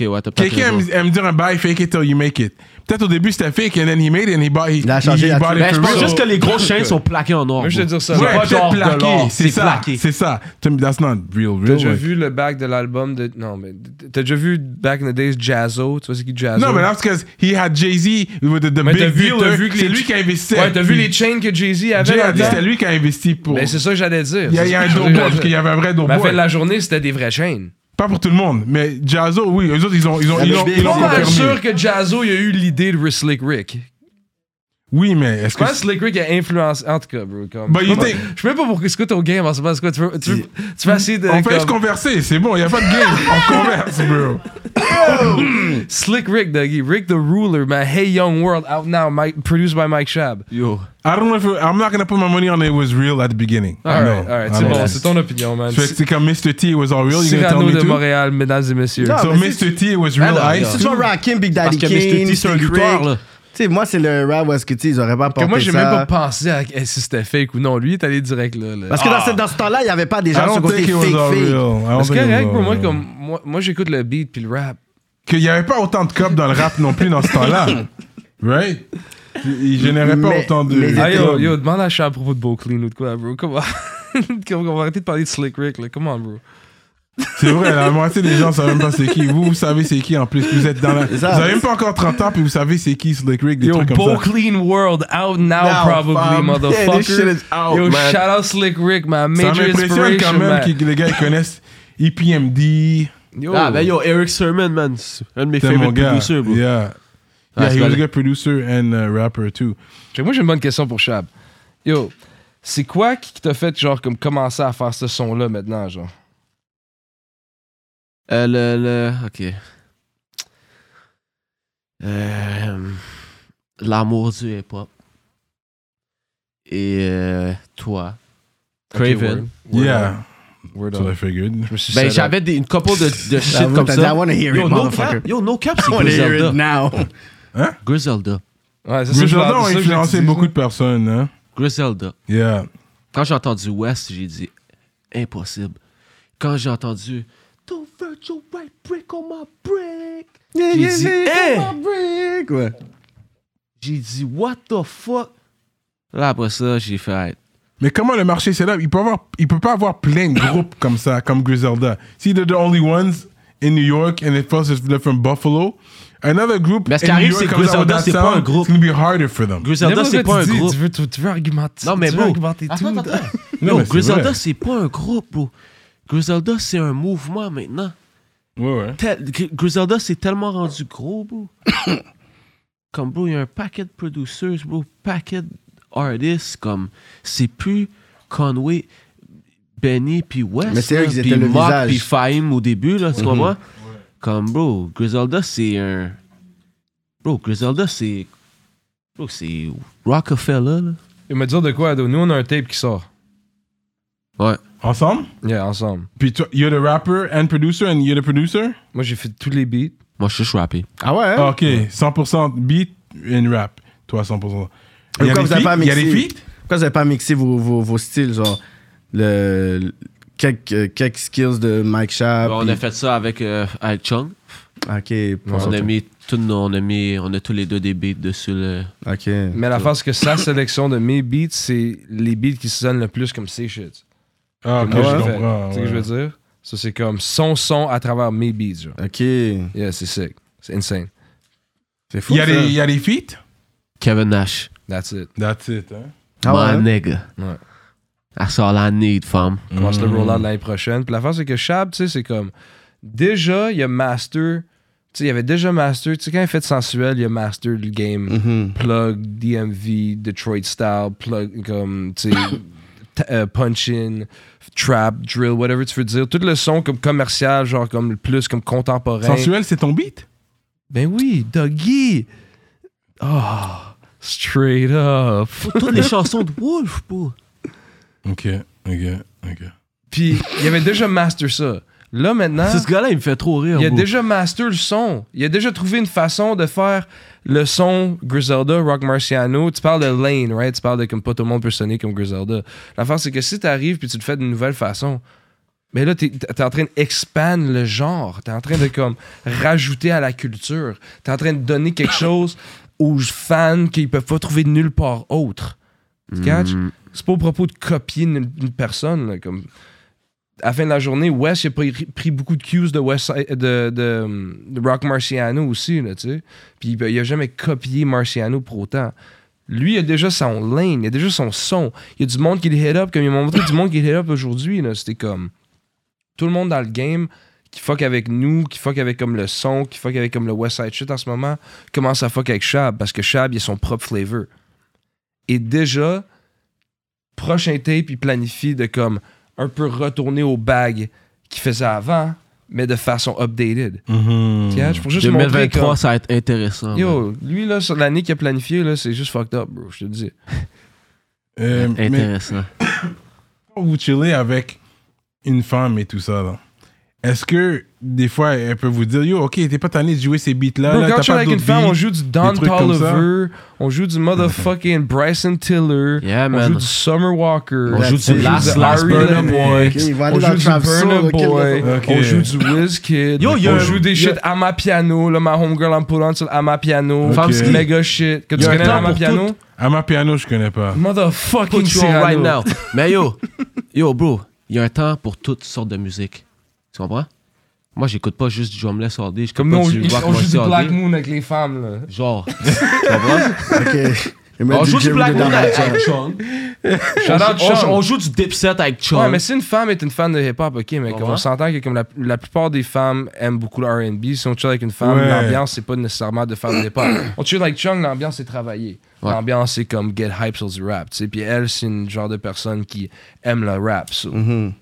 Ok, ouais, t'as peut-être quelqu'un raison. aime, aime dire un bail, fake it till you make it. Peut-être au début c'était fake, and then he made it, and he bought, he, Il a changé he la bought tune. it Ben, je for pense real. juste que les grosses chaînes sont plaquées en or. Moi, je te bro. dire ça. Ouais, pas peut-être genre de l'or. plaqué, c'est c'est ça, plaqué. c'est ça. To me, That's not real, T'as real. déjà like. vu le back de l'album de. Non, mais. T'as déjà vu Back in the Days Jazzo? Tu vois, c'est qui Jazzo? Non, mais that's because he had Jay-Z with the, the Mais big t'as vu, t'as dealer. vu que C'est les- lui qui investissait. Ouais, t'as vu les chains que Jay-Z avait? Jay a dit là-dedans? c'était lui qui a investi pour. Ben, c'est ça que j'allais dire. Il y a, il y a un dos doughboy, parce qu'il y avait un vrai Mais à la fin doughboy. de la journée, c'était des vraies chains. Pas pour tout le monde, mais Jazzo, oui, eux autres, ils ont, ils ont, Il y ils avait ont, Big ils l'ont Deal. Pas mal confirmé. sûr que Jazzo, il y a eu l'idée de Slick Rick. Oui, mais est-ce Je que. Ben, pense que Slick Rick a influencé. En tout cas, bro. Comme... But je you sais pas- think- Je sais même pas pourquoi c'est quoi ton game en ce moment. c'est quoi, Tu veux, tu veux- tu veux essayer de. On fait juste comme- converser, c'est bon, il n'y a pas de game. On converse, bro. Slick Rick, Dougie. Rick the Ruler, man. Hey Young World, out now. Mike, produced by Mike Shab. Yo. I don't know if it- I'm not gonna put my money on it was real at the beginning. All No, right, all right. I C'est don't bon, know. c'est ton opinion, man. Fait que c'est comme Mr. T was all real, you're Cyrano gonna de tell me too? Montréal, mesdames et messieurs. Non, So Ah, mais Mr. T was real Ah, ice non, C'est non. too? toujours Rakim, Big Daddy Parce que Kane, Mr. T, c'est un Slick lutteur, Rick. là. Tu sais, moi, c'est le rap où est-ce que, tu sais, ils auraient pas que porté moi, j'ai ça. même pas pensé à eh, si c'était fake ou non. Lui, il est allé direct là. là. Parce que dans, ce, dans ce temps-là, il n'y avait pas des I gens sur don't côté think it was all real. fake-fake. I don't Parce que think it was rien all pour moi, real. comme moi, moi j'écoute le beat puis le rap. Qu'il n'y avait pas autant de cops dans le rap non plus dans ce temps-là. Right? Il générait pas Mais- autant de. mais Ah, C'était- yo, yo, demande à Chat à propos de Beauclean ou de quoi, bro. Comment on va arrêter de parler de Slick Rick, là. Comment, bro? C'est vrai, la moitié des gens savent même pas c'est qui. Vous, vous savez c'est qui en plus. Vous êtes dans la. Vous ça. avez même pas encore 30 ans, puis vous savez c'est qui Slick Rick, des Yo, trucs comme ça. Beauclean World out now, Now, Oh, probably, fam. Yeah, this shit motherfucker. is out, yo, man. shout out Slick Rick, ma Ça major m'impressionne inspiration, quand même man. que les gars ils connaissent E EPMD. Yo, Ah, ben yo, Eric Sermon, man. c'est Un de mes C'est mon favorite gars. producers, bro. Yeah. Ah, Yeah, c'est he was a valide. good producer and uh, rapper too. Check, moi, j'ai une bonne question pour Chab. Yo, c'est quoi qui t'a fait, genre, comme commencer à faire ce son-là maintenant, genre? Euh, le, le. Ok. Euh, L'amour du hip-hop. Et euh, toi. Ok, Craven. word, word. Yeah. Word So I up. figured. Je me suis Ben, set up. j'avais des- une couple de, de shit J'avoue, comme t'as ça. dit, I wanna hear yo, it, no motherfucker. cap, yo, no cap, c'est I wanna hear Griselda. it now. Griselda. Ouais, c'est ça, je Griselda parle- ont c'est ça que j'ai influencé dit, beaucoup de personnes, hein. Griselda. Yeah. Quand j'ai entendu West, j'ai dit impossible. Quand j'ai entendu Don't hurt your right brick on my brick. J'ai dit, Hein? Brick, ouais. J'ai dit, what the fuck? Là, après ça, j'ai fait, Hey, Mais comment le marché c'est là Il peut avoir, il peut pas avoir plein de groupes comme ça, comme Griselda. See, they're the only ones in New York, and it plus they're from Buffalo. Another group. Mais ce in qui New arrive, York c'est que comes out with Griselda, that c'est pas un sound, groupe. It's gonna be harder for them. Griselda, N'importe c'est quoi pas un tu dis, groupe. Tu veux, tu, tu veux argumenter. Non, mais tu veux bro. argumenter Attends, tout. attends. Non, Yo, mais c'est Griselda, vrai. c'est pas un groupe, bro. Griselda, c'est un mouvement maintenant. Ouais, ouais. Tel- Gr- Griselda, c'est tellement rendu gros, bro. comme, bro, il y a un paquet de producers, bro, paquet d'artistes, comme, c'est plus Conway, Benny, puis West. Mais c'est eux là, qui étaient puis le Mock, visage. Mm-hmm. Puis Fahim au début, là, tu comprends? Comme, bro, Griselda, c'est un... Bro, Griselda, c'est... Bro, c'est Rockefeller, là. Il me dire de quoi, Ado? Nous, on a un tape qui sort. Ouais. Ensemble Yeah, ensemble. Puis toi, you're the rapper and producer, and you're the producer Moi, j'ai fait tous les beats. Moi, je suis juste rappé. Ah ouais, hein? Ok, 100% beat and rap. Toi, 100%. Il y a Pourquoi des vous avez pas feats? Il y a des mixé? feats Pourquoi vous avez pas mixé vos, vos, vos styles, genre le, le- quelques, euh, quelques skills de Mike Sharp? on a fait ça avec, euh, avec Chung. fait. Ok, on, pour- a mis tout, nos- on a mis... On a tous les deux des beats dessus, le... ok. Mais la face que sa sélection de mes beats, c'est les beats qui sonnent le plus comme ces shit. Ah, ok, Moi, je j'ai fait. comprends. Tu sais ce que je ouais. veux dire? Ça, c'est comme son son à travers mes beats, genre. Ok. Yeah, c'est sick. C'est insane. C'est fou. Il y a ça. des- il y a des feats Kevin Nash, That's it. That's it, hein. Ah ouais, my hein? nigga. Ouais. That's all I need, femme. commence le rollout l'année prochaine. Puis l'affaire, c'est que Shab, tu sais, c'est comme. Déjà, il y a Master. Tu sais, il y avait déjà Master. Tu sais, quand il fait de sensuel, il y a Master le game. Mhm. Plug, DMV, Detroit style, plug, comme, tu sais, t- euh, punch in, trap, drill, whatever tu veux dire. Tout le son comme commercial, genre comme plus comme contemporain. Sensuel, c'est ton beat Ben oui, Doggy. Oh, straight up. Toutes les chansons de Wolf, bro. Ok, ok, ok. Puis il y avait déjà master ça. Là Hein? maintenant, Ce gars-là, il me fait trop rire. il y a bro. déjà master le son. Il a déjà trouvé une façon de faire le son Griselda, Rock Marciano. Tu parles de lane, right? Tu parles de comme pas tout le monde peut sonner comme Griselda. L'affaire c'est que si t'arrives puis tu le fais d'une nouvelle façon, mais là, t'es t'es en train d'expandre le genre. T'es en train de comme rajouter à la culture. T'es en train de donner quelque chose aux fans qu'ils peuvent pas trouver nulle part autre. Tu catches? C'est pas au propos de copier une, une personne. là, comme... À la fin de la journée, West il a pris, pris beaucoup de cues de, West, Side- de, de, hum, de Rock Marciano aussi. Là, tu sais. Puis ben, il a jamais copié Marciano pour autant. Lui, il a déjà son lane, il a déjà son son. Il y a du monde qui le hit up, comme il m'a montré du monde qui le hit up aujourd'hui. là. C'était comme tout le monde dans le game qui fuck avec nous, qui fuck avec comme le son, qui fuck avec comme le West Side shit en ce moment, commence à fuck avec Shab parce que Shab, il a son propre flavor. Et déjà, prochain tape, il planifie de comme un peu retourner aux bagues qu'il faisait avant, mais de façon updated. Hmm. Mm-hmm. Tu catches? Pour juste montrer 2023, comme, ça va être intéressant. man. Yo, lui, là, sur l'année qu'il a planifié, là, c'est juste fucked up, bro, je te le dis. Euh, mais Intéressant. quand vous chillez avec une femme et tout ça, là, est-ce que des fois elle peut vous dire Yo, ok, t'es pas tanné de jouer ces beats-là Bro, Ah, là, quand t'as je suis pas avec une d'autres femme, beats on joue du Don trucs comme ça. Tolliver, on joue du motherfucking Bryson Tiller, Yeah, on man. joue du Summer Walker, On joue on du joue Last du Last Ari Burner Lennox, Boy. Ok, il va aller On dans joue le du trap soul, Burner ok, Boy, Ok. on joue du WizKid, Yo, y a on un- joue des y a- shit à ma piano, là ma homegirl en pullant sur à ma piano, Femme, c'est c'est- mega shit. Que Y tu a un connais temps à ma pour piano? À ma piano, je connais pas. Mm. Motherfucking Put you on right Cyrano. now. Mais yo, yo, bro, il y a un temps pour toutes sortes de musique. Tu comprends? Moi, j'écoute pas juste du drumless all day. J'écoute Comme pas nous, on, du il- rock on joue Marcy du all day. Black Moon avec les femmes, là. Genre, tu comprends? Ok. Il met On du joue du Jerry Black de Moon Donald avec Trump. avec Chung. Shout out On- Sean. On joue du Dipset avec Chung. Ouais, mais si une femme est une fan de hip-hop, ok, mais comme Ouais. on s'entend que comme la, la plupart des femmes aiment beaucoup le R&B, si on chill avec une femme, Ouais. l'ambiance, c'est pas nécessairement de faire du hip-hop. on chill avec Chung, l'ambiance, c'est travailler. Ouais. L'ambiance, c'est comme get hype sur du rap, tu sais. Puis elle, c'est une genre de personne qui aime le rap, so Mm-hmm. Mhm.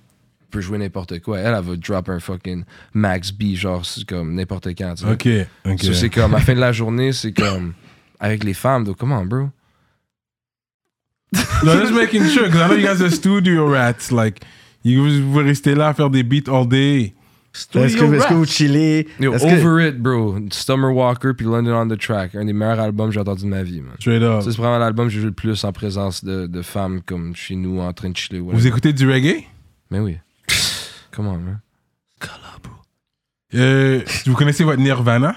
peut jouer n'importe quoi. Elle, elle va drop un fucking Max B, genre, c'est comme n'importe quand, tu sais. Ok, ok. So, euh, c'est comme, à la fin de la journée, c'est comme, avec les femmes, donc comment, bro? No, just making sure, because I know you guys are studio rats. Like, Il- Vous, vous restez là à faire des beats all day. Est-ce que, Studio est-ce que Rats. vous chillez? Yo, Est-ce que- Over It, bro. Summer Walker puis London on the Track. Un des meilleurs albums que j'ai entendu de ma vie, man. Straight up. Ça, c'est vraiment l'album que j'ai joué le plus en présence de, de femmes comme chez nous en train de chiller. whatever. Vous écoutez du reggae? Mais oui. Comment, man? Euh, vous connaissez votre Nirvana?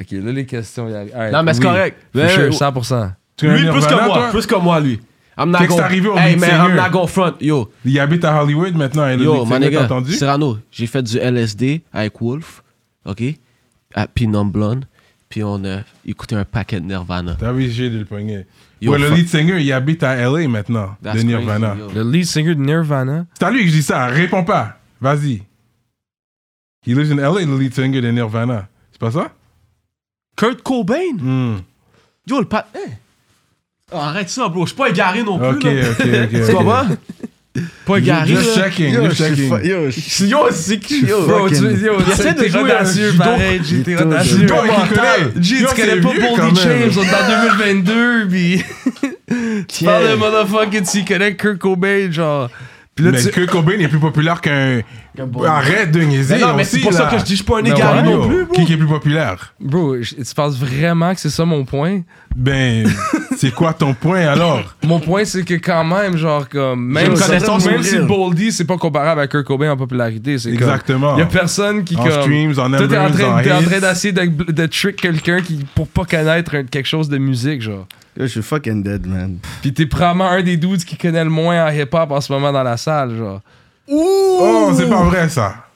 Ok, là, les questions. y arrivent. Alright, Non, mais c'est oui. correct. For Mais- sure, 100%. Tu connais lui, plus Nirvana, que moi. toi? Plus que moi, lui. I'm Fait not que c'est arrivé au gonna, hey, Beat man, Singer. I'm not gonna front. Yo, Il habite à Hollywood maintenant. hein, Et yo, mon t'as gars, entendu? Cyrano, j'ai fait du LSD avec Wolf, OK? À Pinon Blonde, puis on a écouté un paquet de Nirvana. T'as obligé de le pogner. Yo, ouais, le fuck. lead singer, il habite à LA maintenant, That's de crazy, Nirvana. yo. Le lead singer de Nirvana. C'est à lui que je dis ça, réponds pas. Vas-y. He lives in LA, le lead singer de Nirvana. C'est pas ça? Kurt Cobain? Hmm. Yo, le pat... Hey. Oh, arrête ça, bro. Je suis pas égaré non plus. Ok, là. ok, ok. Tu comprends? Pas égaré. Just là. checking, Yo, just je suis checking. fa- yo, je- Yo, c'est qui? Yo, Bro, tu, Fucking- yo, Il essaie t'es de jouer à audacieux, judo. pareil. G, t'es Judo, audacieux. judo, il connaît. G, Yo, tu c'est connais pas vieux quand Boldy même. James, on est en 2022, pis... Tu parles de Tiens. motherfucking, tu connais Kurt Cobain, genre... Pis là, Mais tu... Kurt Cobain est plus populaire qu'un. Bon. Arrête de niaiser. Mais non, mais aussi, c'est pour ça là. que je dis, je suis pas un Mais égaré ouais, non Yo, plus, bro. Qui qui est plus populaire? Bro, je- tu penses vraiment que c'est ça mon point? Ben, c'est quoi ton point alors? Mon point, c'est que quand même, genre, comme, J'ai même, une si- connaissance même mourir. si Boldy, c'est pas comparable à Kurt Cobain en popularité, c'est comme- Exactement. Y a personne qui, En comme. streams, en toi, t'es numbers, en en train, t'es en hits. train d'essayer de, de trick quelqu'un qui, pour pas connaître un- quelque chose de musique, genre. Yo, je suis fucking dead, man. Pis t'es probablement un des dudes qui connaît le moins en hip-hop en ce moment dans la salle, genre. Oh, c'est pas vrai ça.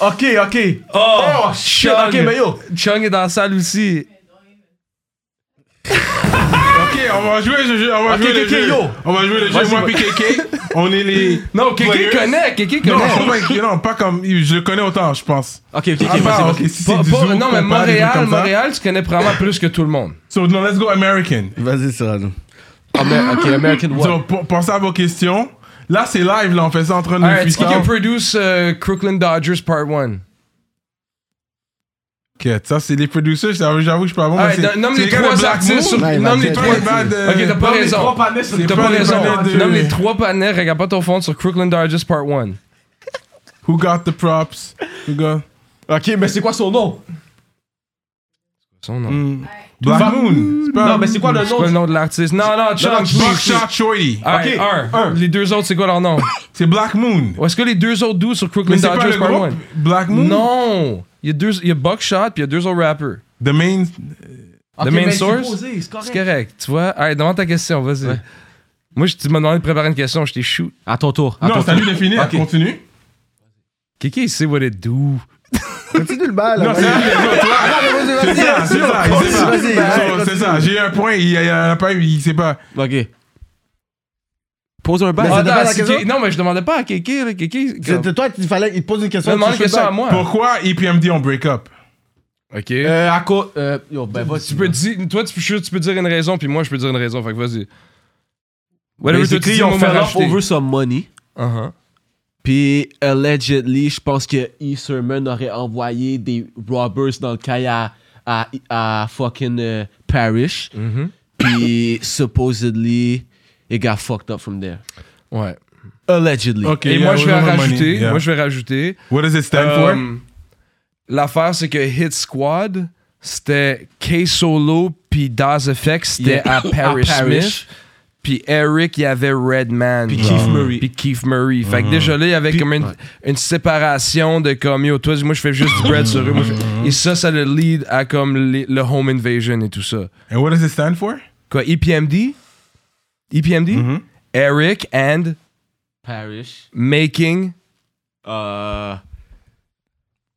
Ok, ok. Oh, shit, ok, Chung. mais yo. Chung est dans la salle aussi. Ok, on va jouer le jeu. On va Ok, jouer le Kéké, jeu. yo. On va jouer le jeu. Vas-y, Moi, vas- puis Kéké, on est les. Non, quelqu'un Players. connaît, quelqu'un Non, connaît. je suis pas- non, pas comme. Je le connais autant, je pense. Ok, ok, Ah, ok, bah, vas-y, ok, vas-y. si Pas- c'est du pas- zoo qu'on non, mais parle, des trucs Montréal, comme ça. Montréal, tu connais probablement plus que tout le monde. So, non, let's go American. Vas-y, Cyrano. Amer- Ok, American War. So, pour- pensez à vos questions. Là, c'est live, là, on fait ça en train de Alright, qui freestyle. can produce euh, Crooklyn Dodgers Part 1? Ok, ça, c'est les producers, j'avoue j'avoue que je suis pas bon. mais Alright, c'est- nomme c'est les gars de trois Black Moon. artistes sur. Ouais, il va Nomme les dire- trois. Ouais, bad, euh, Ok, t'as pas les raison. trois panneaux, c'est T'as pas pas les raison. panneaux de- Nomme les trois panneaux, regarde pas ton fond sur Crooklyn Dodgers Part 1. Who got the props? Who got. Ok, mais c'est quoi son nom? Son nom. Hmm. Black Black Moon. C'est pas- Non, mais c'est quoi le C'est quoi le nom? nom Ah, de l'artiste? Non, non, Chung. Buckshot Shorty. Alright, Ok, un. un. Les deux autres, c'est quoi leur nom? C'est Black Moon. Ou Est-ce que les deux autres dudes sur Crooklyn Mais c'est pas Dodgers le Part groupe 1? Black Moon? Non! Il y, a deux, il y a Buckshot, puis il y a deux autres rappers. The main. The Ok, main mais source? c'est posé, c'est C'est correct. correct, tu vois? Alright, demande ta question, vas-y. Ouais. Moi, je- tu m'as demandé de préparer une question, je t'ai shoot. À ton tour. à Non, ton c'est à tour. lui de finir. Ok. Continue. Kiki, il sait what it do. Continue le bal. Non, vas-y. c'est à lui de finir. Vas-y, C'est vas-y, ça, c'est ça, il sait pas. Vas-y, vas-y, So, vas-y. C'est ça, j'ai un point, il y en a pas eu, il sait pas. Ok. Pose un Mais bail. c'est Ah, Attends, demande la si question? Kiki- non, mais je demandais pas à Kiki, là. Kiki, comme- C'était toi, il fallait, il te pose une question. Je demande tu une question fais à moi. Pourquoi E EPMD ont break-up? Ok. Euh, à cause. Euh, yo, ben, vas-y. tu peux dire, toi, tu peux, je suis sûr que tu peux dire une raison, puis moi, je peux dire une raison. Fait que vas-y. Whatever toi, tu Basically, dis, ils ont moi, fait moi, love rajouter. over some money. Uh-huh. Puis, allegedly, je pense que E. Sermon aurait envoyé des robbers dans le caille à, à, à fucking euh, Parrish. Mm-hmm. Mhm. Puis, supposedly, it got fucked up from there. Ouais. Allegedly. Ok, Et yeah, moi, je vais we'll have rajouter. money, yeah. Moi, je vais rajouter. What does it stand for? Um, L'affaire, c'est que Hit Squad, c'était K-Solo, puis Das Effects, c'était Yeah. à Paris À Smith. Puis Eric, il y avait Redman. Puis Keith Murray. Puis Keith Murray. Fait que déjà là, il y avait comme une, une séparation de comme, yo, toi, moi, je fais juste du bread sur eux. Moi, je fais- Et ça, ça le lead à comme les- le home invasion et tout ça. And what does it stand for? Quoi, E EPMD? EPMD? Mhm. Eric and Parrish. making Euh.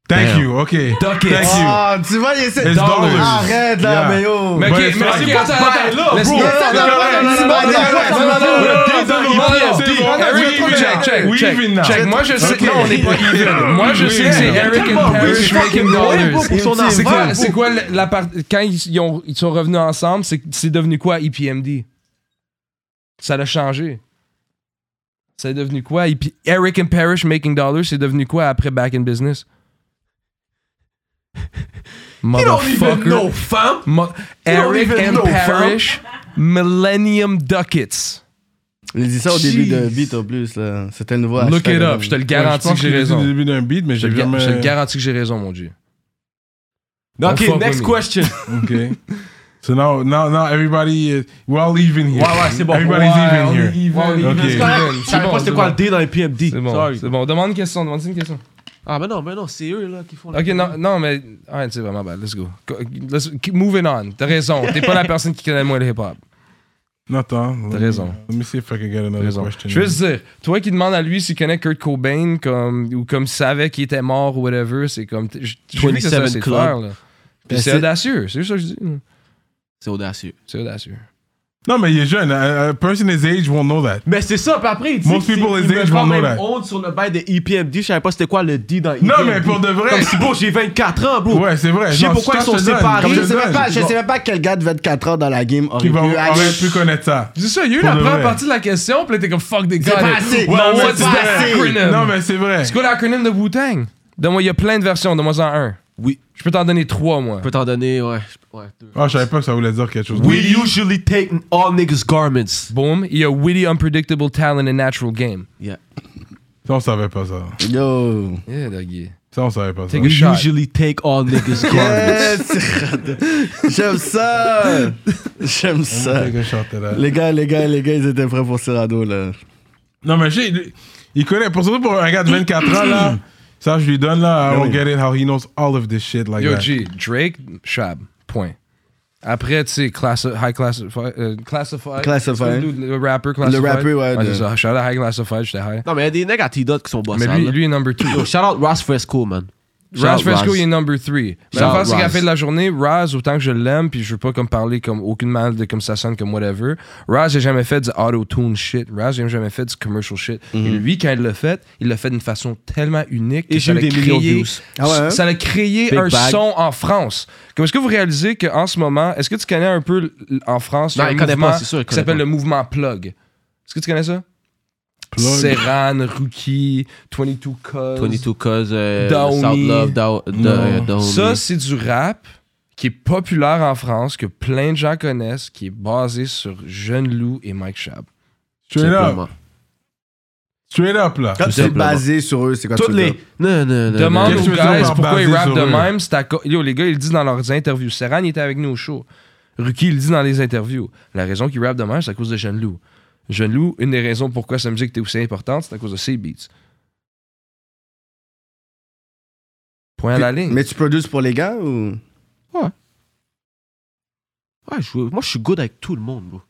Thank Damn. you, ok. duck Thank it. you. Ah, tu vois, il essaie. It's dollars. Arrête Yeah. là, mais yo. Mais ok, Ouais, mais c'est ok, pas attends, ce attends, bail-là, laisse- bro. non, non, C'est non, correct, non, c'est non, non, correct, c'est non, correct, non, non, c'est correct. non, non, non, Voilà, c'est bon, non, non, non, c'est bon, c'est bon. non, Eric, non, on est check, là. check, We check, even now. check. Moi, je sais- Ok. non, on est pas even. Moi, je We sais even que c'est now. Eric and Tellement Parrish rich, making fucking dollars. boy, bro, pour son C'est argent, quoi, bro. c'est quoi la part- quand ils, ont- ils sont revenus ensemble, c'est, c'est devenu quoi E EPMD? Ça l'a changé. C'est devenu quoi? EP Eric and Parrish making dollars, c'est devenu quoi après Back in Business? You don't even Motherfucker. know, Oh, fam. Mo- don't Eric even and know, fam. Parrish, Millennium Ducats. Il dit ça au début de beat en plus. là. C'était une voix. Look it up, je te le garantis Ouais, que j'ai je pense raison. dit au début d'un beat, mais Je te j'ai le ga- jamais. je te le garantis que j'ai raison, mon Dieu. Don't Ok, fuck next with me. question. Ok. So now, now, now everybody, is, we're all leaving here. Ouais, ouais, c'est bon. Everybody's Ouais, even on here. est even. Ouais, on est Ok. even. C'est correct. Je C'est savais bon, pas c'était c'est quoi bon. le D dans les PMD. C'est bon, Sorry. c'est bon. Demande une question, demande une question. Ah, mais non, mais non, c'est eux là qui font la- Ok, non, non mais. Ouais, c'est vraiment bad. Let's go. Co- let's- keep moving on. T'as raison. T'es pas la personne qui connaît le moins le hip-hop. Non, attends. T'as raison. Let me see if I can get T'as another raison. question. Je veux juste dire, toi qui demandes à lui s'il connaît Kurt Cobain comme, ou comme savait qu'il était mort ou whatever, c'est comme. t- j- j'ai vu que ça, 27 c'est Club. clair, là. Puis Ben, c'est c'est- audacieux, c'est juste ça que je dis. C'est audacieux. C'est audacieux. Non, mais il est jeune. A, a person his age won't know that. Mais c'est ça, puis après, il dit. Most qu'il- people il his me age prend won't know même that. honte sur le bail de E EPMD. Je savais pas c'était quoi le D dans EPMD. Non, mais pour de vrai. Comme si, bon, j'ai 24 ans, bro. Ouais, c'est vrai. Je sais Non, pourquoi je ils sont te donne, séparés. comme Je te sais même donne. pas, Ah, je sais même pas quel gars de 24 ans dans la game aurait Qui pu va, aurait aller- pu connaître ça. C'est ça, il y a eu Pour la de première vrai. partie de la question, puis là, t'es comme fuck des gars. pas là. assez. Well, Non, mais what's c'est the pas assez. acronym? Non, mais c'est vrai. C'est quoi l'acronyme de Wu-Tang? Donne-moi, il y a plein de versions, donne-moi en un. Oui. Je peux t'en donner trois, moi. Je peux t'en donner, ouais. je- ouais deux. Ah, je savais pas que ça voulait dire quelque chose. We Oui. usually take all niggas' garments. Boom, il y a Witty, Unpredictable Talent and Natural Game. Yeah. Ça, on savait pas ça. Yo. Yeah, doggy. Ça, on savait pas ça. Take We a shot. usually take all niggas' garments. Yes, J'aime ça. J'aime ça. Take a shot at that. Les gars, les gars, les gars, ils étaient prêts pour Cyrano là. Non, mais je sais, il- il connaît. Pour surtout pour un gars de 24 ans, là, ça, je lui donne, là. I don't get it how he knows all of this shit like Yo, that. G, Drake, Shab, point. Après, tu sais, classi- High Classified. euh, classified. Classified. Le, le rapper Classified. Ah, Le rapper, ouais, de- c'est ça. Shout out High Classified, j'étais high. Non, mais il y a des nègres à T-Dot qui sont bossés. Mais lui, lui est number 2. Yo, shout out Ross Fresco, man. Shout Raz out Fresco, Ross. il est number 3. Mais Shout l'affaire, out c'est qu'à la Raz. fin de la journée, Raz, autant que je l'aime, puis je veux pas comme parler comme aucune mal de comme ça sonne, comme whatever. Raz, j'ai jamais fait du auto-tune shit. Raz, j'ai jamais fait du commercial shit. Et lui, quand il l'a fait, il l'a fait d'une façon tellement unique. Mhm. Et que j'ai eu ça l'a des millions de créé- views. Ah ouais, hein? Ça a créé Big un bag. son en France. Comme est-ce que vous réalisez qu'en ce moment, est-ce que tu connais un peu l- l- en France, il y a Non, un il connaît mouvement pas, c'est sûr, il qui connaît s'appelle pas. le mouvement plug. Est-ce que tu connais ça? Plug. Serran, Rookie, 22 Cuz. 22 Cause, euh, Downey. South Love, Dow- de- Non. Oh Downey. Ça, c'est du rap qui est populaire en France, que plein de gens connaissent, qui est basé sur Jeune Lou et Mike Schaab. Straight up. Simplement. Straight up, là. Quand c'est simplement. basé sur eux, c'est quoi Toutes tu veux les. dire? Non, non, non. Demande Qu'est-ce aux que tu veux dire guys par pourquoi basé ils rappent sur de eux? même. c'est à co- Yo, les gars, ils le disent dans leurs interviews. Serran, il était avec nous au show. Ruki, il le dit dans les interviews. La raison qu'ils rappent de même, c'est à cause de Jeune Lou. Jeune Lou, une des raisons pourquoi sa musique était aussi importante, c'est à cause de ses beats. Point à la ligne. Mais tu produis pour les gars ou Ouais, je- moi, je suis good avec tout le monde, bro.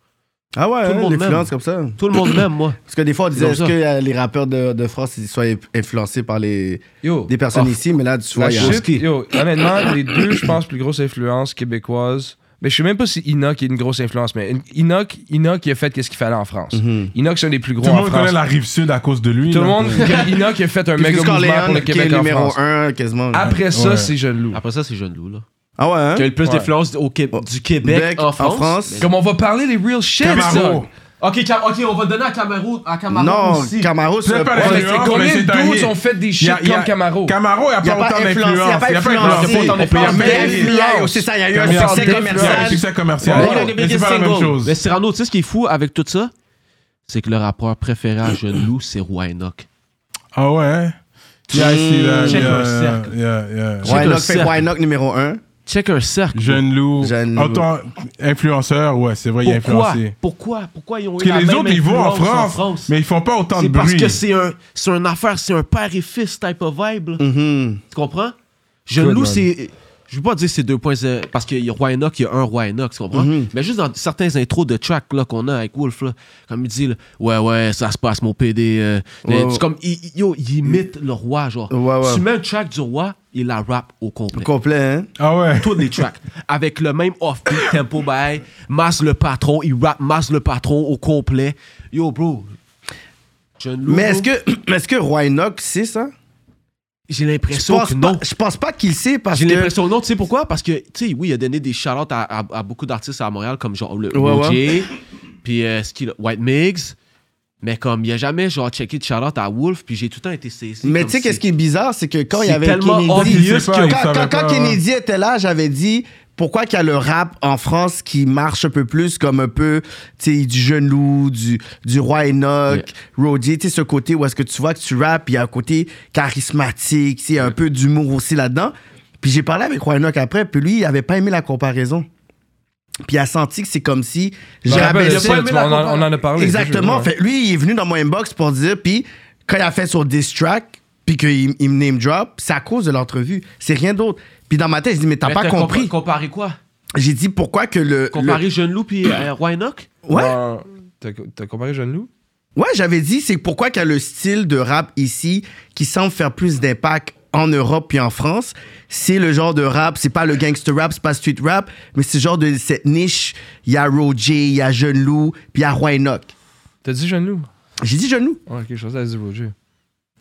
Ah ouais, Tout le hein, monde l'influence m'aime. comme ça. Tout le monde m'aime, moi. Parce que des fois, on disait comme est-ce ça. que euh, les rappeurs de, de France ils soient influencés par les Yo. des personnes Oh, ici, mais là tu vois, La il y a shit, yo, honnêtement, les deux, je pense, plus grosses influences québécoises. Mais je sais même pas si Enoch est une grosse influence, mais une- Enoch, Enoch il a fait qu'est-ce qu'il fallait en France. Mhm. Enoch, c'est un des plus gros Tout le en monde connaît France. la rive sud à cause de lui. Tout le là. monde, Enoch a fait un Puis méga Chris mouvement pour le Corleone qui est Québec en numéro France. 1 quasiment. Après ça, Ouais. c'est Jeune Loup. Après ça, c'est Jeune Lou, là. Ah ouais. hein? Qui a eu le plus Ouais. d'influence au Qué- du Québec Bec en France. Comme on va parler des real shit, Camaro. ça. Ok, Cam- ok, on va donner à Camaro, à Camaro Non, aussi. Camaro c'est C'est pas Ouais, la mais nuance, c'est combien mais c'est de un dudes hit. ont fait des Il y shit a- il y a- comme Camaro? Camaro, il a Il y a pas pas autant influencé, d'influence. il y a pas influencé. Il y a pas Il y a pas influencé. FBI, c'est ça, il y a eu Camaro, un succès c'est commercial. un succès commercial. Ouais, le Mais c'est biggest pas la même single. chose. Mais Cyrano, tu sais ce qui est fou avec tout ça? C'est que le rappeur préféré à Jeune Lou, c'est Wynock. Ah ouais. hein? Yeah, I see that. Check Yeah, un cercle. yeah, yeah, yeah. Ouais. Wynock un fait cercle. Wynock numéro 1. Check un cercle. Jeune loup. Jeune loup. Autant influenceur, ouais, c'est vrai, il est Pourquoi? influencé. Pourquoi? Pourquoi ils ont eu Parce la que les même autres, ils vont en influence France, mais ils font pas autant de C'est parce bruit. que c'est un, c'est une affaire, c'est un père et fils type of vibe. là. Mhm. Tu comprends? Jeune Good Lou, one. c'est. Je veux pas dire c'est 2.0 euh, parce qu'il y a Roy Enoch, il y a un Roy Enoch, tu comprends? Mm-hmm. Mais juste dans certains intros de track là, qu'on a avec Wolf, là, comme il dit, là, ouais, ouais, ça se passe, mon PD. euh, Ouais, euh, ouais. c'est comme, il, il- yo, il imite le roi, genre. Ouais, ouais. Tu mets un track du roi, il la rap au complet. Complet, hein? Ah ouais. Tous les tracks. Avec le même off-beat, tempo by, masse le patron, il rap masse le patron au complet. Yo, bro. Jeune Lou, Mais est-ce bro, que, mais est-ce que Wynock sait ça? J'ai Je l'impression pense, que non. pas, je pense pas qu'il sait parce J'ai que. l'impression non, tu sais pourquoi? Parce que, tu sais, oui, il a donné des shout à, à, à beaucoup d'artistes à Montréal, comme genre le Ouais, OJ, ouais. puis euh, ce qu'il a- White Migs, mais comme il a jamais genre checké de shout à Wolf, puis j'ai tout le temps été saisi. Mais comme tu sais, si- qu'est-ce qui est bizarre, c'est que quand il y C'est avait tellement Kennedy. obvious quand, que- quand- savait quand pas, Kennedy était là, j'avais dit pourquoi qu'il y a le rap en France qui marche un peu plus comme un peu, tu sais, du jeune loup, du, du roi Enoch, Roddy, tu sais, ce côté où est-ce que tu vois que tu rappes, il y a un côté charismatique, tu sais, un peu d'humour aussi là-dedans. Puis j'ai parlé avec Roy Enoch après, puis lui, il avait pas aimé la comparaison. Puis il a senti que c'est comme si Je me rappelle, il j'avais y a pas- tu vois, on, en, on en a parlé. hein. Exactement. Fait, Ben, lui, il est venu dans mon inbox pour dire, puis quand il a fait son diss track, puis qu'il il me name drop, c'est à cause de l'entrevue. C'est rien d'autre. Puis dans ma tête, je dis, mais t'as Mais pas compa- compris. Comparé quoi J'ai dit, pourquoi que le. Comparé Jeune Loup puis euh, Roy Enoch le- Ouais, T'as t'as comparé Jeune Loup? ouais j'avais dit, c'est pourquoi qu'il y a le style de rap ici qui semble faire plus d'impact en Europe puis en France. C'est le genre de rap, c'est pas le gangster rap, c'est pas street rap, mais c'est le genre de cette niche. Il y a Roger, il y a Jeune Loup, puis il y a Roy Enoch. T'as dit Jeune Loup? J'ai dit Jeune Loup. Ouais, quelque chose à dire Roger.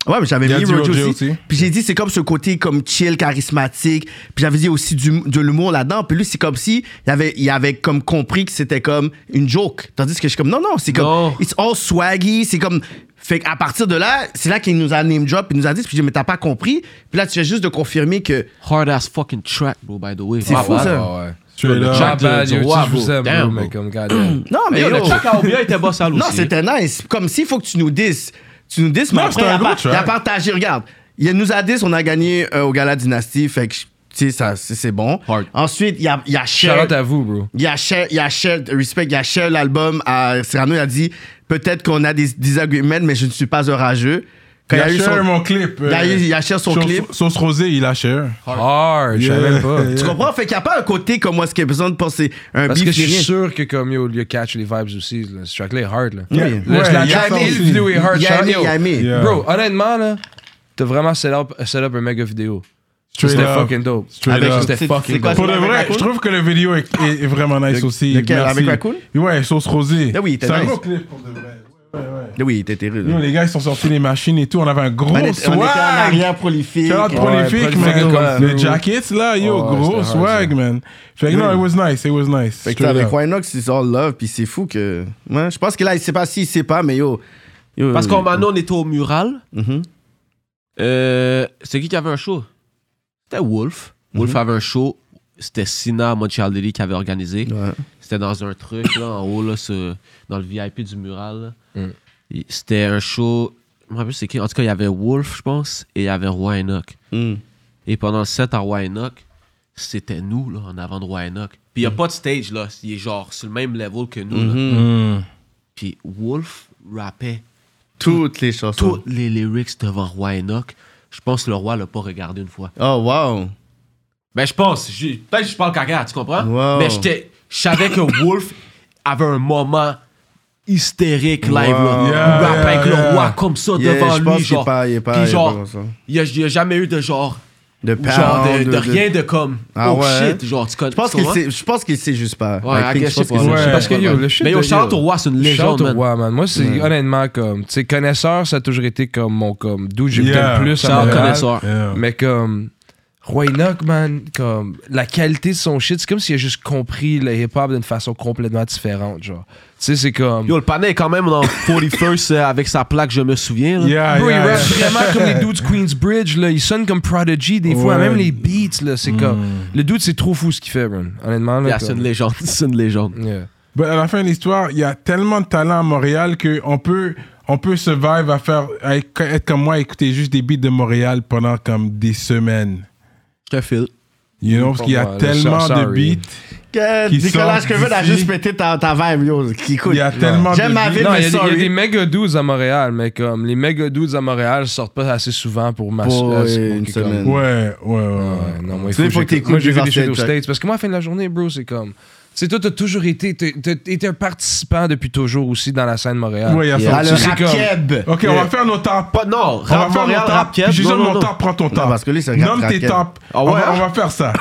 Ouais, mais j'avais Il y a mis du Roger Roger aussi. aussi. Puis j'ai dit, c'est comme ce côté comme chill, charismatique. Puis j'avais dit aussi du, de l'humour là-dedans. Puis lui, c'est comme si il avait, il avait comme compris que c'était comme une joke. Tandis que je suis comme, non, non, c'est comme, Non. it's all swaggy. C'est comme, fait qu'à partir de là, c'est là qu'il nous a name drop. Il nous a dit, puis j'ai dit, mais t'as pas compris. Puis là, tu fais juste de confirmer que, Hard ass fucking track, bro, by the way. C'est Ah, fou, bah, ça. Ah ouais. Tu es là. Ah bah, de- yo, de tu sais, roi, je vous bro. aime, bro, Damn, mais bro. comme goddamn. non, mais, Mais yo, yo. le track à Obia était boss à Non, aussi. c'était nice. Comme s'il faut que tu nous dises. Tu nous dises, mais Non, après, c'était il un a, gros par- track. il a partagé. Regarde, il nous a dit, on a gagné euh, au Gala Dynasty. Fait que, tu sais, ça, c'est c'est bon. Hard. Ensuite, il y a, il y a Cher. Charlotte à vous, bro. Il y a Cher, il y a Cher, respect, il y a Cher l'album à Cyrano. Il a dit, peut-être qu'on a des disagreements, mais je ne suis pas un rageux. Quand Il il a a eu cher son- mon clip. euh, il a eu- il a cher son clip. Sauce rosée, il a cher. Hard, je savais Yeah. même pas. Yeah. Tu comprends? Fait qu'il n'y a pas un côté comme moi, ce qu'il y a besoin de penser un Parce que beef je ni suis rien. sûr que comme yo, il a catch les vibes aussi. là. Ce track-là est hard, là. Oui. Là, Ouais, je la il a track, aimé. la vidéo est hard. Il a shout aimé, yo. il a aimé. Yeah. Bro, honnêtement, là, t'as vraiment set up, set up un méga vidéo. Straight C'était up. fucking dope. Straight Avec- up. C'était C'est- fucking c'est quoi dope. Pour Avec de vrai, Raccoon? je trouve que la vidéo est, est- est vraiment nice aussi. lequel? Merci. Avec Raccoon? Ouais, sauce rosée. Ah oui, il était C'est un nice. gros clip pour de vrai. Ouais, ouais, ouais. Oui, il était terrible. Nous, les gars, ils sont sortis les machines et tout. On avait un gros On était on était en swag. arrière prolifique. Shout out Ouais, prolifique, prolifique man. comme Les Flew. jackets, là, yo, Ouais, gros c'était hard, swag, ça. man. Fait que non, it was nice, it was nice. Fait que Straight avec up. Roy Knox, c'est all love, puis c'est fou que. Ouais, je pense que là, il sait pas s'il sait pas, mais yo. yo, Parce yo, qu'en Manon, on était au mural. Mhm. Euh, c'est qui qui avait un show C'était Wolf. Wolf avait un show. C'était Sina Montchaldelli qui avait organisé. Ouais. C'était dans un truc, là, en haut, là, ce- dans le VIP du mural. là. Mm. Il- C'était un show. Je me rappelle c'est qui. En tout cas, il y avait Wolf, je pense, et il y avait Roy Enoch. Mm. Et pendant le set à Roy Enoch, c'était nous, là, en avant de Roy Enoch. Puis il n'y a pas de stage, là. Il est genre sur le même level que nous, là. Mhm. Puis Wolf rappait Toutes les chansons. toutes les lyrics devant Roy Enoch. Je pense que le roi l'a pas regardé une fois. Oh, wow. Ben, je pense. j'ai- Peut-être que je parle caca, tu comprends? Wow. Mais j'étais- je savais que Wolf avait un moment hystérique live, là. Yeah, Wow. Il rappait yeah, avec yeah. le roi comme ça Yeah, devant je pense lui, qu'il est genre. pas- il est pas- il Puis est genre, pas comme ça. il y a, il y a jamais eu de genre... De pound, genre de, de de- rien de comme... Ah oh ouais? shit, genre, tu connais... Je pense tu qu'il comprends? sait, je pense qu'il sait juste pas. Ouais, I I think- guess, je pense je sais pas. qu'il sait Ouais, juste parce que pas. yo, le shit. Mais de yo, Charles yo. au roi, c'est une Shout légende, au man. roi, man. Moi, c'est honnêtement comme, tu sais, connaisseur, ça a toujours été comme mon comme, d'où j'ai Yeah. peut-être plus Shout à out Montréal. connaisseur. Yeah. Mais comme, Roy Knock, man, comme, la qualité de son shit, c'est comme s'il a juste compris le hip-hop d'une façon complètement différente, genre. Tu sais, c'est comme. Yo, le panel est quand même dans 41st euh, avec sa plaque, je me souviens. là. Yeah, Bro, il yeah, rappe yeah. vraiment comme les dudes Queensbridge, là. Il sonne comme Prodigy des fois, Ouais. Hmm. même les beats, là. C'est comme. Le dude, c'est trop fou ce qu'il fait, man. Honnêtement, là. Yeah, c'est comme- une légende, c'est une légende. Yeah. Ben, à la fin de l'histoire, il y a tellement de talent à Montréal qu'on peut, on peut survive à faire, à éc- être comme moi, écouter juste des beats de Montréal pendant comme des semaines. Je te file. You know, parce Pour qu'il y a moi, le tellement Sorry. de beats. Que Qui Nicolas sort Creville a d'ici. juste pété ta, ta vibe, yo. Qui écoute. Il y a tellement J'aime de ma beats. ville, Non, mais il y, a des- il y a sorry. des méga dudes à Montréal, mais comme les méga dudes à Montréal sortent pas assez souvent pour ma Pour, euh, euh, une que comme- semaine. Ouais, ouais, ouais. Ouais, non, moi, il Tu sais, faut, faut que que t'écoutes Moi, j'ai des vu des shit aux anciennes States. Parce que moi, à la fin de la journée, bro, c'est comme. Tu sais, toi, t'as toujours été. T'as t'as été un participant depuis toujours aussi dans la scène de Montréal. Ouais, il y a Il y a sorti. le C'est rap comme- keb. Ok, on va faire nos tops. Pas, non, On va rap faire Montréal, nos rap tops. Kiev. J'ai Non, donne non, mon non. top, prends ton top. parce que lui, c'est un Nomme rap tes racket. tops. Ah on, ouais, va, hein? on va faire ça.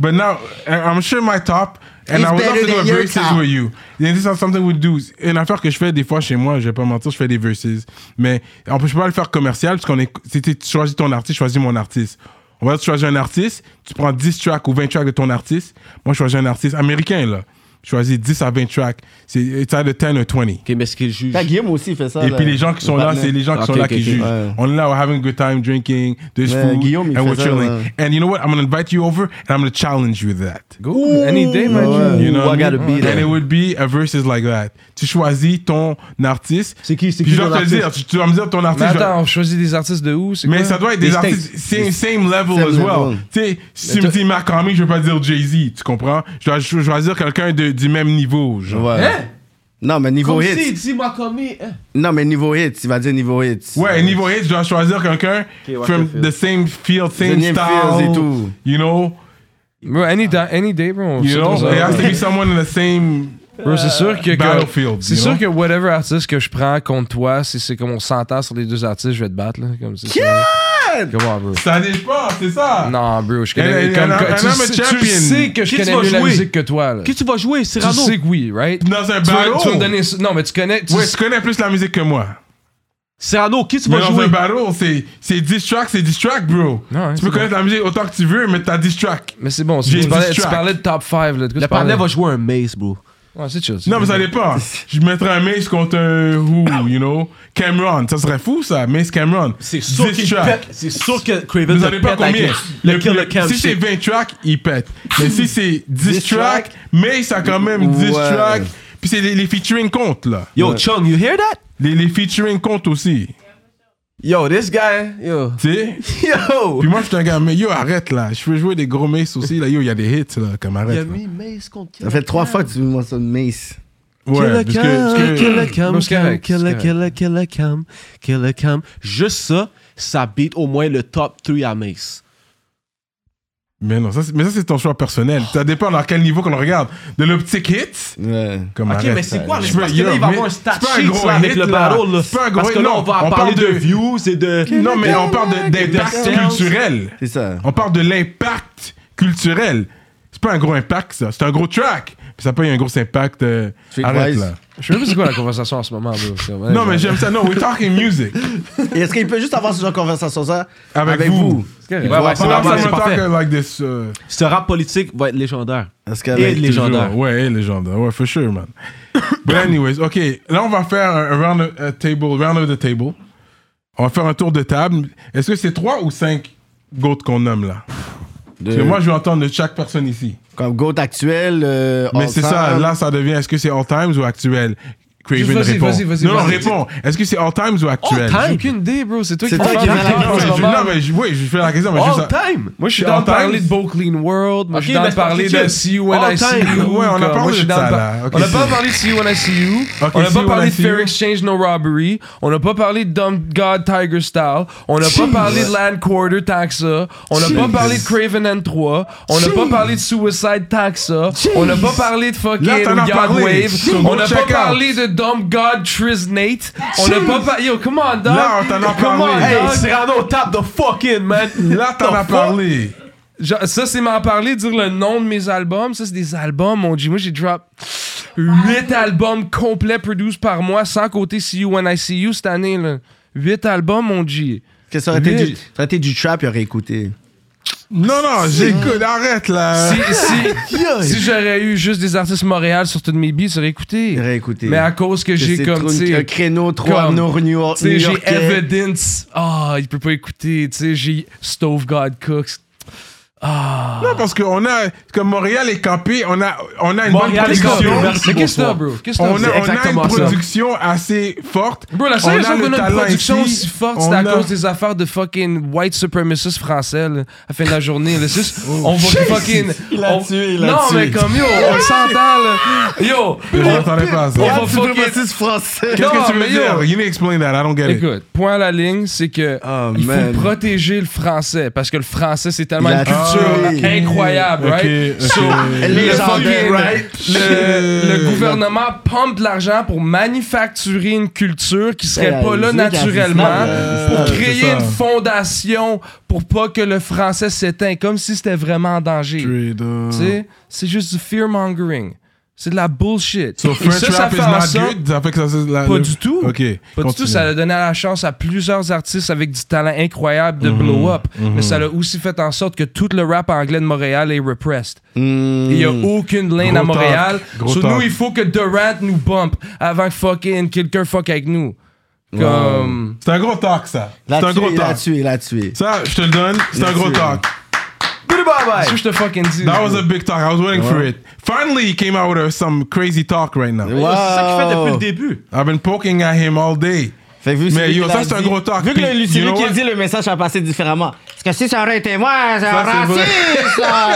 But now, I- I'm sure my top, and It's I would love better to do a than your verses top. with you. And this is something we do. Une affaire que je fais des fois chez moi, je vais pas mentir, je fais des verses. Mais on peut je peux pas le faire commercial, parce qu'on est, si tu choisis ton artiste, je choisis mon artiste. On va choisir un artiste, tu prends 10 tracks ou 20 tracks de ton artiste. Moi, je choisis un artiste américain, là. Choisis 10 à 20 tracks. C'est it's either 10 or 20. Ok, mais ce qu'il juge. Ah, Guillaume aussi fait ça. Et là. puis les gens qui sont là, partner. c'est les gens qui Ok, sont là ok, qui ok. jugent. Ouais. On est là, we're having a good time drinking, there's Ouais, food, Guillaume, il and fait we're ça, chilling. ouais. And you know what? I'm gonna invite you over, and I'm gonna challenge you with that. Go, any day, man. Ouais. You know Ooh, I what I gotta mean? be there. And it would be a versus like that. Tu choisis ton artiste. C'est qui- c'est Puis qui je dois ton te le dire, artiste? tu, tu vas me dire ton Mais artiste. je- attends, on choisit des artistes de où c'est mais quoi? ça doit être des Les artistes same, same level Same as well. level. Tu sais, si tu me dis Marc Army, je veux pas dire Jay-Z, tu comprends? Je dois cho- choisir quelqu'un de- du même niveau. Genre. Ouais. Hein? Non, mais niveau Comme hits. si, dis Makomé. hein. Non, mais niveau hits, il va dire niveau hits. Ouais, niveau hit, je dois choisir quelqu'un from the same field, same Same style. fields et tout. You know? Bro, any, da- any day, bro. on You sait know? trop ça. It has to be someone in the same. Bro, c'est sûr que. que- Battlefield, C'est you sûr know? que whatever artiste que je prends contre toi, si c'est comme on s'entend sur les deux artistes, je vais te battre, là. Comme ça. c'est- Come on, bro. Ça dépend, c'est ça. Non, bro, je And- connais. and comme- I'm- and tu, I'm a sais, tu champion. sais que je Qui tu connais vas mieux la jouer? musique que toi, là. Qui tu vas jouer, tu Cyrano? sais que oui, right? Dans un Tu vas, battle. tu vas me donner. ça- Non, mais tu connais. Tu Ouais, tu connais plus la musique que moi. Cyrano, qui tu Mais vas dans un jouer? battle, c'est c'est 10 tracks, c'est 10 tracks, bro. Ouais, tu c'est peux bon. connaître la musique autant que tu veux, mais t'as 10 tracks. Mais c'est bon, c'est J'ai bon, tu, parlais, dix tu tracks. parlais de top 5, là. de quoi Le tu parlais? partenaire va jouer un mace, bro. Ouais, c'est chill. c'est Non, mais chill. ça dépend. Je mettrais un Mace contre un Who, you know? Cameron. Ça serait fou, ça. Mace Cameron. C'est sûr 10 qu'il tracks. pète. C'est sûr que Craven Vous te savez pas pète avec combien. le- le Le- kill le- the cam. si c'est shit. 20 tracks, il pète. Mais si c'est 10 10 tracks, Mace a quand même 10 Ouais. tracks. Puis c'est les, les featuring comptent, là. Yo, Chung, you hear that? Les, les featuring comptent aussi. Yo, this guy, yo. Tu sais? Yo! Puis moi, je suis un gars, mais yo, arrête, là. Je peux jouer des gros Mace aussi, là. Yo, il y a des hits, là, comme Il a arrête. là. mis mace contre Kill Ça fait trois fois que tu me mentionnes Mace. Ouais, parce que- parce que- Killer Cam, Non, c'est Cam, correct, Killer c'est Killer Killer Cam, Killer Cam. Juste ça, ça beat au moins le top 3 à Mace. Mais non, ça, c'est- mais ça, c'est ton choix personnel. Ça dépend à quel niveau qu'on le regarde. De l'optique hit, Ouais. comme Ok, arrête, mais c'est ça. quoi? Je Parce veux- que là, yo, il va mais avoir un stat c'est pas un sheet gros là, avec hit, le là. battle. Là. C'est pas un gros Parce que hit, là, non. on va On parler parle de de- views et de... Non, mais on parle de- Des d'impact sales. culturel. C'est ça. On parle de l'impact culturel. C'est pas un gros impact, ça. C'est un gros track. Puis ça peut y a un gros impact. euh, Street arrête, wise. là. Je sais même pas c'est quoi la conversation en ce moment, bro. Non, mais j'aime ça. Non, we're talking music. Et Est-ce qu'il peut juste avoir ce genre de conversation ça Avec vous. correct. Il Ouais, va avoir ouais, ça On c'est avec normal. vous. talking parfait. like this. euh, Ce rap politique va être légendaire. Parce Et qu'avec les- Légendaire. Toujours. Ouais, et légendaire. Ouais, for sure, man. But anyways, OK. Là, on va faire un round of, a table, round of the table. On va faire un tour de table. Est-ce que c'est trois ou cinq goats qu'on nomme, là? Parce que Euh, moi, je veux entendre de chaque personne ici. comme GOAT actuel, euh, Mais all c'est ça. time. Là, ça devient, est-ce que c'est all times ou actuel? Craven Vas-y, répond. vas-y, vas-y, non, non, vas-y. réponds. Est-ce que c'est all times ou actuel? All J'ai time? aucune idée, bro. C'est toi qui C'est toi parles. qui vas Non, mais je- non, Moi, mais je- oui, je fais la question, mais je All time! je suis All dans le time. parler de Beau Clean World. Moi, je suis Ok, ben, dans mais le c'est parler parce de que- See You When All I time. See You. Ouais, on a comme, parlé moi, je suis de dans ça, le- là. Ok, On n'a pas see- parlé de See You When I See You. Ok, On n'a see pas you when I parlé de see you. Fair Exchange No Robbery. On n'a pas parlé de Dumb God Tiger Style. On n'a pas parlé de Land Quarter tant que ça. On n'a pas parlé de Craven and 3. On n'a pas parlé de Suicide tant que ça. On n'a pas parlé de fucking Là, t'en as God parlé. Wave. So go On n'a check pas out. parlé de Dumb God Trisnate. On n'a pas parlé. Yo, come on, dog. Là, on t'en a Come on, parlé. Hey, dog. Cyrano, tap the fucking, man! Là, t'en as parlé. Genre, ça, c'est m'en parler, dire le nom de mes albums. Ça, c'est des albums, mon Dieu. Moi, j'ai drop 8 albums complets produced par moi, sans côté See You When I See You cette année. Là. 8 albums, mon G. Que ça aurait, été Lui- du, ça aurait été du trap, il aurait écouté. Non, non, j'écoute. Arrête, là. Si, si, si j'aurais eu juste des artistes Montréal sur toutes mes billes, ça aurait écouté. Il aurait écouté. Mais à cause que, j'ai c'est comme, trop- tu Un sais, créneau trop à comme- New York. tu sais, j'ai New-Yorkais. Evidence. Ah, il peut pas écouter. Tu sais, j'ai Stove God Cooks. Ah. Non, parce qu'on a, comme Montréal est campé, on a, on a une Montréal bonne est campé, production. merci. Mais qu'est-ce que t'as, bro? Qu'est-ce que On a, on t'as? a C'est une exactement ça. production assez forte. Bro, la On seule a raison le qu'on a une talent production ici. aussi forte, On c'est à a- cause des affaires de fucking white supremacists français, là, à la fin de la journée. là. C'est juste, Oh, on va fucking. on- non, mais comme yo, on s'entend, là. Yo, Je on- m'attendais pas à ça. on Ah, va tu peux fucking- passer ce français. Qu'est-ce que Non, tu veux mais dire? yo. You need to explain that. I don't get it. Écoute, point à la ligne, c'est que Oh, il faut man. protéger le français parce que le français c'est tellement La une culture culture. incroyable, Ok, right? ok. So, Les le, gens fucking- right? Euh, le- le gouvernement pompe de l'argent pour manufacturer une culture qui serait Ouais, pas là c'est naturellement, quasiment, pour euh, c'est créer ça. une fondation pour pas que le français s'éteint, comme si c'était vraiment en danger. Straight up. Tu sais, c'est juste du fear mongering. C'est de la bullshit. So French ça, ça rap fait is en not sorte- good? Ça fait que ça, c'est la- Pas le- du tout. OK. Pas du tout, continue. ça a donné la chance à plusieurs artistes avec du talent incroyable Mhm, de blow up, mais ça a aussi fait en sorte que tout le rap anglais de Montréal est repressed. Il n'y a aucune lane Hmm. Gros à Montréal. talk, gros Sur talk. nous, il faut que Durant nous bump avant que fucking quelqu'un fuck avec nous. Comme. C'est un gros talk, ça. C'est L'a un tué, gros il l'a talk. tué, il l'a tué. Ça, je te le donne, c'est un gros tué. talk. C'est ce que je te fucking dis. That bro. was a big talk. I was waiting for it. Finally, he came out with some crazy talk right now. Wow. C'est ça qu'il fait depuis le début. I've been poking at him all day. Fait que vu Mais celui yo, qui ça, l'a c'est un dit- gros talk. Vu que Puis, le- le- you celui know qui what? a dit, le message a passé différemment. Parce que si ça aurait été moi, c'est un c'est vrai. raciste! là.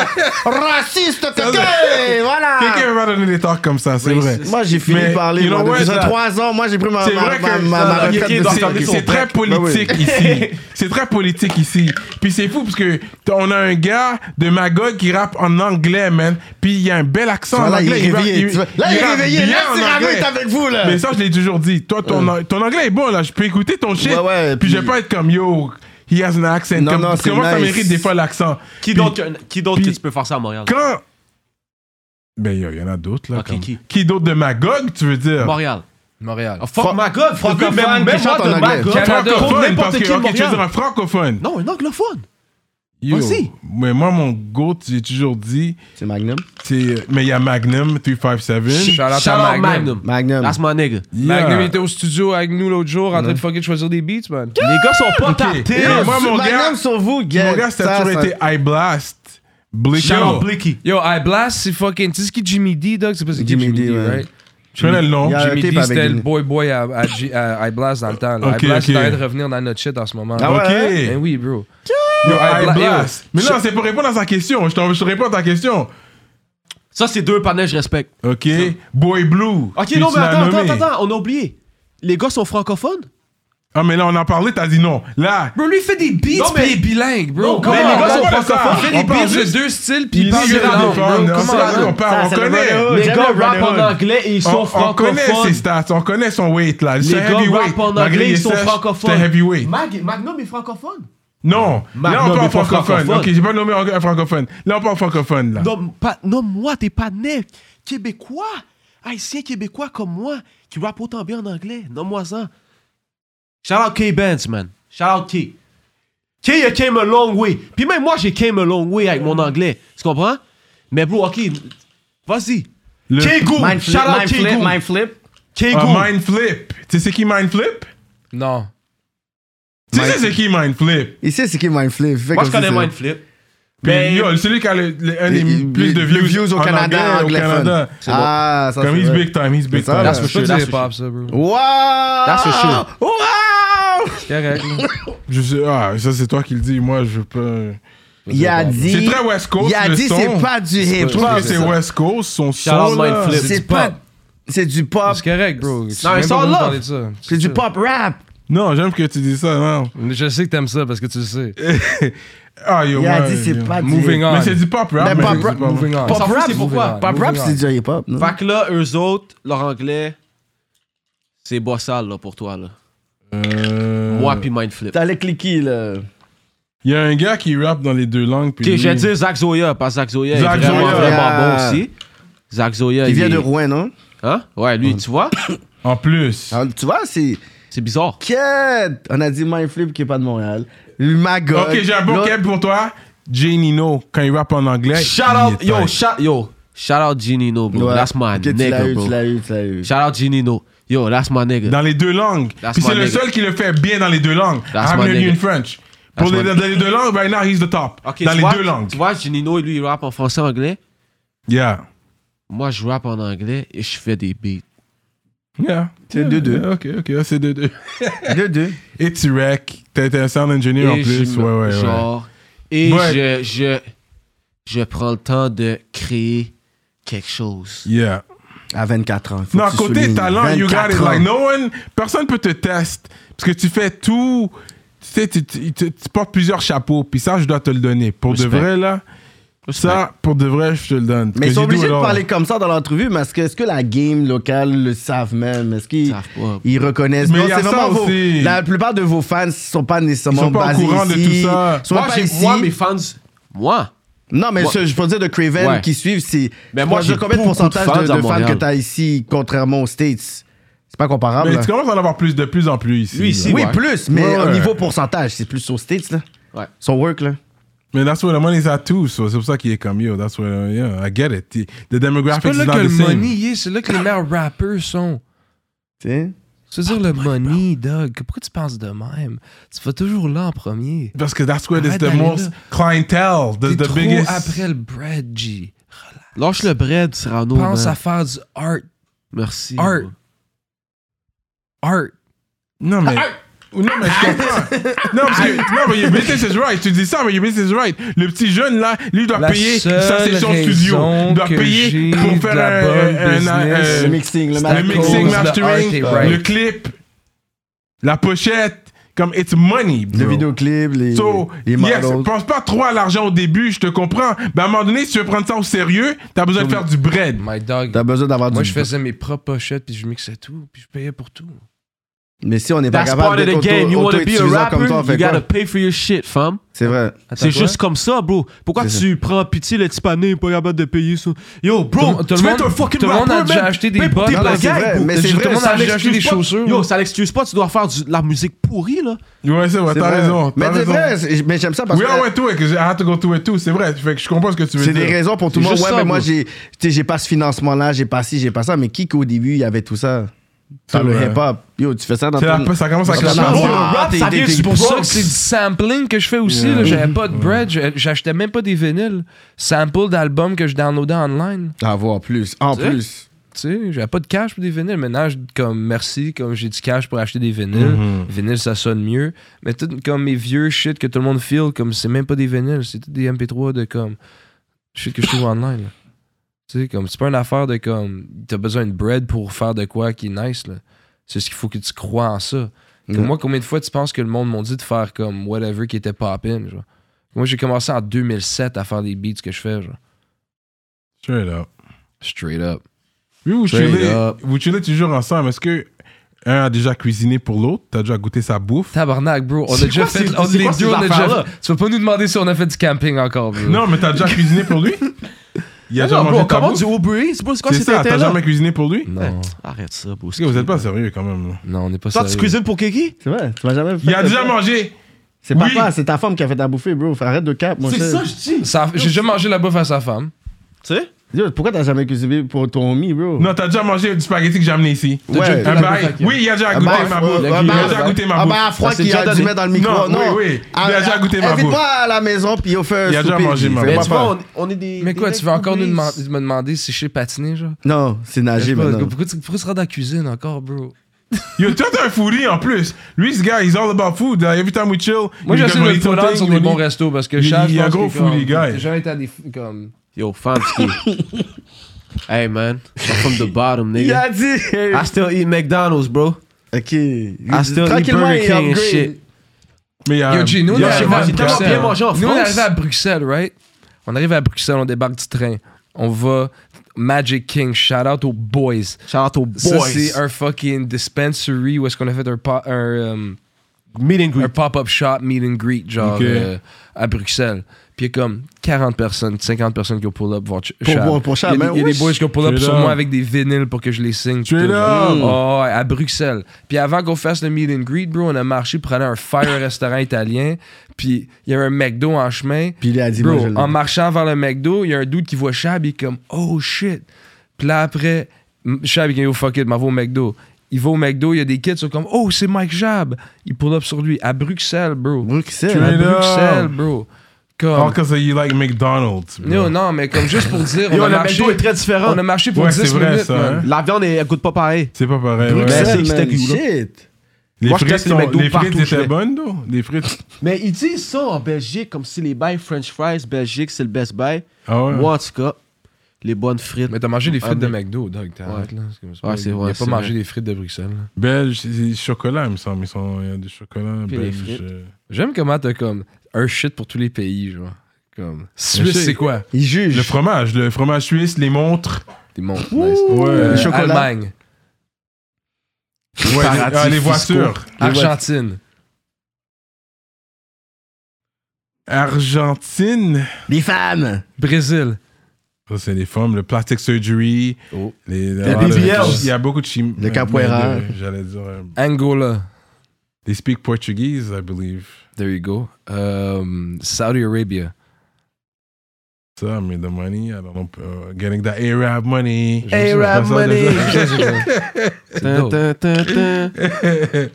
Raciste, coquet! Ah. Voilà! Quelqu'un va donner des talks comme ça, c'est vrai. Moi, j'ai fini Mais, de parler. you know Moi, depuis what, ça, that- trois ans, moi, j'ai pris ma, C'est ma- vrai que ma- ma- ma c'est- retraite de c'est- cirque. c'est très politique ici. C'est très politique ici. Puis c'est fou parce que t- on a un gars de Magog qui rappe en anglais, man. Puis il a un bel accent Voilà, en il est anglais. rappe- réveillé. tu vois. Là, il est rappe réveillé. bien Là, en Cyrano anglais. est avec vous, là. Mais ça, je l'ai toujours dit. Toi, ton, ton anglais est bon, là. Je peux écouter ton shit. Ouais, ouais, puis, puis- je vais pas être comme yo, he has an accent. Non, comme, non, c'est comment ça nice. mérite des fois l'accent? Qui Puis d'autre qui d'autre que puis- tu peux faire ça à Montréal? Quand. Ben, il y en a d'autres, Ah, là. Ok, comme- qui? d'autre de Magog, tu veux dire? Montréal. Montréal. Ah, fuck Magog, francophone même- qui même moi chante en de anglais. Magog. Canada. Contre Francophone, parce n'importe que, qui de ok, tu veux dire Montréal. un francophone. Non, un anglophone. Yo, Vas-y. Mais moi, mon goat, j'ai toujours dit, C'est Magnum. c'est. Mais il y a Magnum 357. Shout-out à Shout out Magnum. Magnum. Magnum. That's my nigga. Yeah. Mm-hmm. Magnum était au studio avec nous l'autre jour en train de fucking choisir des beats, man. Les gars sont pas Ok. tartés. Yo, Yo, moi, mon Magnum gars- sur vous, Mon gars. gars, ça a ça, toujours ça- été High Blast, Blick. Shout out Je Blicky. Yo, I Blast, c'est fucking. Tu sais ce qui est Jimmy D, dog? C'est pas c'est qui Jimmy Jimmy D, D, ouais. right? connais le nom. Yeah. Jimmy tape D, avec c'était Jimmy. le boy-boy à, à G- à I Blast dans le temps. là. Ok, I Blast ok. est en train de revenir dans notre shit en ce moment. Ah ouais, Ok. hein? Ben oui, bro. Yo, I I bla- blast. yo. Mais non, c'est pour répondre à sa question. Je, t'en- je te réponds à ta question. Ça, c'est deux panneaux que je respecte. OK. Boy Blue. Ok, Puis non, tu mais l'as attends, attends, nommé. attends, on a oublié. Les gars sont francophones? Ah, mais là, on en parlait, t'as dit non. Là, Bro, lui, il fait des beats, Non, mais- pis il est bilingue, bro. Non, Come mais on, les gars bro. sont Il pas francophones. ça. fait des On parle beats de juste- deux styles, pis Il il parle dit de que langue, défendre. bro. On Come sait à quoi on on, parle, Ça, on c'est le connaît. rodeo. Les J'aime gars le rappent en brotherhood. anglais et ils On, sont on connaît ses francophones. stats, on connaît son weight là. Les C'est gars heavyweight. rappent en Malgré anglais, les ils sont sèches, francophones. C'est heavyweight. Mag- Magnum est francophone? Non, là Magnum on parle est pas francophone. francophone. Ok, j'ai pas nommé en- un francophone. Là on parle francophone là. Non, pas- non, moi, t'es pas né québécois, haïtien québécois comme moi, qui rappe autant bien en anglais. Non, moi, ça. Shout out K-Benz, man. Shout out K. K, you came a long way. Puis même moi, j'ai came a long way avec mon anglais. Tu comprends? Mais bro, ok, vas-y. Le- K-Goo, Mind shout flip, out mind flip, K-Goo. mind flip. Ah, K-Goo. Mind Flip. Tu sais c'est qui Mind Flip? Non. Tu Mind- sais c'est qui Mind Flip? Il sait c'est qui Mind Flip. Fait Moi, comme je si connais c'est- Mind Flip. Puis Mais- yo, celui qui a le, le- un des Les- plus de les- views, les views au en Canada, anglais, au anglophone. Canada. Ah, ça Comme c'est he's vrai. big time, he's big C'est ça, time. là. Je for peux sure, dire for pop, ça, bro. Wow! That's for sure. Wow! C'est correct, là. Je sais, ah, ça c'est toi qui le dis, moi je peux. Il a dit. C'est très West Coast. Il a le dit son. c'est pas du Je hip trouve hop. que c'est West Coast, son Shout son. out là. Mind Flip. C'est C'est du pas. pop. C'est du pop. C'est correct, bro. Je sais Non, même pas mais sans pourquoi love. parler de ça. C'est du pop rap. Non, j'aime que tu dis ça. Non. Je sais que t'aimes ça parce que tu le sais. Ah, yo, Il a ouais, dit c'est yo. pas du Moving hip on. Mais c'est du pop rap. Mais mais pop c'est rap- du Moving on. Pop On s'en fout, rap, c'est pourquoi? moving on. Pop rap, Moving c'est on. du hip hop. non? Fait que là, eux autres, leur anglais, c'est bois sale, là, pour toi, là. Euh, Moi, puis Mind Flip. T'allais cliquer là. Il y a un gars qui rappe dans les deux langues. Puis Ok, lui- j'ai dit Zach Zoya, parce que Zach Zoya est Zach vraiment, Zoya. vraiment bon Yeah. aussi. Zach Zoya, Ah. Il vient est- de Rouen, non? Hein? Ouais, lui, Ah. tu vois, En plus. Alors, tu vois, c'est. c'est bizarre. Quête! On a dit Mind Flip qui est pas de Montréal. Magog. ok, j'ai un bon L'autre- cap pour toi. Jay Nino, quand il rappe en anglais. Shout il out, est yo, tight. shout, yo, shout out Ginino, bro. Ouais. That's my Ok, Tu l'as nigga, eu, bro. tu l'as eu, tu l'as eu. Shout out Ginino. Yo, that's my nigga. Dans les deux langues. That's Puis my c'est le nigga. seul qui le fait bien dans les deux langues. That's I'm my learning nigga. in French. Pour les, my dans les deux langues, right now, he's the top. Ok, dans tu les vois, deux langues. Tu vois, Ginino, lui, il rappe en français anglais. Yeah. Moi, je rappe en anglais et je fais des beats. Yeah. C'est deux, deux. Ok, ok, c'est 2-2. Deux, deux. Et T-Rec, t'es un sound engineer en Et plus. je- Ouais, ouais, ouais. Genre, et But- je, je, je prends le temps de créer quelque chose. Yeah. À 24 ans. faut Non, que tu côté soulignes. talent, you got 24 it. ans. Like, no one, personne peut te tester. Parce que tu fais tout. Tu sais, tu, tu- tu- tu portes plusieurs chapeaux. Puis ça, je dois te le donner. Pour de Respect. vrai, là. Ça, pour de vrai, je te le donne. Mais Que ils sont j'ai obligés dit, oh, de alors, parler comme ça dans l'entrevue, mais est-ce que, est-ce que la game locale le savent même? Est-ce Ils qu'ils savent pas. ils reconnaissent? Mais Non, il y a c'est ça vraiment vos- aussi. La plupart de vos fans sont pas Ils nécessairement sont pas au basés courant de ici, tout ça. sont Moi, pas j'ai- ici. moi, mes fans, moi, Non, mais ce- je peux dire de Craven Ouais. qui suivent, c'est. Mais tu moi, peux j'ai dire combien de beaucoup de pourcentage fans de, à de fans que Montréal. t'as ici, contrairement aux States C'est pas comparable. Mais là. tu commences à en avoir plus de plus en plus ici. Lui, ici, là. Oui, ouais. plus, mais Ouais, au ouais. niveau pourcentage, c'est plus aux States, là. Ouais. Son work, là. Mais that's where the money's at too. So c'est pour ça qu'il est comme yo. That's where, yeah, I get it. The- The C'est demographics pas is là not que the le same. money est, c'est là que les meilleurs rappeurs sont. Tu sais. C'est-à-dire le money, Doug. Pourquoi tu penses de même? Tu vas toujours là en premier. Parce que that's where there's Arrête the d'aller most là. clientele. T'es The, the trop biggest. après le bread, G. Lâche le bread, Cyrano. Oh, Pense ben. man. à faire du art. Merci. Art. bro. Art. Non, mais. Ah, Non, mais je comprends. non, parce que, non, mais your business is right. Tu dis ça, mais your business is right. Le petit jeune, là, lui, doit La payer sa seule session raison studio. Il doit que j'ai payer pour de faire la un- bonne un- un- business, un- Le mixing, le c'est Euh, le à cause mixing, de Art mastering, is Right. le clip, la pochette. Comme, it's money, bro. Le vidéoclip, les, So, les yes, models. pense pas trop à l'argent au début, je te comprends. Mais à un moment donné, si tu veux prendre ça au sérieux, t'as besoin de faire du bread. My dog. T'as besoin d'avoir Moi, du. je faisais mes propres pochettes, puis je mixais tout, puis je payais pour tout. Mais si on n'est pas That's part capable of the d'être game. You auto- wanna be a auto-utilisant rapper, comme toi, on you fait gotta quoi pay for your shit, femme. C'est vrai. C'est juste comme ça, bro. Pourquoi C'est tu prends pitié le petit pané pas capable de payer ça? Yo, bro, Tout- tout tu le veux monde- être un fucking tout le monde rapper, a déjà man. acheté des Paye pour bottes. tes Non, mais c'est bagailles, vrai, bro. mais c'est Tout le vrai, monde ça a déjà acheté l'excuse des pas. chaussures. Yo, Yo, ça l'excuse pas, tu dois faire de la musique pourrie, là. Ouais, c'est vrai, C'est t'as vrai. raison. Mais t'as c'est raison. ah vrai, c'est- mais j'aime ça parce We all que. went through it, 'cause I had to go through it too, c'est vrai. Fait que je comprends ce que tu veux C'est dire. des raisons pour tout le C'est monde. juste Ouais, ça, mais moi, bro. j'ai tu sais, j'ai pas ce financement-là, j'ai pas ci, j'ai pas ça. Mais qui qu'au début, il y avait tout ça C'est Dans le vrai. hip-hop. Yo, tu fais ça dans C'est ton- la- ça commence avec dans la ton chanson. enfant. Le rap, T'es- ça t'es- vient t'es- du C'est pour ça Bronx. que c'est du sampling que je fais aussi. là. J'avais pas de bread, je- j'achetais même pas des vinyles. Sample d'albums que je downloadais online. À voir plus. En Tu sais? plus. Tu sais, j'avais pas de cash pour des vinyles. Maintenant, je dis comme merci, comme j'ai du cash pour acheter des vinyles. Vinyles, ça sonne mieux. Mais tout comme mes vieux shit que tout le monde feel, comme c'est même pas des vinyles, c'est tout des MP3 de comme shit que je trouve online. là. Tu sais, comme c'est pas une affaire de comme t'as besoin de bread pour faire de quoi qui est nice. là. C'est ce qu'il faut que tu crois en ça. Comme Mm. Moi, combien de fois tu penses que le monde m'a dit de faire comme whatever qui était poppin'? genre? Moi, j'ai commencé en 2007 à faire des beats que je fais, genre. Straight up. Straight up. Oui, vous Straight chillez, up. vous chillez toujours ensemble. Est-ce que un a déjà cuisiné pour l'autre T'as déjà goûté sa bouffe Tabarnak, bro. On a C'est déjà quoi fait. ces- on- c'est les quoi deux, ces on a déjà affaires-là? fait- Tu vas pas nous demander si on a fait du camping encore, bro. Non, mais t'as déjà cuisiné pour lui Il a Non, déjà bro, mangé ta comment bouffe du Uber Eats, bro? C'est quoi C'est cet ça, t'as intérêt-là? jamais cuisiné pour lui Non, Arrête ça, bro. Parce que vous êtes pas sérieux quand même. là. non, on n'est pas Toi, sérieux. tu cuisines pour Kiki? C'est vrai, tu m'as jamais fait. Il a déjà ça. mangé C'est Oui. papa, c'est ta femme qui a fait ta bouffée, bro. Arrête de cap, mon cher. je dis. Tu Ça- J'ai déjà mangé la bouffe à sa femme. sais? Yo, pourquoi t'as jamais cuisiné pour ton homie, bro Non, t'as déjà mangé du spaghetti que j'ai amené ici. T'as déjà Ouais. Un goûté la bouffe à bail. qui? Oui, il a déjà Un goûté bar- ma Ah, bouffe. un Il a bah, Il a bar- déjà goûté ma Ah bouffe. bah, un froid Ça, c'est qu'il déjà a dû donné. mettre dans le micro. Non, Non, oui, oui. Il a Ah, déjà goûté ma Invite-moi bouffe. à la maison, puis on fait un Il a déjà souper, mangé puis ma fais Mais bouffe. pas tu peur. vois, on- on est des. Mais quoi, des tu vas encore nous Uber demander, Eats. me demander si je sais patiner, genre? Non, c'est Je sais nager pas, maintenant. pourquoi, tu, pourquoi tu seras dans la cuisine encore, bro? Yo, toi, t'es un foodie en plus. Lui, ce gars, he's all about food. Like, every time we chill, you Moi, j'essaie de guys le eat prendre something, sur you des eat- bons restos parce que il- Charles, il je est un pense gros qu'il est comme- foodie guy. J'ai jamais été à des f- comme. Yo, fam, ce qui- Hey, man. I'm from the bottom, Il nigga. a dit. I still eat McDonald's, bro. Ah. Ok. I still eat Burger King and shit. Mais il y a- Euh, Yo, G, nous, il y on a- j'ai arrive à mangé tellement Bruxelles. bien mangé en Nous, on France. arrive à Bruxelles, right? On arrive à Bruxelles, on débarque du train. On va Magic King, shout out aux boys. Shout out aux Ça, boys. c'est un fucking dispensary où est-ce qu'on a fait un, po- un, euh, meet and un pop-up shop meet and greet, genre Ok. euh, à Bruxelles. Puis il y a comme 40 personnes, 50 personnes qui ont pull up voir Ch- Pour Chab. voir- pour Il Chab, y a, des- hein, il y a des wesh. boys qui ont pull up Straight sur up. moi avec des vinyles pour que je les signe. Straight tout. up. Oh, ouais, à Bruxelles. Puis avant qu'on fasse le meet and greet, bro, on a marché pour aller à un fire restaurant italien. Puis il y avait un McDo en chemin. Puis il a dit, Bro, moi, je en l'ai. marchant vers le McDo, il y a un dude qui voit Chab, il est comme Oh shit. Puis là après, M- Chab, il dit Yo fuck it, m'en va au McDo. Il va au McDo, il y a des kids qui sont comme Oh, c'est Mike Jab. Il pull up sur lui à Bruxelles, bro. Bruxelles. À Straight up. Bruxelles, bro. All Oh, Comme. because Oh, you like McDonald's. bro. Yo, non, mais comme juste pour dire, on, Yo, a le marché, McDo est très différent. on a marché pour Ouais, 10 c'est vrai, minutes. ça, hein. man. La viande, elle elle goûte pas pareil. C'est pas pareil. ouais. Bruxelles. Bruxelles, c'est man, que c'était shit. Les Moi, je frites, teste les sont- McDo les frites partout où je étaient vais. bonnes, though. Les frites. Mais ils disent ça en Belgique, comme si les bails French fries, Belgique, c'est le best buy. Ah ouais. Moi, en tout cas, les bonnes frites. Mais t'as mangé les frites de Ah, mais- McDo, Doug. T'arrêtes là. C'est comme ça. Ouais, Ah, c'est Il vrai, a pas c'est mangé vrai. les frites de Bruxelles. là. Belge, c'est du chocolat, il me semble. Ils sont- Il y a du chocolat Puis les belge. frites. euh. J'aime comment t'as comme un shit pour tous les pays, genre. Comme. Suisse, shit. c'est quoi? Il juge. Le fromage, le fromage suisse, les montres. Des montres. nice. Ouais. Euh, Le chocolat. Allemagne. Ouais, les, ah, les fiscaux. voitures. Argentine. Argentine. Des femmes. Brésil. Ça, c'est les femmes, le plastic surgery. Oh. Les, La ah, le- BBLs. il y a beaucoup de chimie. Le capoeira. J'allais dire. euh, Angola. They speak Portuguese, I believe. There you go. Um, Saudi Arabia. Ça, I mean, the money, I don't know, uh, getting that Arab money. Arab Je sais pas ça, déjà. C'est dope.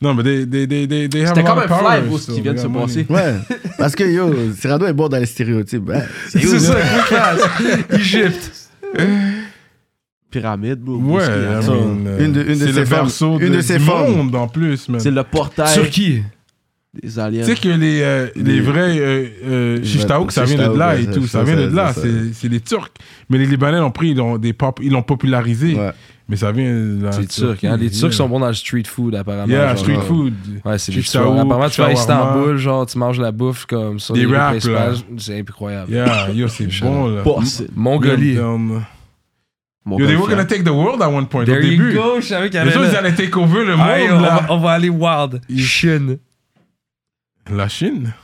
non, mais they, they, they, they, they have C'était a lot comme of un fly, powers, bro, ce so qui vient de they se got money. passer. Ouais. Parce que yo, Cyrano est bon dans les stéréotypes. hein. Ouais. C'est ça, quick class. Égypte. Pyramide, bro. Ouais, Qu'est-ce qu'il y hein. a? I So, mean, euh, une de- une de c'est ces le femmes- berceau une de- de ces du femmes. monde en plus, man. C'est le portail Turquie. des aliens. Tu sais que les, euh, les Les- vrais euh, euh, Shishtaouk, ça vient de Shishtaouk, là ouais, et ça, tout. Ça ça, vient ça, de là. ça, ça. C'est c'est les Turcs. Mais les Libanais l'ont pris, ils l'ont des pop- ils l'ont popularisé. Ouais. Mais ça vient de la C'est turc. Hein? Les Turcs sont bons dans le street food, apparemment. Yeah, genre. street ouais. food. Ouais, c'est des Shishtaouk, Turcs. Apparemment, tu vas à shawarma. Istanbul, genre, tu manges la bouffe comme sur Des les rues wraps, principales. C'est incroyable. Yeah, yo, c'est bon, là. Porcine. Mongolie. Um, Mon Yo, they gars, were gonna take the world at one point, au There you début. go, je savais qu'il y Les avait autres, ils là. allaient take over le Aïe, on, monde, va, là. on va aller wild. Chine. La Chine.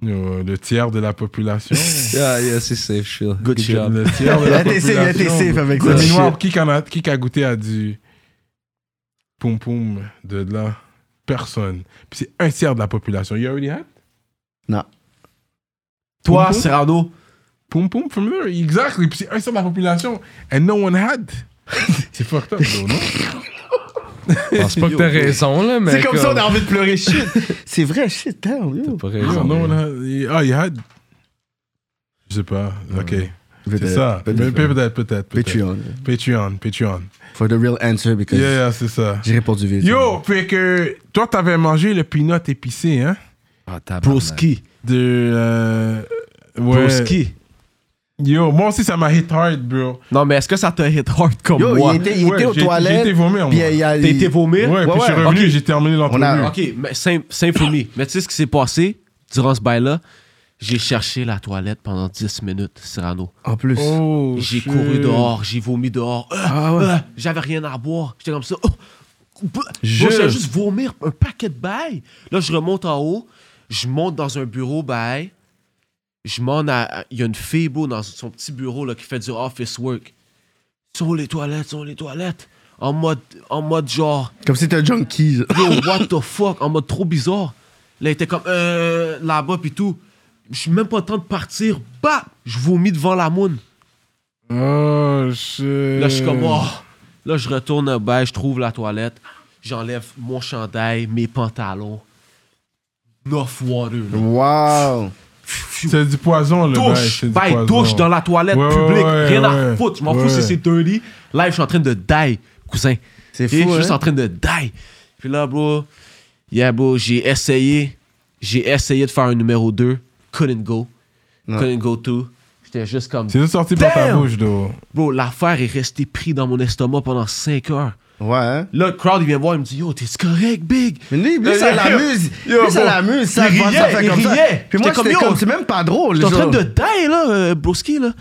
Yo, le tiers de la population. Yeah, yeah, c'est safe, je feel. Good shit. job. Le tiers de Il la a été safe, il population. a été safe avec Good ça. shit. Meanwhile, qui, can a, qui a goûté à du poum poum de là Personne. Puis c'est un tiers de la population. You already had Toi, Poum poum? Cyrano, Poum poum from there. Exactly. Puis c'est un tiers de la population. And no one had. c'est fucked up, bro, non? Je pense Ah, pas que t'as raison, là, mais. C'est comme ça, on a envie de pleurer shit. C'est vrai, shit, damn, yo. T'as pas Yo, raison. no mais- one had. Ah, you had. Je sais pas. Ok. C'est Peut-être, ça. Mais peut-être. Peut-être, peut-être. peut-être. Patreon. Patreon. Patreon. For the real answer, because Yeah, yeah, c'est ça. j'ai répondu vite. Yo, fait que toi, t'avais mangé le peanut épicé, hein? Ah, tabarnak. broski. De. euh, ouais. Broski. Yo, moi aussi, ça m'a hit hard, bro. Non, mais est-ce que ça te hit hard comme Yo, moi? il était, il Ouais, était aux j'ai- J'ai été toilettes. vomir, Puis moi. il y a. T'as été il- vomir? Ouais, puis je suis ouais, revenu, ok. j'ai terminé l'entrevue. On a- Ok, mais sym- symphonie. mais tu sais ce qui s'est passé durant ce bail-là? J'ai cherché la toilette pendant 10 minutes, Cyrano. En plus. Oh, J'ai shit. couru dehors, j'ai vomi dehors. Euh, Ah ouais. euh, J'avais rien à boire. J'étais comme ça. Oh, bah, Je- moi, j'allais juste vomir un paquet de bail. Là, je remonte en haut. Je monte dans un bureau bail. Je m'en à. Il y a une fille, beau, dans son petit bureau là, qui fait du office work. Sont les toilettes, sont les toilettes. En mode, en mode genre. Comme si t'étais un junkie. genre. Yo, what the fuck, en mode trop bizarre. Là, il était comme euh, là-bas pis tout. Je suis même pas le temps de partir. Bah, je vomis devant la moune. Oh, shit. Là, je suis Euh. comme, oh. Là, je retourne au bail, je trouve la toilette. J'enlève mon chandail, mes pantalons. Neuf water. là. Wow. Pfiou. C'est du poison, le bail, Douche, c'est du bail, poison. douche dans la toilette Ouais, publique. ouais, Rien ouais. à foutre. Je m'en fous Ouais. si c'est dirty. Là, je suis en train de die, cousin. C'est Et je fou. suis juste hein? en train de die. Puis là, bro, yeah, bro, j'ai essayé. J'ai essayé de faire un numéro 2. Couldn't go. Ouais. Couldn't go to. J'étais juste comme. C'est juste sorti par ta Damn! bouche, d'eau. Bro, l'affaire est restée prise dans mon estomac pendant 5 heures. Ouais. hein? Là, le crowd, il vient voir, il me dit Yo, t'es correct, big. Mais lui, lui, ça Euh, Yo, l'amuse. yo, Lui, ça bon. l'amuse. Ça, Il quand ça riait, fait il comme ça. riait. Puis moi, J'étais comme, j'étais yo, comme, c'est même pas drôle. J'étais en train genre. de die, là, euh, broski, là.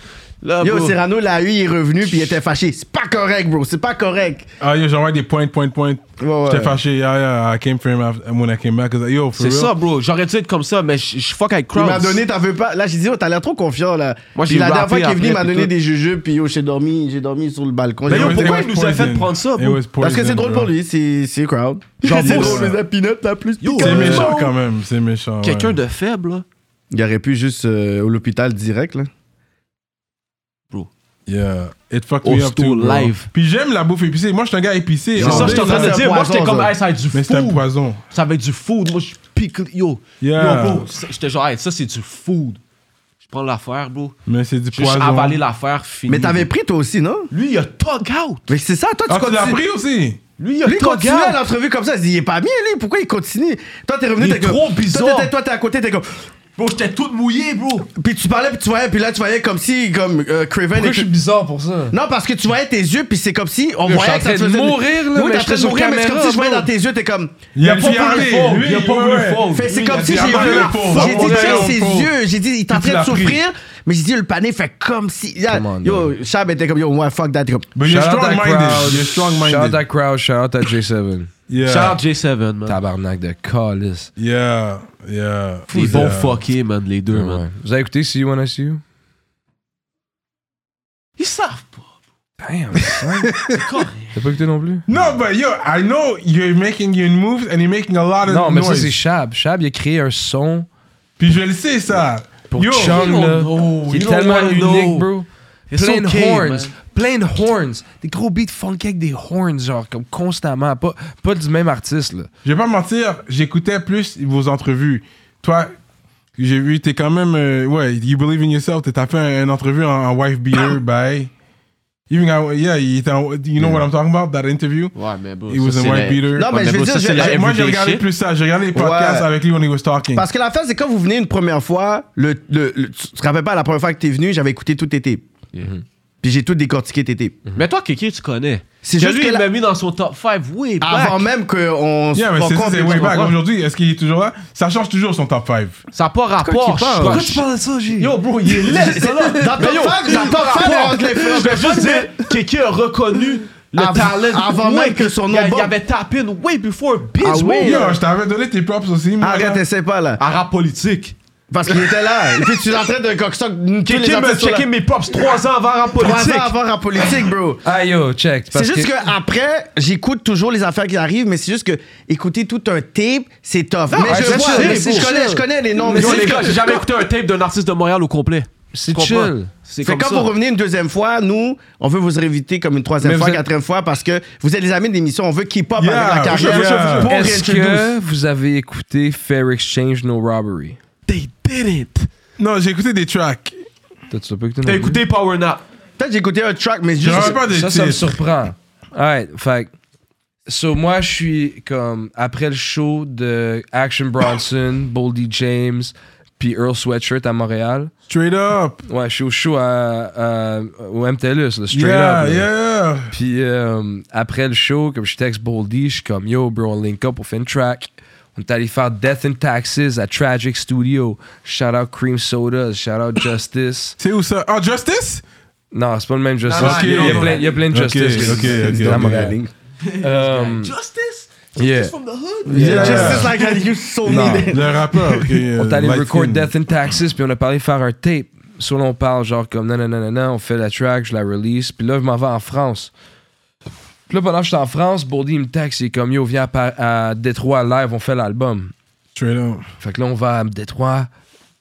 Là, Yo, bro. Cyrano l'a eu, il est revenu, puis il était fâché. C'est pas correct, bro. C'est pas correct. Ah, yo, j'envoie des points, points, points. Ouais, ouais. J'étais fâché. Yeah, yeah, I came for him after, when I came back. 'cause, Yo, for C'est real. ça, bro. J'aurais dû être comme ça, mais je je fuck avec Il crowd. m'a donné, t'en veux pas. Là, j'ai dit, oh, t'as l'air trop confiant, là. Moi, Puis j'ai la dernière rappé fois qu'il est venu, il après, m'a puis donné tout. des jujubes, puis yo, j'ai dormi, j'ai dormi sur le balcon. Mais J'ai yo, dormi- It pourquoi was il nous a fait poison. prendre ça, It bro? was Parce que c'est poison, drôle bro. pour lui, c'est c'est crowd. Genre, C'est moi, drôle, ouais. les peanuts, la plus Yo, piquante. C'est Euh, méchant, quand même. C'est méchant. Quelqu'un ouais. de faible, là. Il aurait pu juste euh, au l'hôpital direct, là. Yeah. It fucked Au me up too, stool bro. live. Puis j'aime la bouffe épicée. Moi, je suis un gars épicé. C'est Genre, ça, je suis en train c'est de un dire. Moi, poison, j'étais comme, ça. hey, ça va être du Mais c'est un food. poison. Ça va être du food. Moi, je pique. Yo, Yeah. yo, bro. c'est- J'étais genre, hey, ça, c'est du food. Je prends l'affaire, bro. Mais c'est du J'ai juste poison. avalé l'affaire, fini. Mais t'avais pris, toi aussi, non? Lui, il a tug out. Mais c'est ça, toi, tu Ah, tu l'as continues. pris aussi? Lui, il a Lui, il tug out. continue à l'entrevue comme ça. Il dit, il est pas bien, lui. Pourquoi il continue? Toi, t'es revenu, Il t'es est comme- trop Toi, bizarre. t'étais- Toi, t'es à côté, t'es comme. Bro, j'étais tout mouillé, bro. Puis tu parlais, puis tu voyais, puis là, tu voyais comme si, comme euh, Craven. Pourquoi était- je suis bizarre pour ça? Non, parce que tu voyais tes yeux, puis c'est comme si on Je suis voyait en que ça train te de faisait. mourir, là, mais Oui, t'es en je train de suis sur mourir, mais c'est comme si caméra, je voyais bro. dans tes yeux, t'es comme. Il a pas voulu regardé, fold, lui, il a pas voulu ouais. fold. Fait, c'est Oui, comme il a si j'ai dit, vu ah, le ben, J'ai dit, ben, check ben, ses ben, yeux. J'ai dit, il est en Puis tu train de l'as pris. souffrir, Mais j'ai dit, le panier fait comme si. Come on, yo, Chab était comme, yo, ouais, fuck that. Comme, Mais you're Shout out à strong-minded. Crowd. You're Shout out strong-minded. à Crowd, shout out à J7. Yeah. Shout out J7, man. Tabarnak de calice. Yeah, yeah. Ils yeah. vont fucker, man, les deux, man. Ouais. Vous avez écouté See You When I See You? Ils savent pas. Damn, son. T'as pas écouté non plus? No, but yo, I know you're making your moves and you're making a lot of Non, mais noise. ça, c'est Chab. Chab, il a créé un son Puis je le sais, ça. pour yo, Oh, Chung, là. know, qui est Oh, you don't tellement wanna know. unique, bro. It's plein okay, de horns, man. plein de horns, des gros beats funky avec des horns, genre, comme constamment, pas, pas du même artiste, là. je vais pas mentir, j'écoutais plus vos entrevues. Toi, j'ai vu, t'es quand même... euh, ouais, you believe in yourself. T'as fait un- une entrevue en, en wife beater by... Even I, yeah, il était en- you know what I'm talking about, that interview? Ouais, mais bon. He was a white beater. Non, mais je veux dire, je- Hey, moi, j'ai regardé plus ça. J'ai regardé les podcasts Ouais. avec lui when he was talking. Parce que la fin, c'est quand vous venez une première fois, le, le- le- tu te rappelles pas, la première fois que t'es venu, j'avais écouté toutes tes tapes. Puis j'ai tout décortiqué tes tapes. Mais toi, Kéké, tu connais. C'est Que juste lui, que il la- m'a mis dans son top 5 way back. Avant même qu'on Yeah, mais qu'on c'est ça, compte c'est les way gens. back. Aujourd'hui, est-ce qu'il est toujours là? Ça change toujours son top 5. Ça n'a pas rapport. qu'il parle? je- Pourquoi je- parles de ça, G? Yo, bro, il est laid, ça, là. Dans Mais ton yo, fan, dans ton par fan, rapport- entre les frères, Je vais juste dire, Kéké a reconnu le Av- talent. avant Ouais, même que son il nom a- Il bombe. avait tapé une way before bitch, Ah bro. oui, Yo, je t'avais donné tes props aussi. moi, Arrête, là. essaie pas, là. En rap politique. Parce qu'il était là. Et puis tu es en train de cockstock tous les Kéké m'a artistes sur la- checké mes pops 3 ans avant rap Trois politique. ans avant en politique, bro. Ah yo, check. C'est juste que, après, j'écoute toujours les affaires qui arrivent, mais c'est juste que écouter tout un tape, c'est tough. mais je c'est vois, chill, mais si bro, je connais, je connais les noms. Mais mais yo, c'est les que- gars, j'ai jamais écouté un tape d'un artiste de Montréal au complet. C'est Tu comprends? chill. C'est Fait comme quand ça. vous revenez une deuxième fois, nous, on veut vous réinviter comme une troisième Mais vous fois, êtes- quatrième fois, parce que vous êtes les amis de l'émission. On veut keep up Yeah, avec la carrière yeah. pour Est-ce réintroduire. que vous avez écouté Fair Exchange No Robbery? They didn't. Non, j'ai écouté des tracks. Toi, tu l'as pas écouté non T'as plus? écouté Power Nap. Peut-être j'ai écouté un track, mais Je juste... me rappelle pas des Ça, ça me titres. surprend. Alright, fait que- So, moi, je suis comme après le show de Action Bronson, Boldy James, puis Earl Sweatshirt à Montréal. Straight up. Ouais, je suis au show à, à- au MTLUS, là, straight yeah, up. là. yeah. Puis euh, après le show, comme je texte Boldy, je suis comme yo, bro, on link up, on fait une track. On est allé faire Death in Taxes à Tragic Studio. Shout out Cream Soda, shout out Justice. C'est où ça? Ah, Justice? Non, c'est pas le même Justice. Ah, ok. Il, y a plein, il y a plein de Ok, Justice. ok, ok, C'est ok. à Montréal. Um, Justice? yeah. From the hood? Yeah. Justice like that, you so Non. need it. Le rappeur. ok, euh, On est allé Light record Skin. Death in Taxes, puis on a parlé de faire un tape. Sur là, on parle genre comme non, non, non, non, non, on fait la track, je la release, puis là, je m'en vais en France. Puis là, pendant que j'étais en France, Bourdi il me texte, il est comme yo, viens à, Par- à Détroit live, on fait l'album. Straight up. Fait que là, on va à Détroit.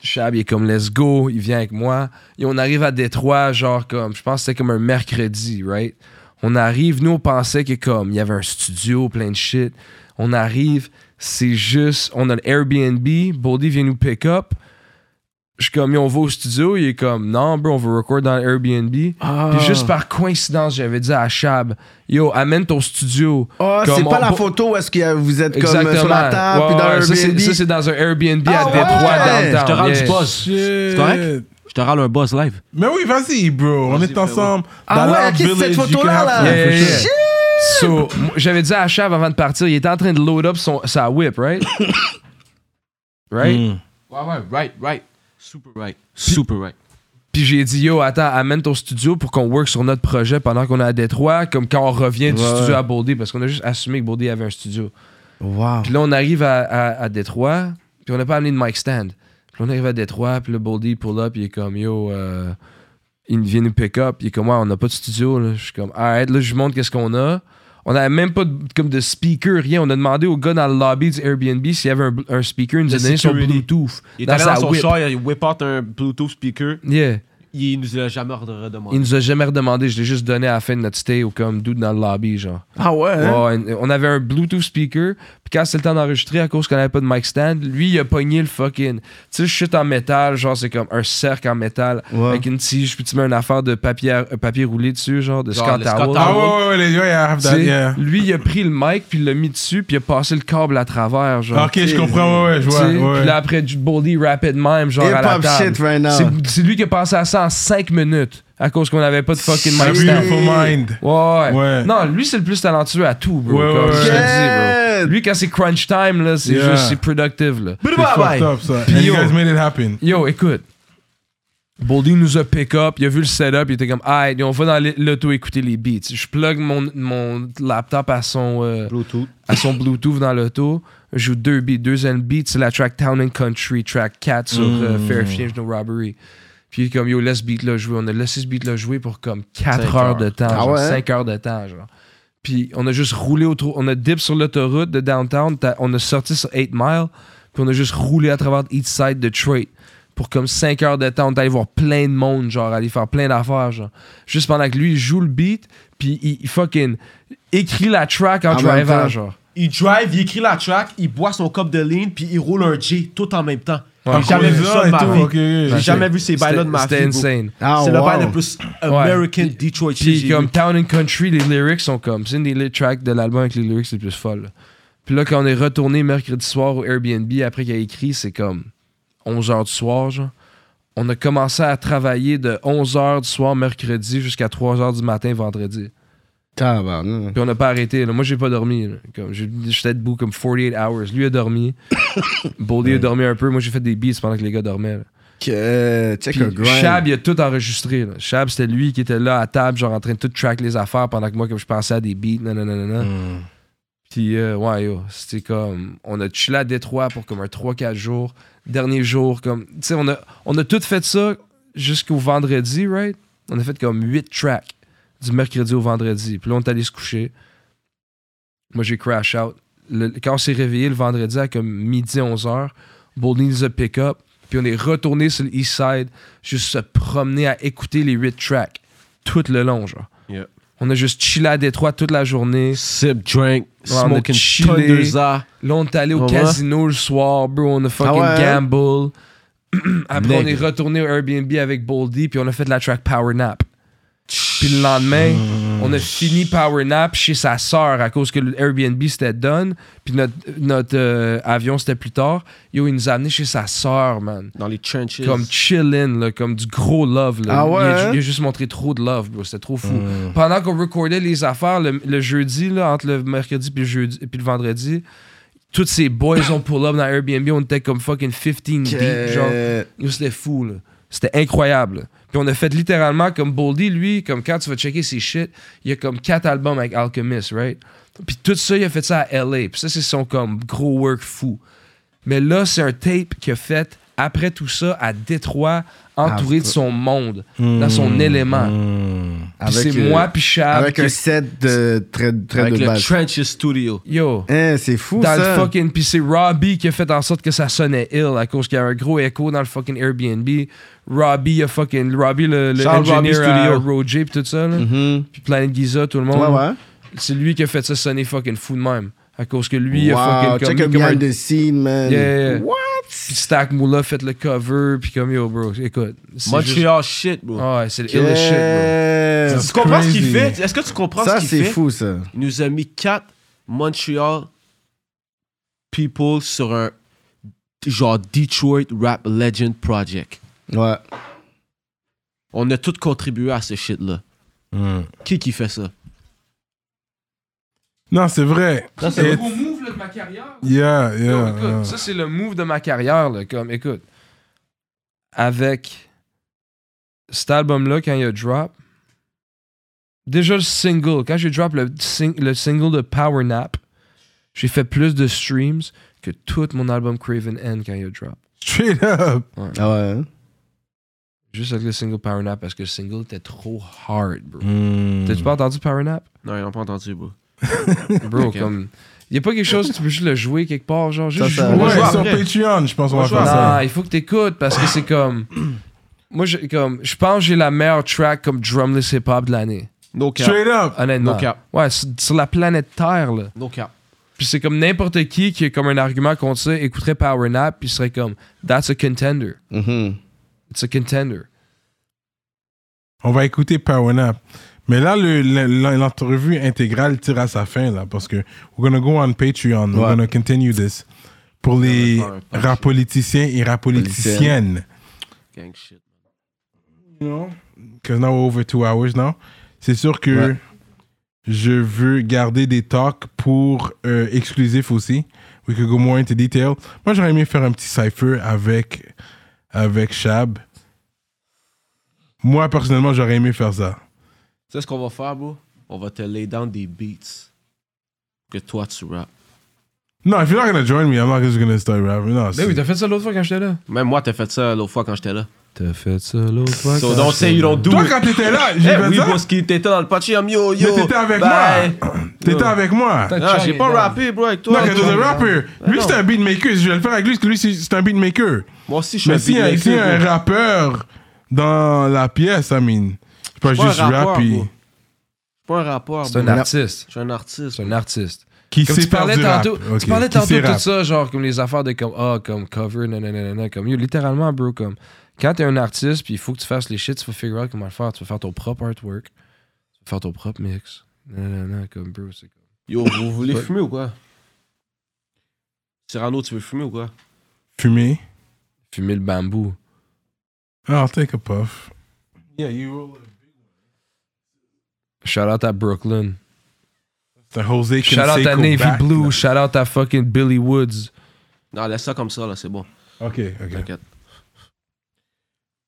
Chab, il est comme let's go, il vient avec moi. Et on arrive à Détroit, genre comme, je pense que c'était comme un mercredi, right? On arrive, nous on pensait que comme, il y avait un studio, plein de shit. On arrive, c'est juste, on a le Airbnb, Boldy vient nous pick up. Je suis comme, Yo, on va au studio, il est comme, non, bro, on va record dans l'Airbnb. Ah. Puis juste par coïncidence, j'avais dit à Chab, yo, amène ton studio. Ah, Comme c'est pas on- la photo où est-ce que vous êtes comme euh, sur la table, Ouais, puis dans ouais, ça, c'est- Airbnb. Ça, c'est dans un Airbnb Ah à ouais! Détroit, downtown. Je te rends yeah. du buzz. Shit. correct? Je te râle un buzz live. Mais oui, vas-y, bro. On est ensemble. Ah Dans ouais, our ok, c'est cette village, you photo-là, can have- Yeah, là. yeah, for yeah. sure. So, moi, j'avais dit à Chav avant de partir, il était en train de load up son, sa whip, right? right? Mm. Ouais, ouais, right, right. Super right. Super right. Puis j'ai dit, yo, attends, amène ton studio pour qu'on work sur notre projet pendant qu'on est à Détroit, comme quand on revient du Ouais, studio ouais. à Boldy, parce qu'on a juste assumé que Boldy avait un studio. Wow. Puis là, on arrive à, à, à Détroit, puis on n'a pas amené de mic stand. Puis là, on arrive à Détroit, puis le Boldy pull up, il est comme yo, euh, il vient nous pick up, il est comme ouais, on n'a pas de studio. Là. Je suis comme alright, là, je lui montre qu'est-ce qu'on a. On n'avait même pas de, comme de speaker, rien. On a demandé au gars dans le lobby du Airbnb s'il y avait un, bl- un speaker, il nous Le a donné son security. Bluetooth. Il est dans allé sa dans son whip. char, il whip out un Bluetooth speaker. Yeah. Il nous l'a jamais redemandé. Il nous a jamais redemandé, je l'ai juste donné à la fin de notre stay ou comme dude dans le lobby, genre. Ah ouais, hein? Ouais, ouais, on avait un Bluetooth speaker, puis quand c'est le temps d'enregistrer à cause qu'on avait pas de mic stand, lui il a pogné le fucking. Tu sais, shit en métal, genre c'est comme un cercle en métal Ouais. avec une tige, puis tu mets une affaire de papier, à- euh, papier roulé dessus, genre de Genre, Scott le Scott Howard. Ah ouais, Ah ouais, ouais, les- yeah, I have Tu that, sais, yeah. Lui il a pris le mic, puis il l'a mis dessus, puis il a passé le câble à travers, genre. Ok, je comprends, ouais, ouais, je Tu vois. sais, ouais. Puis là, après du Boldy Rapid Mime, genre à la Hip-hop table. shit right now. C'est- C'est lui qui a passé à ça en 5 minutes à cause qu'on avait pas de fucking A mic stand. Beautiful Mind. Ouais, ouais. Ouais. Non, lui, c'est le plus talentueux à tout, bro. Ouais, comme ouais, je te ouais. le dis, Yeah. bro. Lui, quand c'est crunch time, là, c'est Yeah. juste, c'est productive, là. C'est fucked up, ça. And Puis you yo. guys made it happen. Yo, écoute. Boldy nous a pick up, il a vu le setup, il était comme Ah, on va dans l'auto écouter les beats. Je plug mon, mon laptop à son, euh, Bluetooth. à son Bluetooth dans l'auto. Je joue deux beats, deux end beats, c'est la track Town and Country, track 4 sur Mm. euh, Fairfield No Robbery. Puis comme yo, laisse ce beat là jouer. On a laissé ce beat là jouer pour comme 4 heures, de temps, Ah genre, ouais, hein? 5 heures de temps. Genre. Puis on a juste roulé autour, on a dip sur l'autoroute de downtown, t'as- on a sorti sur 8 Mile, puis on a juste roulé à travers East Side Detroit pour comme 5 heures de temps, on est allé voir plein de monde, genre, aller faire plein d'affaires, genre. Juste pendant que lui, il joue le beat, puis il, il fucking écrit la track en, En même drivant, temps. genre. Il drive, il écrit la track, il boit son cup de lean, puis il roule un J tout en même temps. Ouais. J'ai jamais vu ça de ma vie. Ok, ok. J'ai jamais vu ces bails-là de ma vie. C'était bro. insane. Ah, C'est le wow. bail le plus American Detroit shit que Puis j'ai comme vu. Town and Country, les lyrics sont comme. C'est une des li- tracks de l'album avec les lyrics les plus folles. là. Puis là, quand on est retourné mercredi soir au Airbnb après qu'il a écrit, c'est comme 11h du soir, genre. On a commencé à travailler de 11h du soir mercredi jusqu'à 3h du matin vendredi. Tabarnak. Puis on n'a pas arrêté. là. Moi, j'ai pas dormi. là. Comme, j'ai- J'étais debout comme 48 hours. Lui a dormi. Boldy a dormi un peu. Moi, j'ai fait des beats pendant que les gars dormaient. là. Que- Check Puis a grind. Chab, il a tout enregistré. là. Chab, c'était lui qui était là à table, genre en train de tout track les affaires pendant que moi, comme je pensais à des beats, nanana. nanana. Hmm. Puis, euh, ouais, yo, c'était comme. On a chillé à Détroit pour comme un 3-4 jours. Dernier jour, comme. Tu sais, on a, on a tout fait ça jusqu'au vendredi, right? On a fait comme 8 tracks du mercredi au vendredi. Puis là, on est allé se coucher. Moi, j'ai crash out. Le- quand on s'est réveillé le vendredi à comme midi 11h, Boldy nous a pick up. Puis on est retourné sur le East Side, juste se promener à écouter les 8 tracks tout le long, genre. Yeah. On a juste chillé à Détroit toute la journée. Sip, drink, on a smoking, chillé. Thunderza. Là, on est allé au Ouais. casino le soir, bro. On a fucking Ah ouais? gamble. Après, on est Nègre. retourné au Airbnb avec Boldy, puis on a fait de la track Power Nap. Puis le lendemain, on a fini Power Nap chez sa sœur à cause que le Airbnb c'était done, puis notre, notre euh, avion c'était plus tard. Yo, il nous a amené chez sa sœur, man. Dans les trenches. Comme chillin', là, comme du gros love. Là. Il a Ah ju- ouais, il, a, hein? Hmm. juste montré trop de love, bro. C'était trop fou. Pendant qu'on recordait les affaires le, le jeudi, là, entre le mercredi puis le, jeudi, puis le vendredi, tous ces boys ont pull up dans Airbnb. On était comme fucking 15 deep. Que- Genre, Yo, c'était fou, là. C'était incroyable. Puis on a fait littéralement comme Boldy, lui, comme quand tu vas checker ses shit, il y a comme quatre albums avec Alchemist, right? Puis tout ça, il a fait ça à LA. Puis ça, c'est son comme gros work fou. Mais là, c'est un tape qu'il a fait après tout ça à Détroit, entouré Ah, de son monde, dans son élément. Puis hmm, Avec, c'est euh, moi, puis Chab. Avec qui- un set de trait, trait Avec de le balle. Trenches Studio. Yo. Hein, c'est fou Dans ça. le fucking. Puis c'est Robbie qui a fait en sorte que ça sonnait ill à cause qu'il y avait un gros écho dans le fucking Airbnb. Robbie a fucking. Robbie, le, le Charles Robbie engineer à Studio. Roger, puis tout ça. Là. Mhm. Puis Planet Giza, tout le monde. Ouais, ouais. C'est lui qui a fait ça sonner fucking fou de même. À cause que lui a wow, fucking. check mis a comme un- behind the scene, man. Yeah, yeah. What? Puis Stack Moula fait le cover, puis comme yo, bro, écoute. c'est juste- Montreal shit, bro. Ah ouais, c'est le illest shit, bro. Yeah. Tu comprends ce qu'il Crazy. fait? Est-ce que tu comprends Ça, ce qu'il c'est fait? fou ça. Il nous a mis 4 Montreal people sur un genre Detroit Rap Legend Project. Ouais. On a tous contribué à ce shit-là. Mm. Hmm. Qui qui fait ça? Non, c'est vrai. C'est le Et- gros move là, de ma carrière. Yeah, yeah. Yo, écoute, yeah. ça c'est le move de ma carrière. là, comme, écoute, avec cet album-là, quand il a drop, déjà le single, quand j'ai drop le, sing- le single de Power Nap, j'ai fait plus de streams que tout mon album Craven End quand il a drop. Straight up. Ah ouais. hein? Juste avec le single Power Nap parce que le single était trop hard, bro. Hmm. T'as-tu pas entendu Power Nap? Non, ils n'ont pas entendu, bro. Bro, Ok. comme. Y a pas quelque chose, tu peux juste le jouer quelque part, genre, juste Ça, ça- jouer. Ouais, joue sur après. Patreon, je pense qu'on On va joue faire après. ça. Non, Bah, il faut que t'écoutes parce que c'est comme. Moi, je, comme, je pense que j'ai la meilleure track comme drumless hip-hop de l'année. No cap. Straight up. Honnêtement. No cap. Ouais, sur, sur la planète Terre, là. No cap. Puis c'est comme n'importe qui qui a comme un argument contre ça, écouterait Power Nap, puis serait comme, that's a contender. Mhm. It's a contender. On va écouter Power Nap. Mais là, le- le- le- l'entrevue intégrale tire à sa fin, là, parce que we're gonna go on Patreon, we're Ouais. gonna continue this. Pour les va faire un rap politiciens et rap politiciennes. Gang shit. Because now we're over two hours now. C'est sûr que Ouais. je veux garder des talks pour euh, exclusifs aussi. We could go more into detail. Moi, j'aurais aimé faire un petit cipher avec, avec Shab. Moi, personnellement, j'aurais aimé faire ça. Tu sais ce qu'on va faire, bro? On va te lay down des beats que toi tu rap. No, if you're not gonna join me, I'm not just gonna start rapping. No, Ben oui, c'est- t'as fait ça l'autre fois quand j'étais là. Même moi, t'as fait ça l'autre fois quand j'étais là. T'as fait ça l'autre fois. So don't say you don't do Toi, it. quand t'étais là, j'ai Eh fait oui, ça. parce qu'il t'étais dans le patch, I'm yo, yo. Mais t'étais avec bye. moi. T'étais avec moi. T'as- Non, j'ai pas rappé, bro, avec toi. Non, que t'es un rapper. Bah Lui, c'est un beatmaker. Je vais le faire avec lui parce que lui, c'est c'est un beatmaker. Moi aussi, je suis Mais un s'il y a beatmaker, s'il y a un bro. rappeur dans la pièce, I mean, c'est pas Je suis pas juste un rappeur, rap et- bro. Je suis pas un rappeur, C'est un bro. artiste. Je suis un artiste. C'est un artiste. qui Comme sait tu parlais faire du rap. tantôt, Ok, tu parlais qui tantôt sait de rap. tout ça, genre comme les affaires de comme ah comme cover nanana comme yo, littéralement bro comme quand t'es un artiste puis il faut que tu fasses les shit, tu vas figure out comment le faire, tu vas faire ton propre artwork, tu vas faire ton propre mix. Nanana comme bro, c'est comme Yo, vous voulez fumer ou quoi? Cyrano, tu veux fumer ou quoi? Fumer. fumer le bambou. Ah, I'll take a puff. Shout out à Brooklyn. The Jose can Shout out say à go Navy back. Blue. Shout out à fucking Billy Woods. Non, laisse ça comme ça, là, c'est bon. Ok, ok. T'inquiète.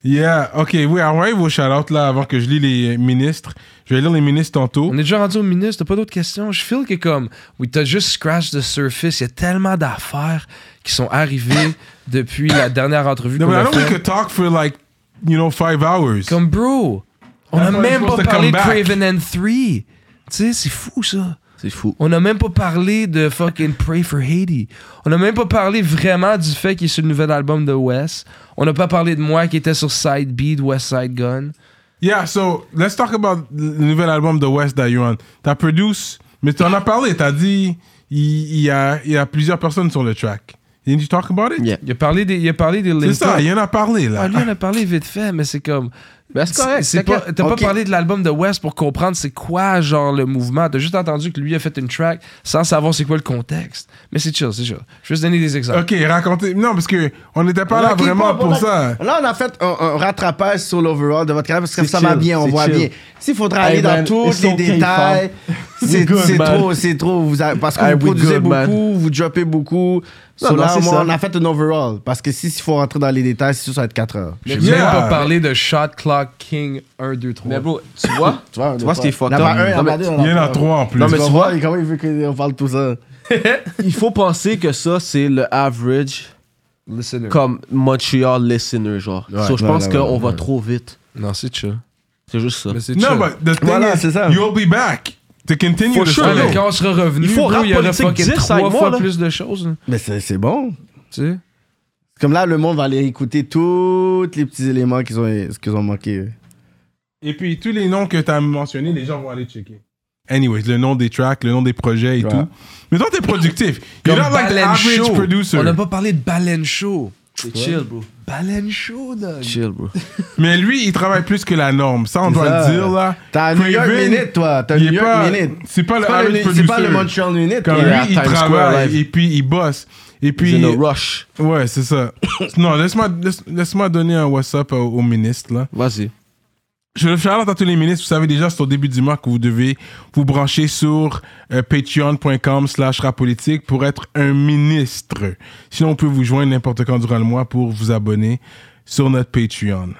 Yeah, ok, oui, envoyez vos shout-outs là avant que je lis les ministres. Je vais lire les ministres tantôt. On est déjà rendu au ministre, t'as pas d'autres questions? Je feel que comme, oui, t'as juste scratch the surface. Il y a tellement d'affaires qui sont arrivées depuis la dernière entrevue No, qu'on but I a know we faite. could talk for like, you know, five hours. Comme, bro, on That's a why même you're supposed to pas come parlé de back. Craven and 3. Tu sais, c'est fou, ça. C'est fou. On a même pas parlé de fucking Pray for Haiti. On a même pas parlé vraiment du fait qu'il est sur le nouvel album de Wes. On n'a pas parlé de moi qui était sur Side B de West Side Gun. Yeah, so let's talk about le nouvel album de West that you're on. T'as produce, mais t'en as parlé, t'as dit il il y, a, il y a plusieurs personnes sur le track. Didn't you talk about it? Yeah. Il a parlé des, il a parlé des C'est link-ups. ça, il en a parlé là. Ah, lui, on a parlé vite fait, mais c'est comme. Ben, c'est correct, c'est pas- t'inquiète. T'as pas Ok. parlé de l'album de West pour comprendre c'est quoi, genre, le mouvement. T'as juste entendu que lui a fait une track sans savoir c'est quoi le contexte. Mais c'est chill, c'est chill. Je vais juste donner des exemples. Ok, racontez. Non, parce que on n'était pas là Ok, vraiment bon, pour bon, ça. Là, on a fait un, un rattrapage sur l'overall de votre carrière parce que ça C'est va chill, bien, on c'est voit chill. bien. S'il faudra Hey, aller dans man, tous it's les okay, détails, c'est good, c'est man. trop, c'est trop. Vous avez- parce que Hey, we vous produisez good, man. beaucoup, vous droppez beaucoup. Non, So non, là, c'est moi, ça. on a fait un overall parce que si s'il faut rentrer dans les détails, c'est sûr ça va être 4 heures. J'ai Yeah. même pas parlé de Shot Clock King 1, 2, 3. Mais bro, tu vois? Tu vois, Tu vois, c'était fucked Il y en a up. un, il y en Non, a mais- deux, il y en a Il y en a trois. trois en plus. Non, mais Tu tu vois? vois, comment il veut qu'on parle de tout ça? Il faut penser que ça, c'est le average Listener. comme Montreal listener, genre. Ouais, so, je ouais, pense ouais, qu'on ouais, va ouais. trop vite. Non, c'est chill. C'est juste ça. Mais c'est chill. Non, but the thing Voilà, is, c'est ça. you'll be back to continue For the sure. Ouais, mais story. quand on sera revenu, Il faut bro, rap il y aura politique fucking 10 avec moi, trois fois là. plus de choses. hein. Mais c'est c'est bon. Tu sais? Comme là, le monde va aller écouter tous les petits éléments qu'ils ont, qu'ils ont manqués. Et puis tous les noms que tu as mentionnés, les gens vont aller checker. Anyways, le nom des tracks, le nom des projets et Ouais. tout. Mais toi, t'es productif. You're Comme not like the Baleine average Show. producer. On n'a pas parlé de Baleine Show. C'est chill, bro. Baleine Show, dog. Chill, bro. Mais lui, il travaille plus que la norme. Ça, on C'est doit ça. le dire là. T'as un New York Craven, Minute, toi. T'as un il New est York pas- Minute. C'est pas C'est le pas le- average C'est producer. pas le Montreal Minute. Comme Il est lui, à il Times Square, travaille live. et puis il bosse. Et puis, J'ai a rush. ouais, c'est ça. non, laisse-moi laisse, moi donner un WhatsApp au, au ministre là. Vas-y. Je le faire à tous les ministres. Vous savez déjà, c'est au début du mois que vous devez vous brancher sur euh, patreon.com slash rapolitique pour être un ministre. Sinon, on peut vous joindre n'importe quand durant le mois pour vous abonner sur notre Patreon.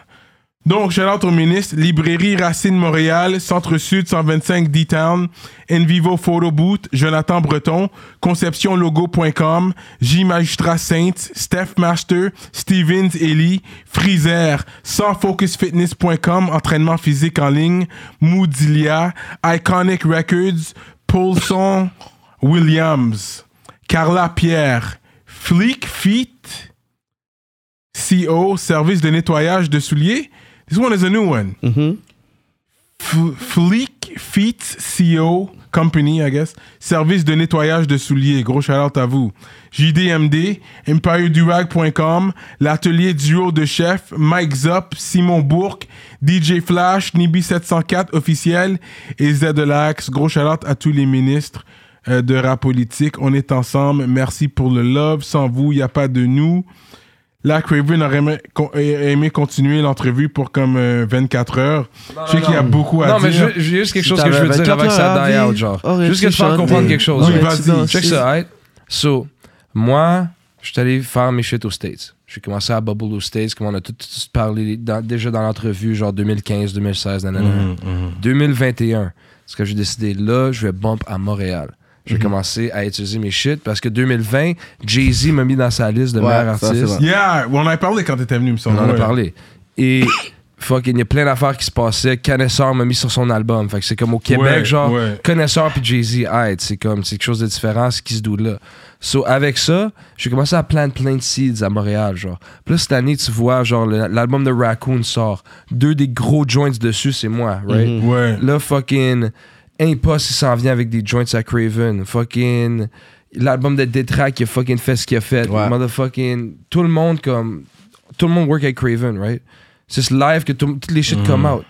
Donc, shout out au ministre, Librairie Racine Montréal, Centre-Sud 125 D-Town, Envivo Photo Boot, Jonathan Breton, ConceptionLogo.com, J Magistrat Saint, Steph Master, Stevens Ellie, Freezer, SansFocusFitness.com, entraînement physique en ligne, Moodilia, Iconic Records, Paulson Williams, Carla Pierre, Fleek Feet, CO, E service de nettoyage de souliers. This one is a new one. F- Fleek Feet CO Company, I guess. Service de nettoyage de souliers. Gros shout à vous. JDMD, EmpireDurag.com, l'atelier duo de chef, Mike Zop, Simon Bourque, DJ Flash, Nibi704 officiel et Zedelax. Gros shout à tous les ministres euh, de rap politique. On est ensemble. Merci pour le love. Sans vous, il n'y a pas de nous. Là, Craven aurait aimé, con- aimé continuer l'entrevue pour comme euh, 24 heures. je sais qu'il y a beaucoup à Non, mais dire. je- j'ai juste quelque chose que t'avais hein, je veux dire 24 avant que heures ça à die vivre, out, genre. aurais-tu Juste que je fasse chanté? comprendre quelque chose. Oui, genre. vas-y. Check ça, right? So, moi, Je suis allé faire mes shit aux States. J'ai commencé à bubble aux States, comme on a tout, tout- tout parlé dans- déjà dans l'entrevue, genre 2015, 2016, nanana. Mm-hmm, 2021, ce que j'ai décidé là, je vais bump à Montréal. J'ai Mm-hmm. commencé à utiliser mes shit parce que 2020, Jay-Z m'a mis dans sa liste de Ouais, meilleurs ça, c'est artistes. vrai. Yeah, on en a parlé quand t'étais venu, me On semble. en a Ouais. parlé. Et fucking, il y a plein d'affaires qui se passaient. Connaisseur m'a mis sur son album. Fait que c'est comme au Québec, Ouais, genre, ouais. Connaisseur puis Jay-Z, aide. C'est comme, c'est quelque chose de différent, ce qui se doute là. So, avec ça, j'ai commencé à planter plein de seeds à Montréal, genre. Plus cette année, tu vois, genre, le- l'album de Raccoon sort. Deux des gros joints dessus, c'est moi, right? Ouais. Là, fucking Impost, il s'en vient avec des joints à Craven. Fucking. L'album de Detrack, il a fucking fait ce qu'il a fait. Ouais. Motherfucking. Tout le monde, comme. Tout le monde work avec Craven, right? C'est ce live que tout- toutes les shit come out.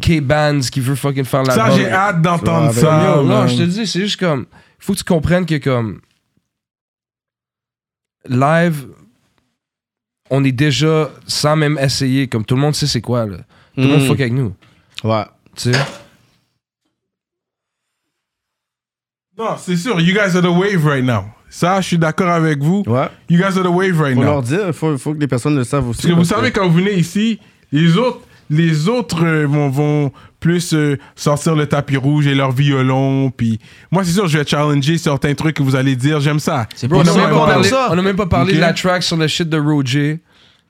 K-Bands qui veut fucking faire l'album. Mm-hmm. Ça, j'ai hâte d'entendre Ça, ça. Yo, non, man. je te dis, c'est juste comme. Faut que tu comprennes que, comme. Live, on est déjà sans même essayer. Comme tout le monde sait c'est quoi, là. Tout le monde Mm-hmm. Mm. fuck avec nous. Ouais. Tu sais? Non, c'est sûr. You guys are the wave right now. Ça, je suis d'accord avec vous. Ouais. You guys are the wave right Faut now. leur dire, faut, faut que les personnes le savent aussi. Parce que vous savez, quand vous venez ici, les autres, les autres euh, vont, vont plus euh, sortir le tapis rouge et leur violon. Puis moi, c'est sûr, je vais challenger certains trucs que vous allez dire. J'aime ça. C'est Bro, pas on ça, a même on pas aime parlé, ça. on a même pas parlé Ok. de la track sur le shit de Roger.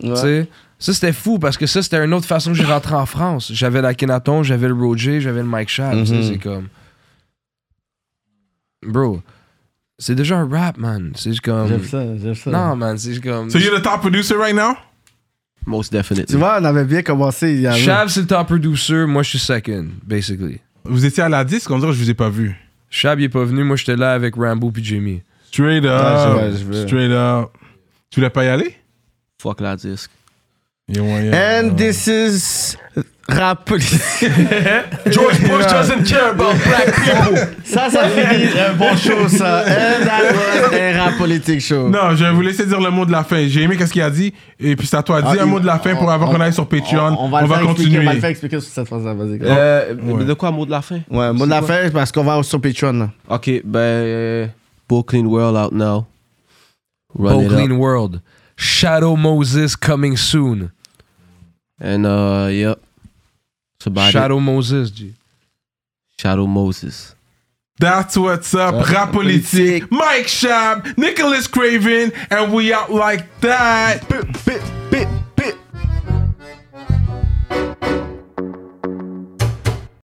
tu sais. Ça, c'était fou parce que ça, c'était une autre façon que j'ai rentré en France. J'avais la Kenaton, j'avais le Roger, j'avais le Mike Shab. tu sais, Mhm. Mm-hmm. C'est comme. Bro, c'est déjà un rap, man. C'est juste comme. J'aime ça, j'aime ça. Non, man, c'est juste comme. So you're the top producer right now? Most definitely. Tu vois, on avait bien commencé. Il y avait... Shab, c'est le top producer, moi, je suis second, basically. Vous étiez à la disque, on dirait que je vous ai pas vu. Shab, il est pas venu, moi, j'étais là avec Rambo puis Jimmy. Straight Ah, up. je- ouais, je veux. Straight up. Tu voulais pas y aller? Fuck la disque. Yeah, ouais, yeah. And this is rap. George Bush doesn't care about black people. ça, ça finit un bon show, ça. And that was a rap politique show. Non, je vais vous laisser dire le mot de la fin. J'ai aimé qu'est-ce qu'il a dit. Et puis c'est à toi de Ah, dire un il- mot de la fin pour avant qu'on aille sur Patreon. On, le va, faire expliquer, continuer. On va le faire expliquer sur cette phrase-là, vas-y. Euh, mais De quoi, mot de la fin? Ouais, mot de la fin, parce qu'on va sur Patreon, là. Ok, ben. euh, Brooklyn World out now. Run it Oakland up. World. Shadow Moses coming soon. And, uh, yep. It's about it. Shadow Moses, G. Shadow Moses. That's what's up. Rap politique. Mike Shab, Nicholas Craven, and we out like that. Bip, bip,